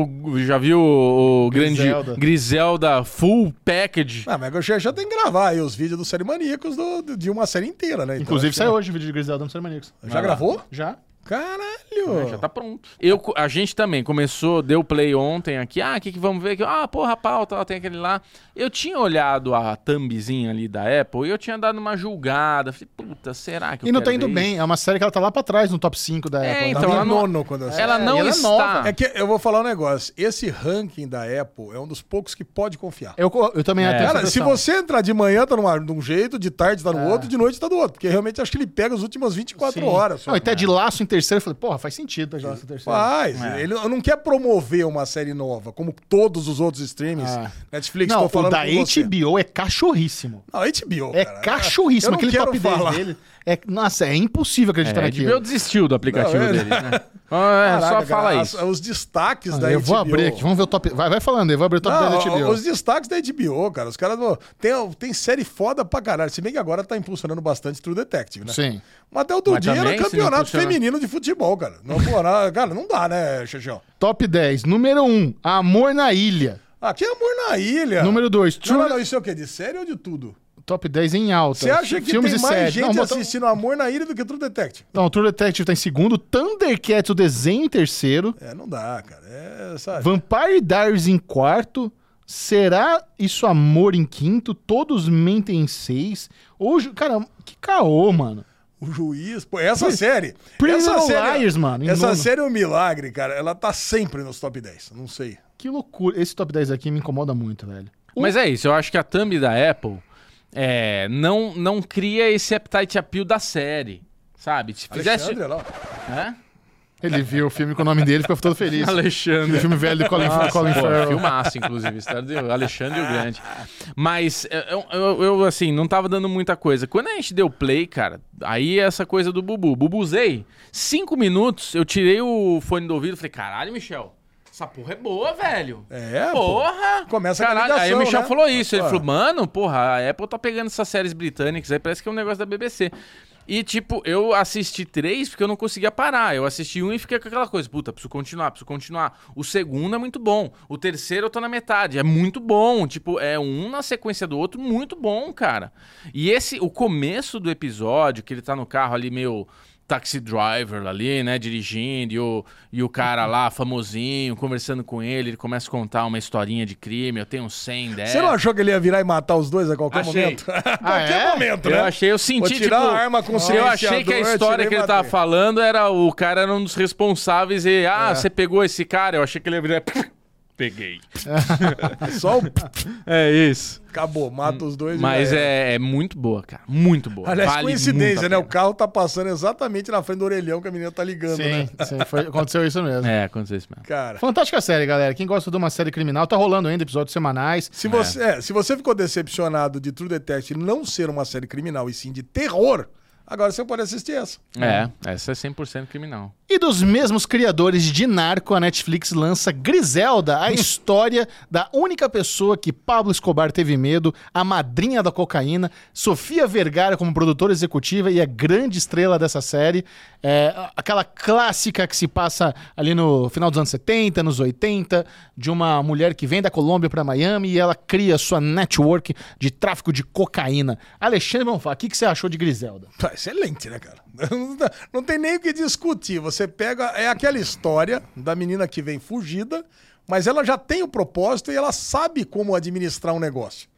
F: já viu o, o grande
A: Griselda.
F: Griselda. full package.
B: Ah, mas o Xer já tem que gravar aí os vídeos do Série Maníacos do, do- de uma série inteira, né? Então,
A: Inclusive
B: acho
A: saiu hoje o vídeo de Griselda no Maníacos.
B: que- Já gravou? Então,
A: Já?
B: Caralho!
F: Já tá pronto. Eu, co- a gente também começou, deu play ontem aqui. Ah, o que, que vamos ver aqui? Ah, porra, a pauta, ó, tem aquele lá. Eu tinha olhado a thumbzinha ali da Apple e eu tinha dado uma julgada. Falei, puta, será que eu
A: E não
F: quero
A: tá indo
F: ver
A: bem, é uma série que ela tá lá pra trás, no top 5 da
F: É,
A: Apple. né?
F: então,
B: Tava
F: ela
B: em
F: não-
B: nono quando eu
F: isso?
B: saí.
F: Ela não
A: E ela é
F: está.
A: nova.
B: É que eu vou falar um negócio. Esse ranking da Apple é um dos poucos que pode confiar.
A: Eu, eu também
F: É,
A: tenho essa
B: Cara, se
A: impressão.
B: você entrar de manhã, tá numa- de um jeito, de tarde
F: É.
B: tá no outro, de noite tá do outro. Porque realmente acho que ele pega as últimas 24
A: Sim.
B: horas. né? só.
A: Não, e até de laço em terceiro, eu falei, porra, faz sentido tá de laço em terceiro.
B: Faz.
A: é.
B: Ele não quer promover uma série nova, como todos os outros streams.
A: Ah.
B: Netflix,
A: não,
B: tô falando
A: o da
B: com você.
A: HBO é cachorríssimo.
B: Não, HBO,
A: É
B: cara. Eu
A: cachorríssimo,
B: não
A: aquele
B: quero
A: top 10
B: falar.
A: dele. É, nossa, é impossível acreditar
F: É, a
A: naquilo.
F: HBO desistiu do aplicativo
B: Não, é-
F: dele. Né? Ah,
B: Caraca,
F: é, só fala
B: cara,
F: isso.
B: as- os destaques da
A: Ah, eu
B: HBO.
A: vou abrir aqui, vamos ver o top. Vai, vai falando aí, vou abrir o top
B: Não,
A: 10 da HBO.
B: os destaques da HBO, cara. Os caras. não- Tem, tem série foda pra caralho. Se bem que agora tá impulsionando bastante True Detective, né?
A: Sim.
B: Mas até outro
F: Mas
B: dia
F: também,
B: era
F: se não
B: campeonato
F: funciona-
B: feminino de futebol, cara. Não, pô, na- cara, não dá, né, Xixão?
A: Top 10. Número 1, Amor na Ilha.
B: Aqui é amor na ilha.
A: Número 2,
B: Não,
A: True... Então,
B: não, não, isso é o quê? De série ou de tudo?
A: Top 10 em alta.
B: Você acha que tem mais
A: séries.
B: gente
A: não, um- botou-
B: assistindo Amor na Ilha do que True Detective?
A: Não, True Detective tá em segundo, Thundercats, o desenho, em terceiro,
B: É, não dá, cara. É, sabe?
A: Vampire Diaries em quarto, Será Isso Amor em quinto, Todos Mentem em seis. Hoje, cara, que caô, mano.
B: O juiz. Pô, essa série.
A: Prison
B: essa série,
A: Liars, mano, em
B: Essa
A: nono.
B: série é um milagre, cara. Ela tá sempre nos top 10. Não sei.
A: Que loucura. Esse top 10 aqui me incomoda muito, velho.
F: Mas é isso, eu acho que a thumb da Apple é, não, não cria esse appetite appeal da série. Sabe? Se fizesse.
B: Alexandre, é olha lá.
F: Hã?
A: Ele viu o filme com o nome dele e ficou todo feliz. O
F: Alexandre.
A: filme velho do Colin, Colin
F: Pô,
B: então.
A: Farrell.
F: filmaço, inclusive, história do Alexandre o Grande. Mas é, eu, eu- eu, assim, não tava dando muita coisa. Quando a gente deu play, cara, aí é essa coisa do Bubu. Bubuzei, cinco minutos, eu tirei o fone do ouvido e falei, caralho, Michel, essa porra é boa, velho.
B: É, pô.
F: Porra!
B: Começa com a
F: Caralho, Aí o
B: ligação,
F: Michel
B: né?
F: falou isso. Ele
B: Porra.
F: falou, mano, porra, a Apple tá pegando essas séries britânicas aí, parece que é um negócio da BBC. E, tipo, eu assisti três porque eu não conseguia parar. Eu assisti um e fiquei com aquela coisa, puta, preciso continuar, preciso continuar. O segundo é muito bom. O terceiro eu tô na metade. É muito bom. Tipo, é um na sequência do outro, muito bom, cara. E esse, o começo do episódio, que ele tá no carro ali meio taxi driver ali, né, dirigindo, e o, e o cara lá, famosinho, conversando com ele, ele começa a contar uma historinha de crime, eu tenho 100 dessa.
B: Você não achou que ele ia virar e matar os dois a qualquer
F: é." Achei.
B: momento? a
A: Ah,
B: qualquer
A: é?
B: momento,
F: Eu
B: né?
F: achei, eu senti,
B: Vou tirar
F: tipo,
B: a arma com
F: eu achei que a
B: silenciador,
F: história
B: atirei
F: que ele
B: e
F: tava
B: matei.
F: falando era o cara era um dos responsáveis e,
B: É.
F: ah, você pegou esse cara, eu achei que ele ia virar... Peguei.
B: Só o...
F: É isso.
B: acabou, mata os dois. e
F: Mas
B: já era.
F: é, é muito boa, cara. Muito boa.
B: Aliás,
F: Vale muito
B: coincidência,
F: a
B: né? O
F: pena.
B: carro tá passando exatamente na frente do orelhão que a menina tá ligando, né?
A: Sim, sim, foi- aconteceu isso mesmo.
F: É, aconteceu isso mesmo.
B: Cara.
A: Fantástica série, galera. Quem gosta de uma série criminal, tá rolando ainda episódios semanais.
B: Se você, é, se você ficou decepcionado de True Detective não ser uma série criminal e sim de terror, agora você pode assistir essa.
F: É, essa é 100% criminal.
A: E dos mesmos criadores de Narco, a Netflix lança Griselda, a história da única pessoa que Pablo Escobar teve medo, a madrinha da cocaína, Sofia Vergara como produtora executiva e a grande estrela dessa série. É, aquela clássica que se passa ali no final dos anos 70, nos 80, de uma mulher que vem da Colômbia para Miami e ela cria sua network de tráfico de cocaína. Alexandre Bonfá, o que, que você achou de Griselda?
B: Tá, excelente, né, cara? Não dá- Não tem nem o que discutir. Você pega. É aquela história da menina que vem fugida, mas ela já tem o propósito e ela sabe como administrar um negócio.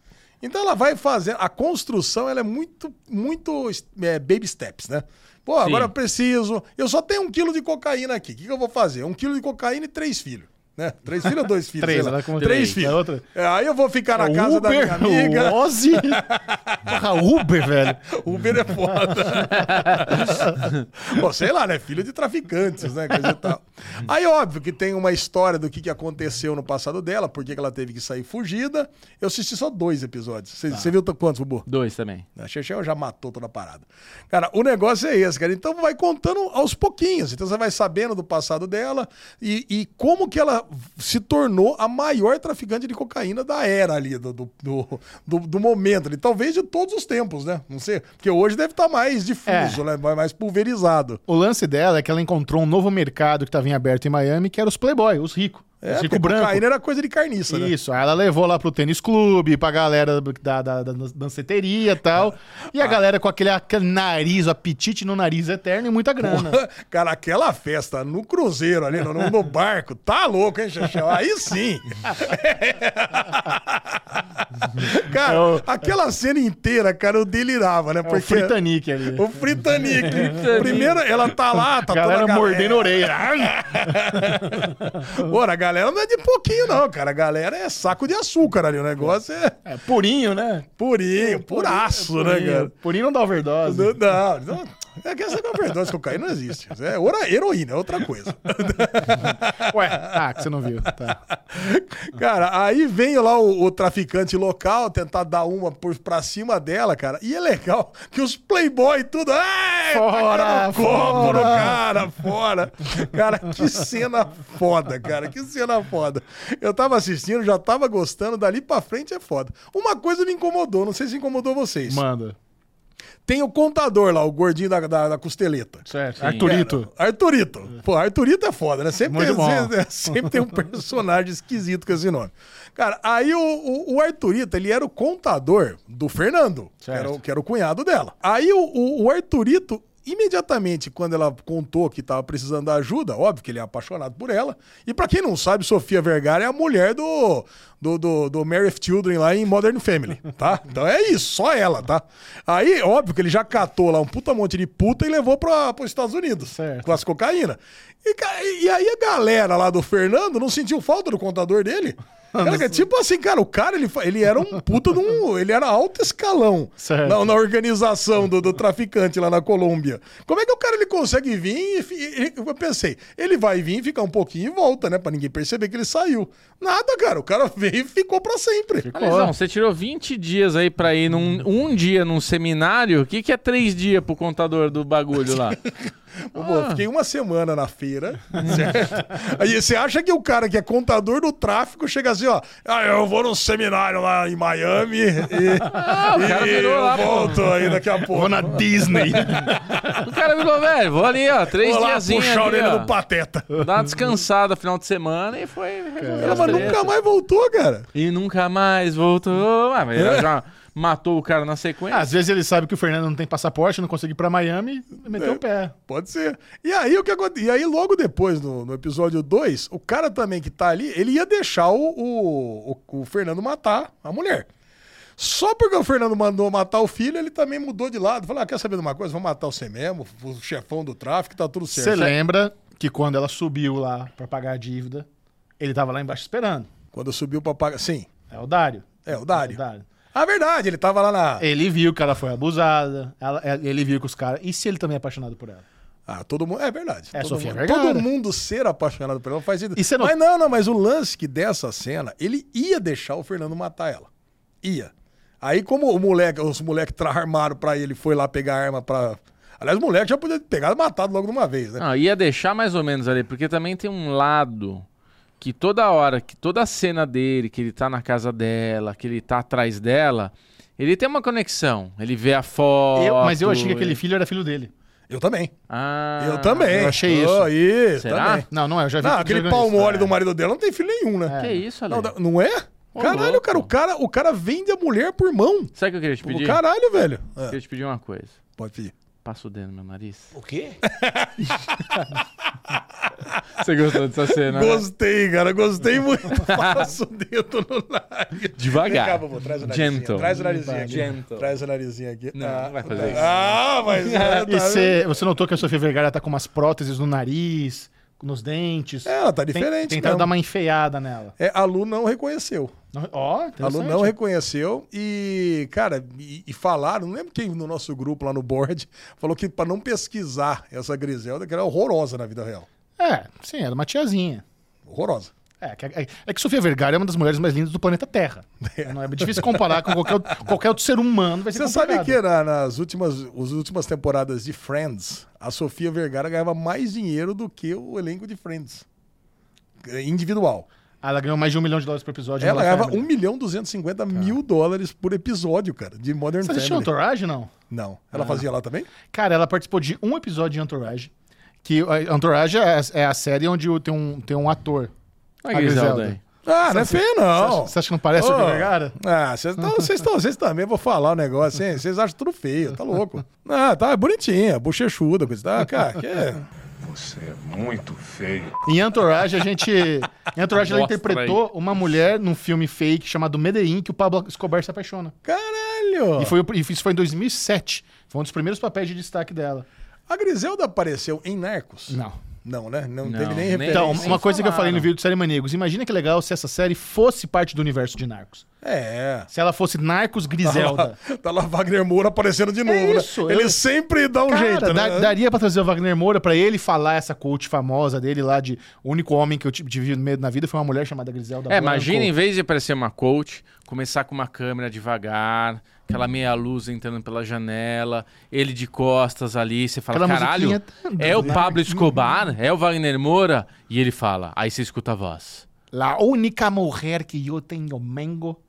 B: Então ela vai fazendo. A construção ela é muito, muito é, baby steps, né? Pô, agora eu preciso. Eu só tenho um quilo de cocaína aqui. O que, que eu vou fazer? Um quilo de cocaína e três filhos. Né? Três filhos ou dois filhos?
A: Três,
B: sei lá.
A: ela com
B: três
A: três, a
B: filhos.
A: outra-
B: É, aí eu vou ficar na casa da minha amiga.
A: o Ozzy. Porra, Uber, velho.
B: Uber é foda. Bom, sei lá, né? Filho de traficantes, né? Coisa e tal. Aí, óbvio que tem uma história do que, que aconteceu no passado dela, por que que ela teve que sair fugida. Eu assisti só dois episódios. Você viu t- quantos, Bubu?
F: Dois também.
B: A Chechel já matou toda a parada. Cara, o negócio é esse, cara. Então vai contando aos pouquinhos. Então você vai sabendo do passado dela e, e como que ela se tornou a maior traficante de cocaína da era ali, do, do, do, do- do momento ali. Talvez de todos os tempos, né? Não sei. Porque hoje deve estar mais difuso, né? Mais pulverizado.
A: O lance dela é que ela encontrou um novo mercado que estava em aberto em Miami, que era os playboy, os ricos.
B: É,
A: os
B: porque
A: ricos brancos.
B: cocaína era coisa de carniça, né?
A: Isso, aí ela levou lá pro tênis clube, pra galera da, da, da danceteria e tal. E a galera com aquele, aquele nariz, o apetite no nariz eterno e muita grana.
B: Cara, aquela festa no cruzeiro ali, no, no barco, tá louco, hein, Xaxão? Aí sim! cara, aquela cena inteira, cara, eu delirava, né?
A: É o
B: Porque...
A: Fritanic ali.
B: O Fritanic. Primeiro, ela tá lá, tá
A: a galera
B: toda
A: mordendo a orelha.
B: Ora, a galera não é de pouquinho, não, cara. A galera é saco de açúcar ali. O negócio é
A: É, purinho, né?
B: purinho, puraço, né,
A: Purinho.
B: cara?
A: Purinho não dá overdose.
B: Não, não, não. É que essa overdose que eu caí não existe. É ora- heroína, é outra coisa.
A: Ué, ah, que você não viu. Tá.
B: Cara, aí vem lá o, o traficante local tentar dar uma por, pra cima dela, cara. E é legal que os playboy tudo. Ai,
A: Fora,
B: tacando copo
A: fora.
B: no cara, fora. Cara, que cena foda, cara. Que cena foda. Eu tava assistindo, já tava gostando, dali pra frente é foda. Uma coisa me incomodou, não sei se incomodou vocês.
A: Manda.
B: Tem o contador lá, o gordinho da, da- da costeleta.
A: Certo. Arturito.
B: Cara, Arturito. Pô, Arturito é foda, né? Sempre,
A: Muito
B: tem,
A: bom.
B: né? sempre tem um personagem esquisito com esse nome. Cara, aí o, o, o Arturito, ele era o contador do Fernando, que era, o, que era o cunhado dela. Aí o, o, o Arturito, imediatamente, quando ela contou que tava precisando da ajuda, óbvio que ele é apaixonado por ela. E pra quem não sabe, Sofia Vergara é a mulher do, do, do, do Mary F. Children lá em Modern Family, tá? Então é isso, só ela, tá? Aí, óbvio que ele já catou lá um puta monte de puta e levou pra, pros Estados Unidos
A: Certo.
B: com as cocaína. E, ca- e aí a galera lá do Fernando não sentiu falta do contador dele? Cara, que é tipo assim, cara, o cara, ele, fa- ele era um puta de um... Ele era alto escalão
A: Certo.
B: na, na organização do, do traficante lá na Colômbia. Como é que o cara, ele consegue vir e... fi- e- Eu pensei, ele vai vir, ficar um pouquinho e volta, né? Pra ninguém perceber que ele saiu. Nada, cara, o cara veio e ficou pra sempre.
F: Alisão, você tirou 20 dias aí pra ir num, um dia num seminário? O que, que é três dias pro contador do bagulho lá?
B: Ô,
F: Ah.
B: Bom, fiquei uma semana na feira, certo? Aí você acha que o cara que é contador do tráfico chega assim, ó, ah, eu vou num seminário lá em Miami e,
F: Ah, o cara
B: e
F: virou
B: eu
F: lá, pô.
B: volto aí daqui a pouco.
A: Vou na Disney.
F: o cara virou, velho, vou ali, ó, três
B: Vou lá
F: diazinhos
B: puxar o
F: ali,
B: orelha
F: ó,
B: do pateta.
F: Dá uma descansada final de semana e foi... resolver
B: Ela um
F: as
B: mas
F: tretas.
B: nunca mais voltou, cara.
F: E nunca mais voltou. Ah, mas ela já... matou o cara na sequência.
A: Ah, Às vezes ele sabe que o Fernando não tem passaporte, não consegue ir pra Miami, e
B: É.
A: meteu o pé.
B: Pode ser. E aí o que aconte- E aí, logo depois, no, no episódio 2, o cara também que tá ali, ele ia deixar o, o, o- o Fernando matar a mulher. Só porque o Fernando mandou matar o filho, ele também mudou de lado. Falou: ah, quer saber de uma coisa? Vamos matar você mesmo, o chefão do tráfico, tá tudo certo.
A: Você lembra que quando ela subiu lá pra pagar a dívida, ele tava lá embaixo esperando.
B: Quando subiu pra pagar. Sim,
A: É o Dário.
B: é o Dário. Ah, verdade, ele tava lá na.
A: Ele viu que ela foi abusada, ela- é, ele viu que os caras. E se ele também é apaixonado por ela?
B: Ah, todo mundo. É verdade.
A: É,
B: todo,
A: Sofia
B: mundo,
A: Vergara.
B: todo mundo ser apaixonado por ela faz sentido.
A: E você não-
B: Mas não, não, mas o lance que dessa cena, ele ia deixar o Fernando matar ela. Ia. Aí, como o moleque, os moleques tra- armaram pra ele, foi lá pegar a arma pra. Aliás, o moleque já podia ter pegado e matado logo de uma vez, né?
F: Não, Ah, ia deixar mais ou menos ali, porque também tem um lado que toda hora, que toda a cena dele, que ele tá na casa dela, que ele tá atrás dela, ele tem uma conexão. Ele vê a foto.
A: Eu- mas eu achei que aquele filho era filho dele.
B: Eu também.
F: Ah,
B: eu também.
A: eu achei isso.
B: Oh, isso,
F: Será?
B: também.
A: Não, não é, eu já vi. É.
B: Não,
A: que
B: aquele
A: jornalista.
B: pau mole do marido dela não tem filho nenhum,
A: É.
B: né?
F: Que isso, Ale?
B: Não, dá- não é? Caralho, cara, o cara, o cara vende a mulher por mão.
F: Sabe o que eu queria te pedir?
B: Caralho, velho.
F: Eu
B: É,
F: queria te pedir uma coisa.
B: pode pedir.
F: Passa o dedo no meu nariz.
D: O quê?
F: Você gostou dessa cena? né?
B: Gostei, cara, gostei muito. Passa o dedo no nariz.
F: Devagar.
B: Vem cá, vovô, traz o narizinho.
F: Gentle.
B: Traz o narizinho aqui.
D: Gentle.
B: Traz o narizinho aqui.
F: Não,
B: ah,
F: não vai fazer isso.
B: Ah, mas... tá
A: E
B: vendo?
A: cê- você notou que a Sofia Vergara tá com umas próteses no nariz, nos dentes.
B: É, ela tá
A: Tem-
B: diferente
A: Tentaram
B: mesmo.
A: dar uma enfeiada nela.
B: É, a Lu não reconheceu.
A: Não- Ó,
B: A Lu
A: interessante.
B: não reconheceu e, cara, e, e falaram, não lembro quem no nosso grupo lá no board, falou que pra não pesquisar essa Griselda, que era horrorosa na vida real.
A: É, sim, era uma tiazinha.
B: Horrorosa.
A: É, que- é, é que Sofia Vergara é uma das mulheres mais lindas do planeta Terra. Não é difícil comparar com qualquer, outro- qualquer outro ser humano. Vai ser
B: Você sabe
A: complicado.
B: que é- na- nas últimas, as últimas temporadas de Friends, a Sofia Vergara ganhava mais dinheiro do que o elenco de Friends. É, Individual.
A: Ah, Ela ganhou mais de um milhão de dólares por episódio.
B: Ela
A: Modern
B: ganhava
A: Family.
B: 1 milhão 250 mil dólares por episódio, cara, de Modern
A: Você assistiu Ah.
B: Family.
A: Entourage, não?
B: Não. Ela fazia lá também?
A: Cara, ela participou de um episódio de Entourage. Que a Entourage é, é a série onde o- tem um, tem um ator.
F: Olha a Griselda aí.
B: Ah, não é feio, não.
A: Você acha que não parece o
B: Ô,
A: Sofia Vergara?
B: Ah, vocês tão- vocês estão, vocês também vou falar o negócio, hein? Vocês acham tudo feio, tá louco? Ah, tá bonitinha, bochechuda, coisa, tá, cara, que é-
A: Em Entourage, a gente. Em Entourage, ela
F: Mostra
A: interpretou uma mulher num filme fake chamado Medellín, que o Pablo Escobar se apaixona.
B: Caralho!
A: E, foi, o- e isso foi em 2007. Foi um dos primeiros papéis de destaque dela.
B: A Griselda apareceu em Narcos?
A: Não.
B: Não, né? Não,
F: Não,
B: teve nem
F: nem-
B: referência.
A: Então,
F: nem
A: uma coisa que eu falei no
F: falaram.
A: vídeo do Série Manigos. Imagina que legal se essa série fosse parte do universo de Narcos.
B: É.
A: Se ela fosse Narcos Griselda.
B: Tá lá Wagner Moura aparecendo de novo, né?
A: isso,
B: Ele
A: eu-
B: sempre dá um
A: Cara,
B: jeito,
A: da-
B: né?
A: daria pra trazer o Wagner Moura pra ele falar essa coach famosa dele lá de o único homem que eu tive- tive medo na vida foi uma mulher chamada Griselda
F: É,
A: Blanco.
F: imagina em vez de aparecer uma coach, começar com uma câmera devagar, aquela meia luz entrando pela janela, ele de costas ali, você fala,
A: Aquela
F: caralho,
A: musiquinha
F: é o Pablo Escobar, é o Wagner Moura, e ele fala, aí você escuta a voz.
A: La única mulher que eu tenho mango.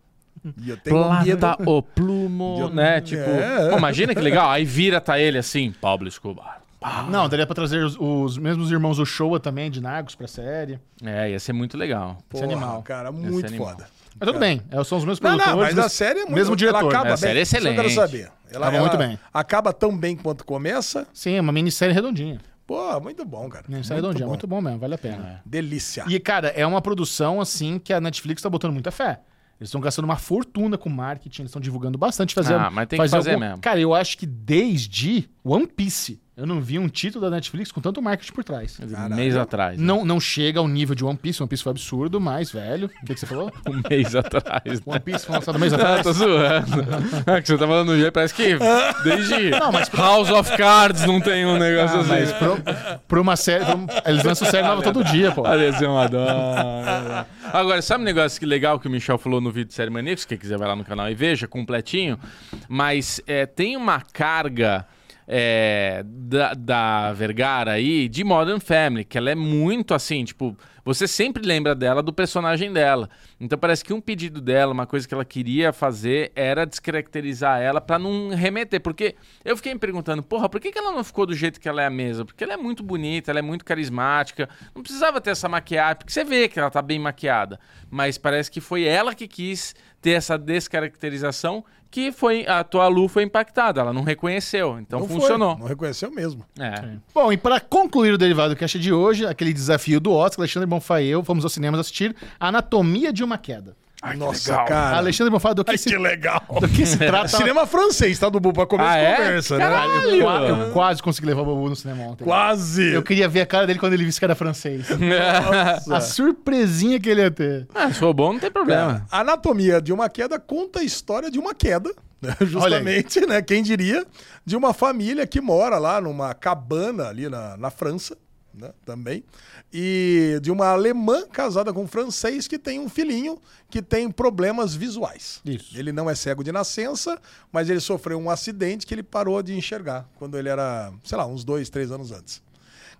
B: E eu tenho um medo.
F: Plata o plumo, né? Tipo,
B: É.
F: pô, imagina que legal, aí vira tá ele assim, Pablo Escobar. Pá.
A: Ah. Não, daria pra trazer os, os mesmos irmãos Ochoa também, de Narcos, pra série.
F: É, ia ser muito legal.
A: Esse
B: Porra,
A: animal.
B: Cara,
F: Esse
B: muito
F: animal.
B: foda.
A: Mas tudo bem, é, são os mesmos
B: Não,
A: produtores.
B: não, mas a
A: mes-
B: série é muito
A: Mesmo diretor. né?
B: Ela acaba
F: A série
B: bem,
F: é
B: isso Eu quero
F: excelente.
B: saber. Ela,
A: Acaba muito
B: ela
A: bem.
B: Acaba tão bem quanto começa.
A: Sim, é uma minissérie redondinha.
B: Pô, muito bom, cara.
A: Minissérie redondinha, muito bom mesmo, vale a
F: É.
A: pena.
B: Delícia.
A: E, cara, é uma produção, assim, que a Netflix tá botando muita fé. Eles estão gastando uma fortuna com marketing, eles estão divulgando bastante. Fazer, um-
F: Ah, mas tem que fazer mesmo.
A: Cara, eu acho que desde One Piece, eu não vi um título da Netflix com tanto marketing por trás.
F: Um mês atrás. né?
A: Não, não chega ao nível de One Piece, One Piece foi absurdo, mas, velho, o que, que você falou?
F: Um mês atrás. né?
A: One Piece foi lançado um mês
F: Ah,
A: atrás?
F: tô zoando. É que você tá falando jeito, parece que desde House of Cards não tem um negócio
A: Ah,
F: assim.
A: mas pro, pra uma série, pra um- eles lançam série nova todo dia, pô.
F: Parece um adoro. Agora, sabe um negócio que legal que o Michel falou no vídeo de Série Maníacos? Quem quiser vai lá no canal e veja, completinho. Mas é, tem uma carga é, da, da Vergara aí de Modern Family, que ela é muito assim, tipo, você sempre lembra dela do personagem dela. Então parece que um pedido dela, uma coisa que ela queria fazer era descaracterizar ela pra não remeter. Porque eu fiquei me perguntando, porra, por que, que ela não ficou do jeito que ela é mesmo? Porque ela é muito bonita, ela é muito carismática. Não precisava ter essa maquiagem, porque você vê que ela tá bem maquiada. Mas parece que foi ela que quis ter essa descaracterização que foi a tua Lu foi impactada, ela não reconheceu, então
B: Não foi,
F: funcionou.
B: não reconheceu mesmo.
F: É.
A: Bom, e para concluir o derivado caixa de hoje, aquele desafio do Oscar, Alexandre Bonfá e eu fomos aos cinemas assistir Anatomia de uma Queda.
B: Nossa,
F: legal.
B: cara.
A: Alexandre Bonfá, do que,
B: Ai,
A: se,
B: que legal.
A: do que se trata...
B: Cinema francês, tá, Dubu? Pra começo
F: Ah,
B: de
F: é?
B: conversa, né?
F: Caralho.
A: Eu, qua- eu quase consegui levar o Bubu no cinema ontem.
B: Quase.
A: Eu queria ver a cara dele quando ele visse que era francês. A surpresinha que ele ia ter.
F: Ah, se for bom, não tem problema.
B: A Anatomia de uma Queda conta a história de uma queda, né? justamente, né? Quem diria? De uma família que mora lá numa cabana ali na, na França, né? Também. E de uma alemã casada com um francês que tem um filhinho que tem problemas visuais.
A: Isso.
B: Ele não é cego de nascença, mas ele sofreu um acidente que ele parou de enxergar quando ele era, sei lá, uns dois, três anos antes.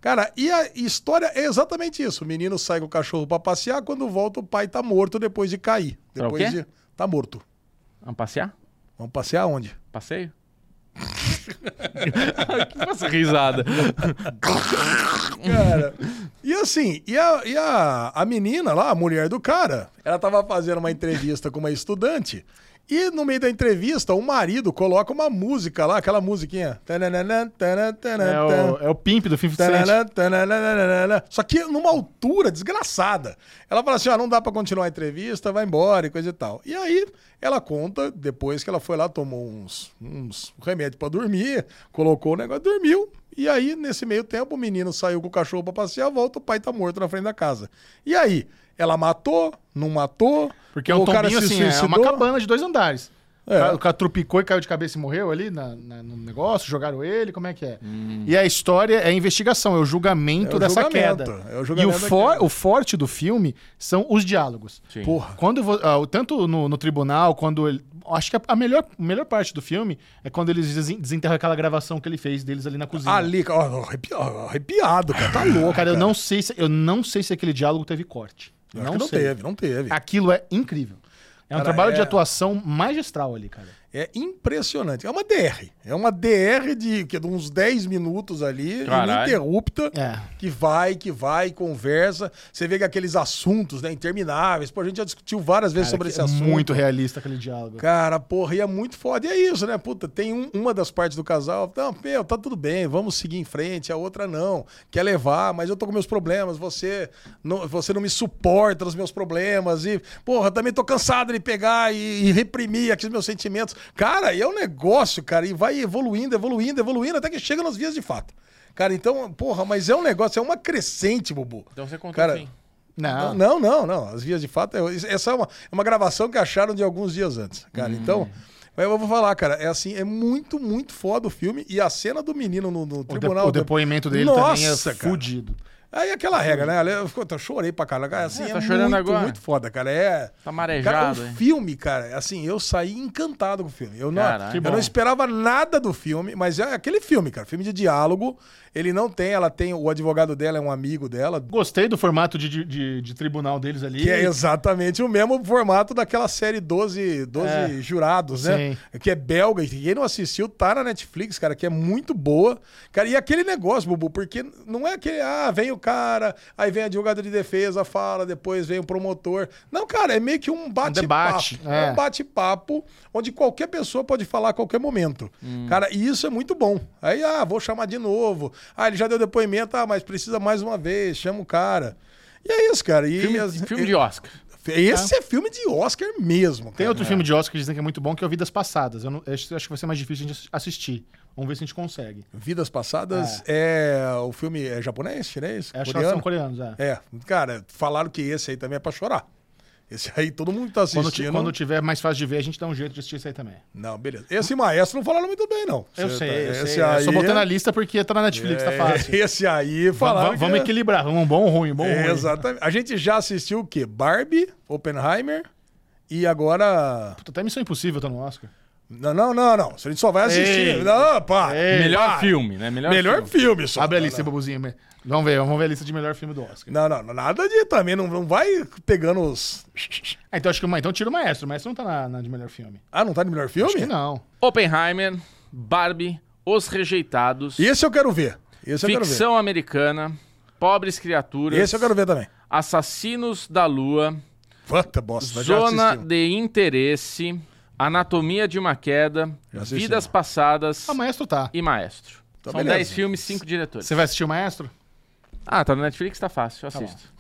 B: Cara, e a história é exatamente isso. O menino sai com o cachorro pra passear, quando volta o pai tá morto depois de cair.
F: Tá o
B: Depois
F: quê?
B: de. Tá morto.
F: Vamos passear?
B: Vamos passear onde?
F: Passeio? que essa risada.
B: Cara. e assim, e, a, e a, a menina lá, a mulher do cara, ela tava fazendo uma entrevista com uma estudante. E no meio da entrevista, o marido coloca uma música lá, aquela musiquinha. Tananã, tananã,
A: É
B: tananã.
A: o, é o Pimp do
B: Tá,
A: 50 Cent.
B: Tananã, tananã, tananã. Só que numa altura desgraçada. Ela fala assim: ó, não dá pra continuar a entrevista, vai embora e coisa e tal. E aí ela conta, depois que ela foi lá, tomou uns, uns remédio pra dormir, colocou o negócio, dormiu. E aí, nesse meio tempo, o menino saiu com o cachorro pra passear, volta, o pai tá morto na frente da casa. E aí? Ela matou? Não matou?
A: Porque é um
B: o cara
A: tombinho
B: se
A: assim, é uma
B: suicidou?
A: cabana de dois andares.
B: É.
A: O cara- O cara tropicou e caiu de cabeça e morreu ali na- na- no negócio, jogaram ele, como é que é? E a história é a investigação, é o julgamento
B: Hum. É o
A: dessa
B: julgamento,
A: queda.
B: é o
A: e o,
B: julgamento da
A: for-
B: queda.
A: o forte do filme são os diálogos.
F: Sim.
B: Porra.
A: Quando vo- ah, o- tanto no, no tribunal, quando ele. Acho que a, a melhor, melhor parte do filme é quando eles desen- desenterram aquela gravação que ele fez deles ali na cozinha.
B: Ali, ó, arrepi- ó, arrepiado, cara. Tá louco.
A: Cara, eu não sei se eu não sei se aquele diálogo teve corte.
B: Eu acho
A: não
B: que não
A: sei.
B: teve, não teve.
A: Aquilo é incrível. É um
B: Cara,
A: trabalho de
B: é-
A: atuação magistral ali, cara.
B: É impressionante. É uma DR. É uma DR de, que é de uns 10 minutos ali,
F: Caralho.
B: ininterrupta,
A: É.
B: que vai, que vai, conversa. Você vê que aqueles assuntos né, intermináveis. Pô, a gente já discutiu várias vezes
A: Cara,
B: sobre
A: que
B: esse
A: é
B: assunto.
A: Muito realista aquele diálogo.
B: Cara, porra, e é muito foda. E é isso, né? Puta, tem um- uma das partes do casal, não, meu, tá tudo bem, vamos seguir em frente, a outra não, quer levar, mas eu tô com meus problemas, você não, você não me suporta nos meus problemas, e, porra, também tô cansado de pegar e, e reprimir aqui os meus sentimentos. Cara, e é um negócio, cara, e vai evoluindo, evoluindo, evoluindo, até que chega nas vias de fato. Cara, então, porra, mas é um negócio, é uma crescente, Bubu.
F: Então você contou
B: Cara,
F: assim.
A: Não,
B: não, não, não. As vias de fato. é- isso- Essa é uma, é uma gravação que acharam de alguns dias antes, cara. Então. Mas eu vou falar, cara, é assim, é muito, muito foda o filme. E a cena do menino no, no
A: o, de-
B: tribunal.
A: o depoimento dele também é
B: Nossa, cara.
A: fudido.
B: Aí aquela regra, né? Eu, fico- eu chorei pra caralho. Cara, Assim,
F: É,
B: é,
F: tá chorando
B: muito,
F: agora.
B: muito foda, cara. É.
F: Tá marejado,
B: Cara, um
F: hein?
B: o filme, cara, assim, eu saí encantado com o filme. Eu não,
F: Caralho. Que
B: eu
F: bom.
B: não esperava nada do filme, mas é aquele filme, cara. Filme de diálogo. Ele não tem, ela tem. O advogado dela é um amigo dela,
A: Gostei do formato de, de- de- de tribunal deles ali.
B: que é exatamente o mesmo formato daquela série 12, 12 Jurados, né? Que é belga. E quem não assistiu tá na Netflix, cara, que é muito boa. Cara, e aquele negócio, Bubu, porque não é aquele, ah, vem o cara, aí vem a advogada de defesa, fala, depois vem o promotor. Não, cara, é meio que um bate-papo.
A: debate, é.
B: um bate-papo onde qualquer pessoa pode falar a qualquer momento. Cara, e isso é muito bom. Aí, ah, vou chamar de novo. Ah, ele já deu depoimento, ah, mas precisa mais uma vez, chama o cara. E é isso, cara. E
F: Filme,
B: as-
F: filme de Oscar.
B: esse é filme de Oscar mesmo, cara.
A: Tem outro filme de Oscar que dizem que é muito bom, que é o Vidas Passadas. Eu, não- eu acho acho que vai ser mais difícil de assistir. Vamos ver se a gente consegue.
B: Vidas Passadas é. o filme é japonês, chinês,
A: É, acho que elas
B: coreano?
A: são coreanos, é.
B: É, cara, falaram que esse aí também é pra chorar. Esse aí todo mundo tá
A: Quando, ti-
B: assistindo.
A: quando tiver mais fácil de ver, a gente dá um jeito de assistir isso aí também.
B: Não, beleza. Esse maestro não falaram muito bem, não.
A: Eu
B: Cê
A: sei,
B: tá-
A: eu
B: esse
A: sei. Eu
B: Aí...
A: só botando a lista porque tá na Netflix, tá fácil.
B: É, Esse aí falaram.
A: Vamos, vamos
B: que... é
A: equilibrar, um bom, um ruim, um bom, um ruim.
B: Exatamente. A gente já assistiu o quê? Barbie, Oppenheimer e agora.
A: Puta, Até Missão Impossível tá no Oscar.
B: Não, não, não, não. A gente só vai assistir.
A: Ei.
B: Não, pá.
F: Melhor
B: pá.
F: filme, né? Melhor,
B: é- Ah, Melhor
F: filme.
B: filme, só.
A: Abre a lista, babuzinho. Vamos ver, vamos ver a lista de melhor filme do Oscar.
B: Não, não, nada de também, não, não vai pegando os.
A: Ah, então acho que o Ma- então tira o Maestro. O Maestro não tá na, na de melhor filme.
B: Ah, não tá de melhor
A: Acho
B: filme?
A: que não.
F: Oppenheimer, Barbie, Os Rejeitados,
B: Esse eu quero ver. Esse eu quero
F: Ficção Americana, Pobres
B: ver.
F: Criaturas,
B: Esse eu quero ver também.
F: Assassinos da Lua,
B: Puta bosta, mas já um.
F: Zona
B: assistimos.
F: de interesse, anatomia de uma queda,
B: assistimos.
F: vidas passadas
A: Ah, Maestro tá.
F: e maestro.
B: Então,
F: São
B: beleza.
F: 10 filmes, 5 diretores.
A: Você vai assistir o Maestro?
F: Ah, tá no Netflix, tá fácil, eu assisto.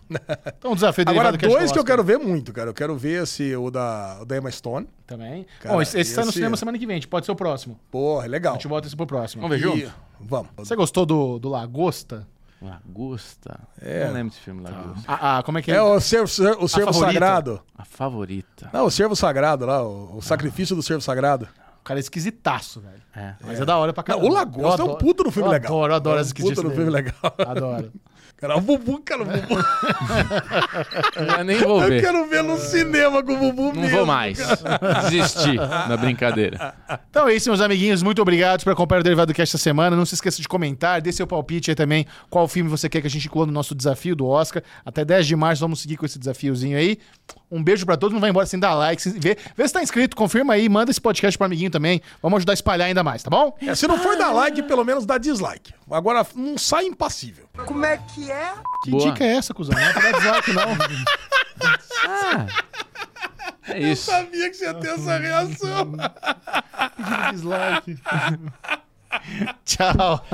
A: Então, um desafio
B: Agora,
A: derivado Cash
B: dois que eu
A: Oscar
B: quero ver muito, cara. Eu quero ver esse, o da, o da Emma Stone.
A: Também.
B: Cara,
A: Bom, esse, esse
B: ia
A: sai no
B: ser-
A: cinema semana que vem, a gente pode ser o próximo.
B: Porra, é legal.
A: A gente bota esse pro próximo.
F: Vamos ver
B: E-
F: junto?
B: Vamos.
A: Você gostou do, do Lagosta?
F: Lagosta. Eu Não lembro desse filme, Lagosta.
A: Ah, ah, como é que é?
B: É o Servo, o servo
A: favorita.
B: Sagrado.
F: A favorita.
B: Não, o Servo Sagrado lá, o, o Sacrifício do Servo Sagrado.
A: O cara é esquisitaço, velho.
F: É.
A: Mas é da hora pra
B: Não,
A: caramba.
B: o Lagosta
A: Eu
B: é um
A: adoro-
B: puto no filme
A: eu
B: legal.
A: Adoro, eu adoro
B: É
A: as
B: um puto
A: esquisitas.
B: no filme legal.
A: Adoro.
B: Cara, o Bubu, cara, o Bubu.
F: Eu já nem vou
B: Eu
F: ver.
B: quero ver no cinema com o Bubu
F: Não
B: mesmo.
F: vou mais. Desisti da brincadeira.
A: Então é isso, meus amiguinhos. Muito obrigado por acompanhar o Derivado Cast esta semana. Não se esqueça de comentar, dê seu palpite aí também qual filme você quer que a gente inclua no nosso desafio do Oscar. Até 10 de março vamos seguir com esse desafiozinho aí. Um beijo pra todos. Não vai embora sem dar like. se- Vê, vê se tá inscrito, confirma aí. Manda esse podcast pro amiguinho também. Vamos ajudar a espalhar ainda mais, tá bom?
B: É, se não for dar like, pelo menos dá dislike. Agora, não sai impassível.
A: Que
F: Boa.
A: dica é essa, cuzão? Não é pra dar dislike, não.
F: É isso.
B: Sabia que você ia ter essa reação.
A: dislike. Tchau.